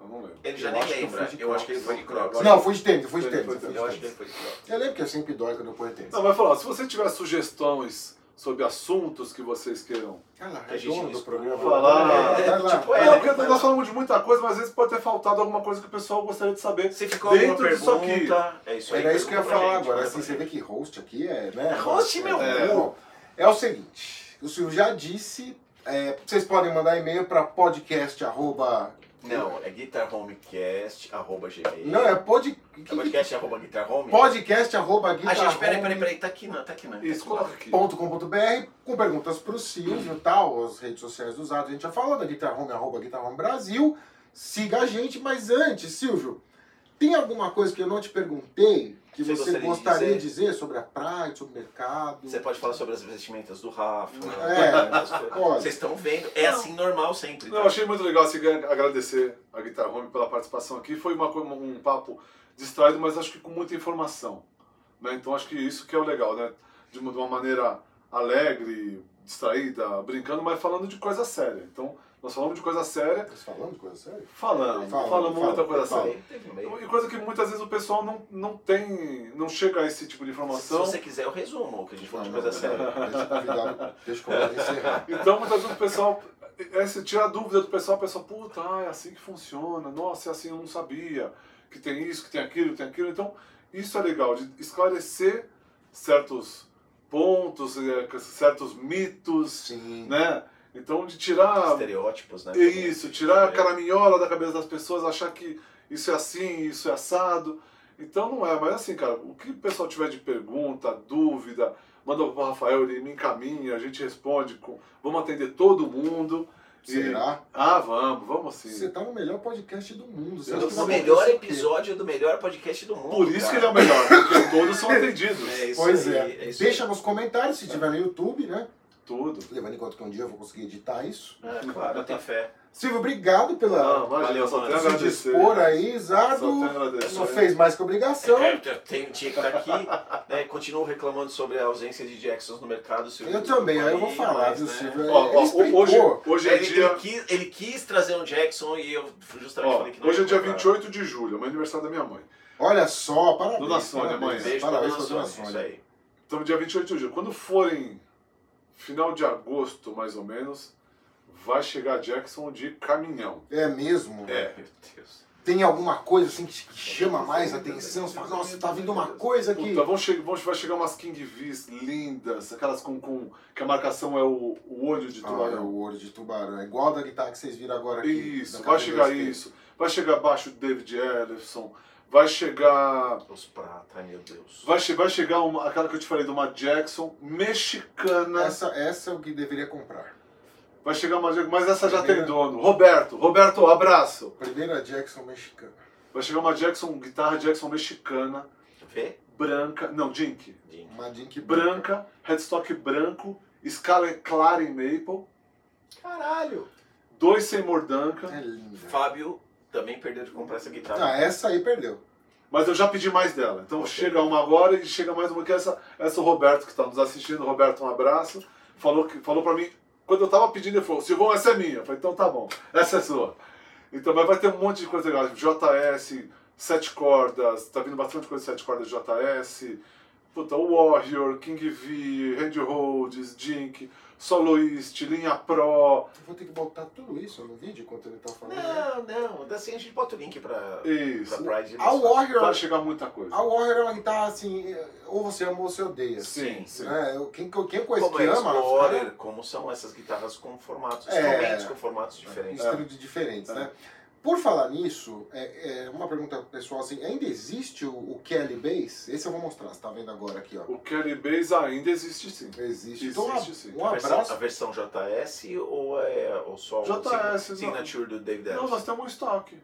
Speaker 2: Eu não lembro.
Speaker 3: Ele já
Speaker 1: Eu
Speaker 3: nem
Speaker 1: acho que eu
Speaker 3: lembra.
Speaker 1: fui de
Speaker 3: Eu acho que ele
Speaker 1: Crocs.
Speaker 3: foi de Crocs.
Speaker 2: Eu
Speaker 1: Não, fui de tênis, fui de
Speaker 2: Foi de-
Speaker 1: tênis.
Speaker 2: foi
Speaker 1: eu
Speaker 2: de-
Speaker 1: fui de
Speaker 3: Eu acho que ele
Speaker 1: tênis.
Speaker 3: foi de Crocs.
Speaker 1: Eu lembro que eu sempre dói quando eu ponho tênis.
Speaker 2: Não, vai falar, se você tiver sugestões sobre assuntos que vocês queiram.
Speaker 1: Ela
Speaker 3: A
Speaker 1: é
Speaker 3: gente
Speaker 1: dono do
Speaker 3: desculpa.
Speaker 1: programa.
Speaker 2: Falar.
Speaker 1: Vai lá.
Speaker 3: Tipo,
Speaker 2: É,
Speaker 3: É,
Speaker 2: porque
Speaker 3: vai
Speaker 2: nós
Speaker 3: lá.
Speaker 2: falamos de muita coisa, mas às vezes pode ter faltado alguma coisa que o pessoal gostaria de saber.
Speaker 3: Se ficou alguma
Speaker 2: Dentro disso
Speaker 3: pergunta,
Speaker 2: aqui.
Speaker 3: é isso aí.
Speaker 1: Era isso que eu ia
Speaker 3: pergunta pra
Speaker 1: falar
Speaker 3: gente,
Speaker 1: agora.
Speaker 3: manda
Speaker 1: Assim,
Speaker 3: é pra
Speaker 1: você vê
Speaker 3: gente.
Speaker 1: que host aqui é, né?
Speaker 3: né? Host, meu
Speaker 1: é,
Speaker 2: cu.
Speaker 1: bom, é o seguinte, o Silvio já disse. é, vocês podem mandar e-mail para podcast. Arroba,
Speaker 3: Não, é guitarhomecast.gmail.
Speaker 1: não, é pod,
Speaker 3: É podcast arroba guitarhome.
Speaker 1: podcast. Arroba,
Speaker 3: Ah, gente, peraí, peraí, peraí. Tá aqui, não. Tá aqui, não.
Speaker 2: Isso, coloca aqui.
Speaker 1: .com.br com perguntas para o Silvio tal, as redes sociais usadas, a gente já falou da Guitar Home, arroba Guitar Home Brasil. Siga a gente, mas antes, Silvio, tem alguma coisa que eu não te perguntei que
Speaker 3: Você
Speaker 1: você,
Speaker 3: gostaria de
Speaker 1: gostaria de dizer? sobre a praia, sobre o mercado?
Speaker 3: Você pode falar sobre as vestimentas do Rafa.
Speaker 1: É,
Speaker 3: essas coisas.
Speaker 1: pode.
Speaker 3: Vocês estão vendo. É assim normal sempre.
Speaker 2: Não, eu achei muito legal assim, agradecer a Guitar Home pela participação aqui. Foi uma, co- um papo distraído, mas acho que com muita informação. né? Então acho que isso que é o legal, né? De uma, de uma maneira alegre, distraída, brincando, mas falando de coisa séria. Então, nós falamos de coisa séria,
Speaker 1: Vocês falando coisa séria?
Speaker 2: falamos,
Speaker 1: Fala,
Speaker 2: falamos
Speaker 1: fala,
Speaker 2: muita coisa
Speaker 1: fala.
Speaker 2: séria.
Speaker 3: Então,
Speaker 2: E coisa que muitas vezes o pessoal não, não tem, não chega a esse tipo de
Speaker 3: Se
Speaker 2: informação.
Speaker 3: você quiser, eu resumo o que a gente falou de
Speaker 1: Não,
Speaker 3: Tipo, coisa
Speaker 1: não,
Speaker 3: séria.
Speaker 1: não, tá Deixa o convidado, deixa o convidado né? encerrar.
Speaker 2: Então, muitas vezes o pessoal. Essa, tira a dúvida do pessoal, o pessoal, puta, ah, é assim que funciona, nossa, é assim, eu não sabia, que tem isso, que tem aquilo, que tem aquilo. Então, isso é legal, de esclarecer certos pontos, eh, certos mitos,
Speaker 1: Sim.
Speaker 2: né? Então, de tirar.
Speaker 3: Estereótipos, né?
Speaker 2: É isso, tirar a caraminhola da cabeça das pessoas, achar que isso é assim, isso é assado. Então não é, mas assim, cara, o que o pessoal tiver de pergunta, dúvida, manda pro Rafael, ele me encaminha, a gente responde. com- Vamos atender todo mundo. E-
Speaker 1: Será?
Speaker 2: Ah, vamos, vamos
Speaker 1: Você
Speaker 2: sim.
Speaker 1: tá no melhor podcast do mundo. Você
Speaker 2: Eu
Speaker 1: acha que
Speaker 3: O
Speaker 1: vai
Speaker 3: melhor
Speaker 1: acontecer o quê?
Speaker 3: episódio do melhor podcast do mundo.
Speaker 2: Por isso que
Speaker 3: cara.
Speaker 2: ele é o melhor, porque todos são atendidos.
Speaker 3: É isso
Speaker 1: Pois
Speaker 3: aí,
Speaker 1: é.
Speaker 3: isso
Speaker 1: Deixa nos comentários, se tiver no YouTube, né?
Speaker 2: Tudo.
Speaker 1: Levando em conta que um dia eu vou conseguir editar isso.
Speaker 3: aí. É, claro, eu tenho fé.
Speaker 1: Silvio, obrigado pela
Speaker 2: Ah, valeu,
Speaker 3: Valeu,
Speaker 2: só tenho a
Speaker 3: mano.
Speaker 1: se
Speaker 2: agradecer.
Speaker 1: dispor né? aí,
Speaker 2: Só tá- tenho a
Speaker 1: Zardo.
Speaker 2: agradecer.
Speaker 1: Só fez mais que obrigação.
Speaker 3: É, eu tenho, tinha que estar aqui. Né? Continuo reclamando sobre a ausência de Jacksons no mercado. Silvio.
Speaker 1: Eu também, aí eu vou
Speaker 3: Mas,
Speaker 1: falar,
Speaker 3: né?
Speaker 1: viu, Silvio?
Speaker 2: Ó,
Speaker 1: Ele
Speaker 2: ó,
Speaker 1: explicou.
Speaker 2: hoje, hoje é
Speaker 3: Ele,
Speaker 2: dia.
Speaker 3: ele quis, ele quis trazer um Jackson e eu justamente
Speaker 2: ó,
Speaker 3: falei que não
Speaker 2: hoje é
Speaker 3: ia
Speaker 2: dia
Speaker 3: comprar.
Speaker 2: 28 de julho, é o aniversário da minha mãe.
Speaker 1: Olha só, parabéns.
Speaker 2: Dona Sônia,
Speaker 3: né,
Speaker 1: parabéns, né?
Speaker 2: mãe.
Speaker 3: Beijo pra
Speaker 1: Parabéns
Speaker 3: dona Sônia. Isso aí.
Speaker 2: Então, dia 28 de julho. Quando forem final de agosto, mais ou menos, vai chegar Jackson de caminhão.
Speaker 1: É mesmo?
Speaker 2: É.
Speaker 3: Meu Deus.
Speaker 1: Tem alguma coisa assim que te chama mais atenção? Você fala, nossa, tá vindo uma coisa que.
Speaker 2: Puta, vão che vão, vai chegar umas King Vs lindas, aquelas com, com que a marcação é o, o olho de
Speaker 1: Ah, é
Speaker 2: tubarão.
Speaker 1: o olho de tubarão. É igual a da guitarra que vocês viram agora aqui. da
Speaker 2: isso, vai
Speaker 1: cadeira
Speaker 2: chegar
Speaker 1: esquerda.
Speaker 2: isso. Vai chegar abaixo David Ellison, vai chegar
Speaker 3: Os pratas, ai, meu Deus.
Speaker 2: Vai, che- vai chegar uma- aquela que eu te falei do Matt Jackson, mexicana.
Speaker 1: Essa, essa é o que deveria comprar.
Speaker 2: Vai chegar uma Jackson, mas essa já tem
Speaker 1: Primeira.
Speaker 2: dono. Roberto, Roberto, abraço.
Speaker 1: Primeira Jackson mexicana.
Speaker 2: Vai chegar uma Jackson, guitarra Jackson mexicana,
Speaker 3: Vê?
Speaker 2: branca, não, Jink,
Speaker 3: Gente,
Speaker 1: Uma Jink
Speaker 2: branca, headstock branco, escala é clara em maple,
Speaker 1: Caralho!
Speaker 2: dois sem mordanca,
Speaker 1: É linda.
Speaker 3: Fábio também perdeu de comprar essa guitarra.
Speaker 1: Ah, essa aí perdeu.
Speaker 2: mas eu já pedi mais dela. Então
Speaker 3: Ok.
Speaker 2: chega uma agora e chega mais uma que é essa, essa o Roberto que tá nos assistindo, Roberto, um abraço. Falou que falou para mim, quando eu tava pedindo, ele falou: "Silvão, essa é minha". Eu falei: "Então tá bom. Essa é sua". Então, mas vai ter um monte de coisa legal, JS, sete cordas, tá vindo bastante coisa de sete cordas de JS. Puta, Warrior, King V, Randy Rhodes, Jink, Soloist, Linha Pro,
Speaker 1: Eu vou ter que botar tudo isso no vídeo enquanto ele tá falando. né?
Speaker 3: Não, não. Assim a gente bota o link pra, pra
Speaker 2: isso.
Speaker 3: Pride.
Speaker 1: A Warrior,
Speaker 2: Vai chegar muita coisa.
Speaker 1: a Warrior é uma guitarra assim, ou você ama ou você odeia.
Speaker 3: Sim,
Speaker 2: sim.
Speaker 1: Né? Eu- Quem, quem conhece
Speaker 3: Como
Speaker 1: que
Speaker 3: é
Speaker 1: ama, ela fica-
Speaker 3: Explorer, como são essas guitarras com formatos,
Speaker 1: É.
Speaker 3: instrumentos com formatos diferentes.
Speaker 1: Estilo de diferentes,
Speaker 2: É.
Speaker 1: né? Por falar nisso, é, é uma pergunta pessoal assim, ainda existe o, o Kelly Bass? Esse eu vou mostrar, você tá vendo agora aqui, ó.
Speaker 2: O Kelly Bays ainda existe sim.
Speaker 1: Existe.
Speaker 2: Existe,
Speaker 1: Então, um-
Speaker 2: sim.
Speaker 1: um
Speaker 3: A versão, a
Speaker 1: abraço.
Speaker 3: versão JS ou, é, ou só o
Speaker 2: JS,
Speaker 3: sign-
Speaker 2: não.
Speaker 3: signature do David
Speaker 2: Não, nós
Speaker 3: Ellis?
Speaker 2: temos um estoque.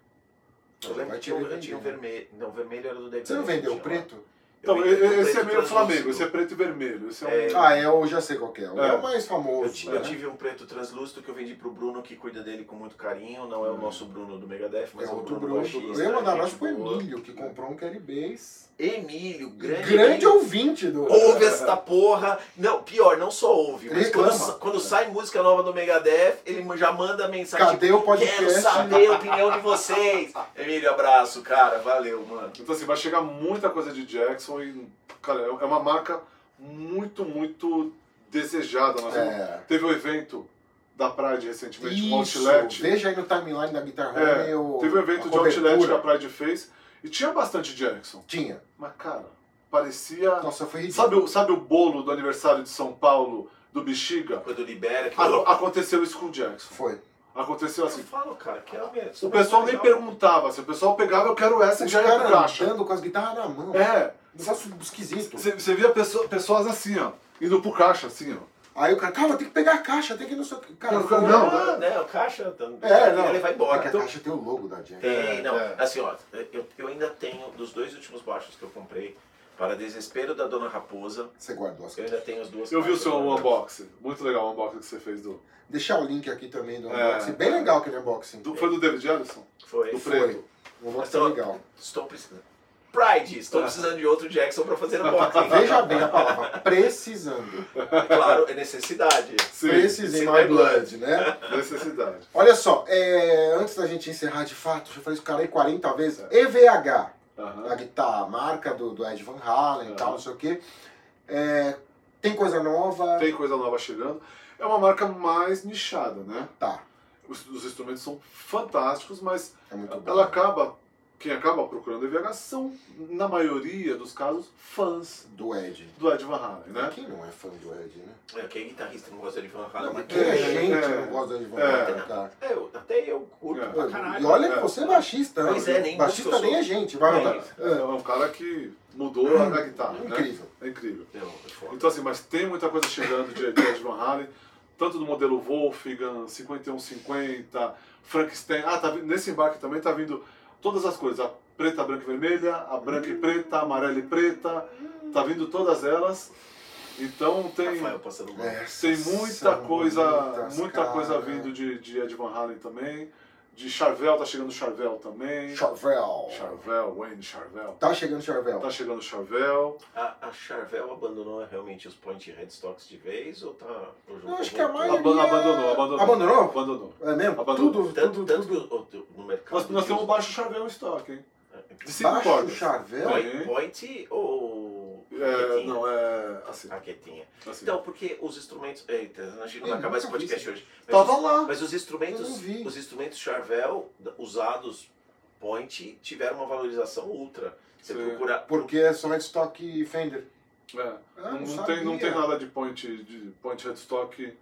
Speaker 3: Eu lembro
Speaker 1: Vai
Speaker 3: tá que
Speaker 1: te
Speaker 3: tinha, um
Speaker 1: vender,
Speaker 3: tinha o
Speaker 1: né?
Speaker 3: vermelho. Não, o vermelho era do David
Speaker 1: Você não
Speaker 3: Ellis,
Speaker 1: vendeu o
Speaker 3: tinha lá.
Speaker 1: preto?
Speaker 3: Eu
Speaker 2: Então,
Speaker 3: vendi o
Speaker 2: e- esse
Speaker 3: preto
Speaker 2: é meio Flamengo,
Speaker 3: translúcido.
Speaker 2: esse é preto e vermelho. Esse é, um...
Speaker 1: Ah, é, eu já sei qual que é. É,
Speaker 2: É.
Speaker 1: o mais
Speaker 3: Eu,
Speaker 1: famoso.
Speaker 3: ti- eu
Speaker 1: né?
Speaker 3: tive um preto translúcido que eu vendi pro Bruno, que cuida dele com muito carinho. Não é o nosso Bruno do Megadeth, mas
Speaker 1: Hum. É
Speaker 3: é, o
Speaker 1: outro
Speaker 3: Bruno,
Speaker 1: Bruno.
Speaker 3: baixista.
Speaker 1: Eu ia mandar um
Speaker 3: gente
Speaker 1: abraço pro
Speaker 3: boa. né?
Speaker 1: Emílio, que comprou um Kelly Bass.
Speaker 3: Emílio, grande.
Speaker 1: Grande, ouvinte do.
Speaker 3: Ouve esta porra. Não, pior, não só ouve, mas
Speaker 1: Reclama.
Speaker 3: quando, sa- quando sai música nova do Megadeth, ele já manda mensagem.
Speaker 1: Cadê o podcast?
Speaker 3: Quero saber a opinião de vocês. Emílio, abraço, cara. Valeu, mano.
Speaker 2: Então assim, vai chegar muita coisa de Jackson e, cara, é uma marca muito, muito desejada. Nós vimos-
Speaker 1: É.
Speaker 2: Teve o evento da Pride recentemente, um
Speaker 1: Isso,
Speaker 2: Outlet.
Speaker 1: veja aí no timeline da Guitar Home.
Speaker 2: É,
Speaker 1: o-
Speaker 2: Teve o evento
Speaker 1: a
Speaker 2: de Outlet que
Speaker 1: cobertura.
Speaker 2: a Pride fez e tinha bastante Jackson.
Speaker 1: Tinha.
Speaker 2: Mas, cara, parecia...
Speaker 1: Nossa, foi ridículo.
Speaker 2: Sabe, o- sabe o bolo do aniversário de São Paulo, do Bexiga?
Speaker 3: Quando libera. Que
Speaker 1: Então.
Speaker 2: Aco- Aconteceu isso com o Jackson.
Speaker 1: Foi.
Speaker 2: Aconteceu
Speaker 3: Eu
Speaker 2: assim.
Speaker 3: falo, cara, que é
Speaker 2: O pessoal nem perguntava, assim, o pessoal pegava, eu quero essa e
Speaker 1: Os
Speaker 2: já ia pro
Speaker 1: caras
Speaker 2: caixa.
Speaker 1: andando com as guitarras na mão.
Speaker 2: É,
Speaker 1: Um negócio esquisito.
Speaker 2: você você via pessoa- pessoas assim, ó, indo pro caixa, assim, ó.
Speaker 1: Aí o cara, calma, tem que pegar a caixa, tem que ir no seu. Cara,
Speaker 2: Não,
Speaker 1: foi-
Speaker 2: não,
Speaker 3: Ah, né? O caixa. Tá,
Speaker 1: É, não.
Speaker 3: Ele vai
Speaker 1: É que
Speaker 3: embora.
Speaker 1: a caixa tem o logo da Jack.
Speaker 3: Tem,
Speaker 2: então. É,
Speaker 3: não.
Speaker 2: é.
Speaker 3: Assim, ó, eu, eu ainda tenho dos dois últimos baixos que eu comprei, para desespero da dona Raposa,
Speaker 1: Você guardou as
Speaker 2: É.
Speaker 3: eu ainda tenho as duas.
Speaker 2: Eu vi o
Speaker 3: caixas,
Speaker 2: seu
Speaker 3: né?
Speaker 2: unboxing, muito legal o unboxing que você fez do...
Speaker 1: Deixar o link aqui também do
Speaker 2: É.
Speaker 1: unboxing. Bem legal aquele unboxing.
Speaker 2: do- foi do David Ellison?
Speaker 3: Foi.
Speaker 2: Do
Speaker 1: Foi.
Speaker 2: preto.
Speaker 1: Um unboxing
Speaker 3: Então-
Speaker 1: legal.
Speaker 3: Estou precisando. Pride, estou precisando de outro Jackson para fazer a box.
Speaker 1: Veja bem a palavra, precisando.
Speaker 3: Claro, é necessidade.
Speaker 2: Sim,
Speaker 1: Precisem
Speaker 3: sim,
Speaker 1: my
Speaker 3: my
Speaker 1: blood, né?
Speaker 2: necessidade.
Speaker 1: Olha só, é, antes da gente encerrar de fato, já falei isso, cara, aí 40 vezes. EVH, a
Speaker 2: Aham.
Speaker 1: guitarra, tá a marca do, do Ed Van Halen e
Speaker 2: Aham.
Speaker 1: tal, não sei o quê. É, tem coisa nova?
Speaker 2: Tem coisa nova chegando. É uma marca mais nichada, né?
Speaker 1: Tá,
Speaker 2: Os, os instrumentos são fantásticos, mas
Speaker 1: é muito bom.
Speaker 2: ela acaba... Quem acaba procurando EVH são, na maioria dos casos, fãs
Speaker 1: Do Ed.
Speaker 2: do Ed Van Halen, né?
Speaker 1: Quem não é fã do Ed, né?
Speaker 3: É, quem é guitarrista não gosta de Van Halen?
Speaker 1: Não, mas
Speaker 3: mas
Speaker 1: quem é
Speaker 2: é,
Speaker 1: gente
Speaker 2: é.
Speaker 1: não gosta do Ed Van
Speaker 2: É.
Speaker 1: Halen, cara?
Speaker 3: É, eu- até eu curto
Speaker 2: É.
Speaker 3: pra caralho.
Speaker 1: E olha que
Speaker 2: É.
Speaker 1: você é baixista, né?
Speaker 3: Pois é, nem
Speaker 1: baixista
Speaker 3: músico eu
Speaker 1: nem é
Speaker 3: sou.
Speaker 1: gente, vai
Speaker 3: Não,
Speaker 1: notar.
Speaker 2: É um cara que mudou a guitarra, né?
Speaker 1: Incrível.
Speaker 2: É incrível.
Speaker 3: Não, é foda.
Speaker 2: Então assim, mas tem muita coisa chegando de de Ed Van Halen, tanto do modelo Wolfgang, 5150, Frankenstein. Ah, tá vindo, nesse embarque também tá vindo todas as coisas, a preta, branca e vermelha, a branca e preta, a amarela e preta, tá vindo todas elas. Então tem
Speaker 3: Rafael passando mal.
Speaker 1: É.
Speaker 2: tem
Speaker 1: Essas
Speaker 2: muita
Speaker 1: são
Speaker 2: coisa,
Speaker 1: muitas,
Speaker 2: muita coisa
Speaker 1: cara.
Speaker 2: vindo de, de Ed Van Halen também. De Charvel, tá chegando Charvel também.
Speaker 1: Charvel.
Speaker 2: Charvel, Wayne Charvel.
Speaker 1: Tá chegando Charvel.
Speaker 2: Tá chegando Charvel.
Speaker 3: A, a Charvel abandonou realmente os point headstocks de vez ou tá. ou
Speaker 1: Eu acho
Speaker 3: voltou?
Speaker 1: que a maioria...
Speaker 2: Aban- Abandonou, abandonou.
Speaker 1: Abandonou?
Speaker 2: Abandonou.
Speaker 1: É mesmo?
Speaker 2: Abandonou.
Speaker 1: Tudo,
Speaker 3: Tanto,
Speaker 1: tudo,
Speaker 3: tanto
Speaker 1: tudo.
Speaker 3: que o- o- no mercado. É,
Speaker 2: Nós, nós
Speaker 3: de
Speaker 2: temos um
Speaker 3: uso-
Speaker 2: baixo Charvel em estoque, hein? De 5
Speaker 1: Baixo
Speaker 2: cordas.
Speaker 1: Charvel?
Speaker 3: Point,
Speaker 2: Hein?
Speaker 3: point ou.
Speaker 2: É, não, é. Assim.
Speaker 3: Raquetinha.
Speaker 2: assim.
Speaker 3: Então, porque os instrumentos. Eita, a gente não vai
Speaker 1: Eu
Speaker 3: acabar esse
Speaker 1: nunca vi
Speaker 3: podcast hoje.
Speaker 2: Tá
Speaker 3: Mas
Speaker 1: Tava
Speaker 3: os-
Speaker 1: lá.
Speaker 3: Mas
Speaker 1: Eu
Speaker 3: os
Speaker 1: não
Speaker 3: instrumentos,
Speaker 1: vi.
Speaker 3: os instrumentos Charvel d- usados Point tiveram uma valorização ultra. Você
Speaker 2: Sim.
Speaker 3: procura um-
Speaker 1: Porque é somente estoque Fender.
Speaker 2: É.
Speaker 1: Ah, não
Speaker 2: não, não tem, não
Speaker 1: sabia.
Speaker 2: tem nada de point, de point headstock.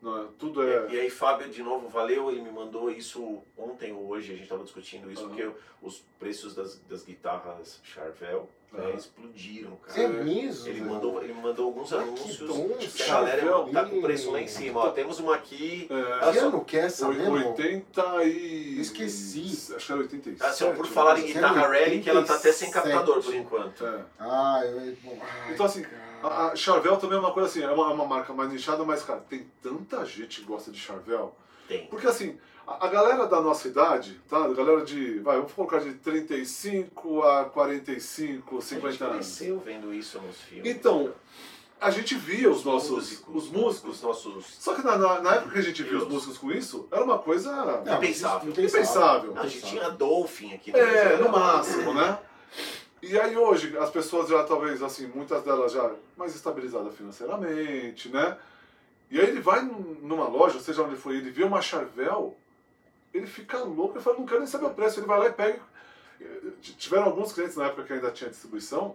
Speaker 2: Não, é- tudo é.
Speaker 3: E aí, Fábio, de novo, valeu. Ele me mandou isso ontem ou hoje. A gente estava discutindo isso
Speaker 2: Aham.
Speaker 3: porque os preços das, das guitarras Charvel né,
Speaker 2: Aham.
Speaker 3: explodiram,
Speaker 1: Você é
Speaker 3: cara.
Speaker 1: miso.
Speaker 3: Ele mandou, ele me mandou alguns
Speaker 1: Ah, que
Speaker 3: anúncios.
Speaker 1: bom,
Speaker 3: que a galera
Speaker 1: Charvel.
Speaker 3: tá com o preço lá em cima. Ó, temos uma aqui.
Speaker 2: é
Speaker 3: Ah,
Speaker 1: Que
Speaker 3: só-
Speaker 1: ano que é essa
Speaker 2: oi-
Speaker 1: mesmo?
Speaker 2: 80 e.
Speaker 1: Esqueci.
Speaker 2: Acho que era 86.
Speaker 3: Ah, só por falar em
Speaker 1: mas
Speaker 3: guitarra
Speaker 1: era
Speaker 3: Relic, ela tá até sem
Speaker 1: 87.
Speaker 3: captador por enquanto.
Speaker 2: É.
Speaker 1: Ah, eu... bom, ai,
Speaker 2: Então, assim,
Speaker 1: cara.
Speaker 2: A, a Charvel também é uma coisa assim, é uma, é uma marca mais nichada, mas, cara, tem tanta gente que gosta de Charvel.
Speaker 3: Tem.
Speaker 2: Porque, assim, a, a galera da nossa idade, tá? A galera de, vai, vamos colocar de 35 a 45,
Speaker 3: A gente
Speaker 2: 50 anos.
Speaker 3: cresceu vendo isso nos filmes.
Speaker 2: Então, a gente via os nossos músicos. Os músicos.
Speaker 3: Os nossos.
Speaker 2: Só que na, na- na época que a gente via
Speaker 3: Eu.
Speaker 2: os músicos com isso, era uma coisa
Speaker 1: Não, é mas isso-
Speaker 3: Impensável.
Speaker 2: impensável.
Speaker 3: Não, a gente tinha Dolphin aqui
Speaker 2: É,
Speaker 3: Brasil,
Speaker 2: no
Speaker 3: era uma-
Speaker 2: máximo, né? E aí hoje, as pessoas já talvez, assim, muitas delas já mais estabilizadas financeiramente, né? E aí ele vai num- numa loja, seja onde for, ele vê uma Charvel, ele fica louco, ele fala, não quero nem saber o preço, ele vai lá e pega. Eh, t- Tiveram alguns clientes na época que ainda tinha distribuição,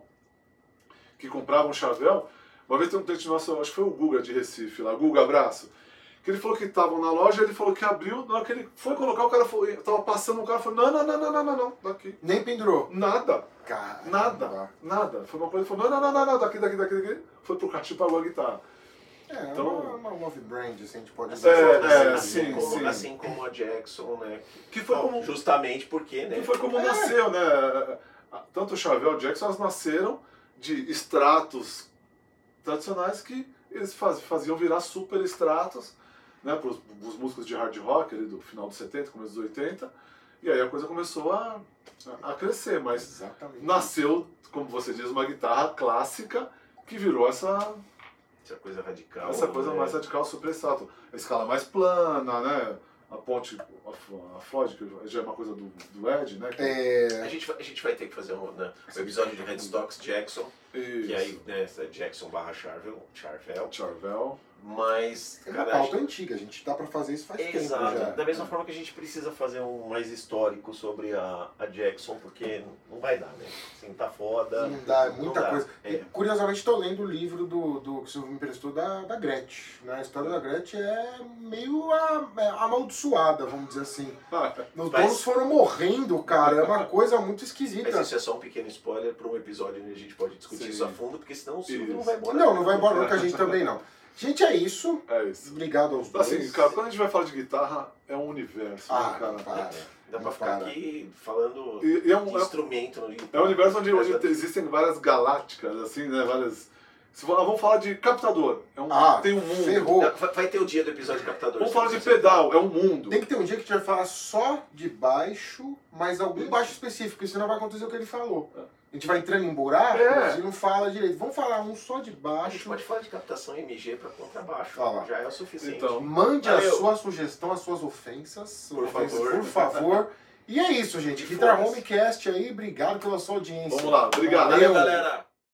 Speaker 2: que compravam Charvel. Uma vez tem um cliente nosso, acho que foi o Guga de Recife lá, Guga, abraço. Que ele falou que estavam na loja, ele falou que abriu, na hora que ele foi colocar, o cara foi, tava passando, o cara falou, não, não, não, não, não, não, não, daqui.
Speaker 1: Nem pendurou.
Speaker 2: Nada,
Speaker 1: Cara, Ah.
Speaker 2: Nada. nada. Foi uma coisa, ele falou, não, não, não, não, não, daqui, daqui, daqui, daqui. Foi pro caixa e pagou a guitarra.
Speaker 1: É,
Speaker 2: Então-
Speaker 1: uma, uma love brand, assim, a gente pode
Speaker 3: Assim,
Speaker 1: dizer.
Speaker 2: É,
Speaker 3: como-
Speaker 2: é,
Speaker 3: assim,
Speaker 2: sim,
Speaker 3: como,
Speaker 2: sim.
Speaker 3: assim como a Jackson, né?
Speaker 2: Que foi como,
Speaker 3: Justamente porque, né?
Speaker 2: que foi como
Speaker 1: É.
Speaker 2: nasceu, né? Tanto o Chavel e o Jackson, elas nasceram de extratos tradicionais que eles faz- faziam virar super extratos, né? Para os músicos de hard rock ali do final dos 70, começo dos 80. E aí a coisa começou a, a crescer, mas
Speaker 1: Exatamente.
Speaker 2: nasceu, como você diz, uma guitarra clássica que virou essa,
Speaker 3: Essa coisa radical.
Speaker 2: essa coisa
Speaker 3: né?
Speaker 2: mais radical super exato. A escala mais plana, né? A ponte, a, Flo- a Floyd, que já é uma coisa do, do Ed, né? Que-
Speaker 1: É,
Speaker 3: A gente, vai- a gente vai ter que fazer um, né, um episódio de Redstocks Jackson,
Speaker 1: É.
Speaker 2: Isso. É
Speaker 3: que aí, né, essa Jackson barra Charvel, Charvel.
Speaker 2: Charvel.
Speaker 3: Mas,
Speaker 1: é uma
Speaker 3: cara, a
Speaker 1: pauta
Speaker 3: gente-
Speaker 1: antiga, a gente dá pra fazer isso faz tempo já.
Speaker 3: Exato. Da mesma forma que a gente precisa fazer um mais histórico sobre a, a Jackson, porque não vai dar, né? Assim, tá foda.
Speaker 1: Não dá, é
Speaker 3: Não
Speaker 1: muita
Speaker 3: dá,
Speaker 1: coisa.
Speaker 3: é.
Speaker 1: E, curiosamente, estou lendo o livro do, do que o Silvio me emprestou da, da Gretchen. Né? A história da Gretchen é meio a- é amaldiçoada, vamos dizer assim. Os
Speaker 3: Mas-
Speaker 1: donos foram morrendo, cara. É uma coisa muito
Speaker 3: Mas
Speaker 1: esquisita.
Speaker 3: isso é só um pequeno spoiler para um episódio onde a gente pode discutir
Speaker 2: Sim.
Speaker 3: isso a fundo, porque senão o Silvio
Speaker 2: Isso.
Speaker 3: não vai embora.
Speaker 1: Não, não vai embora nunca a gente também não. Gente, é isso.
Speaker 2: É isso.
Speaker 1: Obrigado aos dois.
Speaker 2: Assim, cara, quando a gente vai falar de guitarra, é um universo, né,
Speaker 1: Ah,
Speaker 2: cara?
Speaker 1: para.
Speaker 3: Dá pra
Speaker 1: Não,
Speaker 3: ficar
Speaker 1: cara.
Speaker 3: aqui falando de
Speaker 2: E, e é, um, é,
Speaker 3: instrumento.
Speaker 2: é um universo onde, onde
Speaker 3: Mas-
Speaker 2: existem várias galácticas, assim, né? Várias. Se for- ah, vamos falar de captador. É um,
Speaker 1: Ah,
Speaker 2: tem um mundo.
Speaker 1: ferrou.
Speaker 3: Vai vai ter o dia do episódio de captador.
Speaker 2: Vamos falar de
Speaker 3: Silvio.
Speaker 2: pedal, é um mundo.
Speaker 1: Tem que ter um dia que a gente vai falar só de baixo, mas algum baixo específico, porque senão vai acontecer o que ele falou. A gente vai entrando em buracos
Speaker 2: É.
Speaker 1: e não fala direito. Vamos falar um só de
Speaker 3: A gente
Speaker 1: baixo.
Speaker 3: pode falar de captação MG para contrabaixo.
Speaker 1: Tá lá.
Speaker 3: Já é o suficiente.
Speaker 2: Então.
Speaker 1: Mande a
Speaker 3: Valeu.
Speaker 1: sua sugestão, as suas ofensas.
Speaker 3: Por
Speaker 1: ofensas,
Speaker 3: favor.
Speaker 1: Por favor. E é isso, gente.
Speaker 3: E
Speaker 1: Guitar
Speaker 3: foda-se.
Speaker 1: Homecast aí. Obrigado pela sua audiência.
Speaker 2: Vamos lá, obrigado.
Speaker 3: Valeu,
Speaker 1: Valeu.
Speaker 3: galera!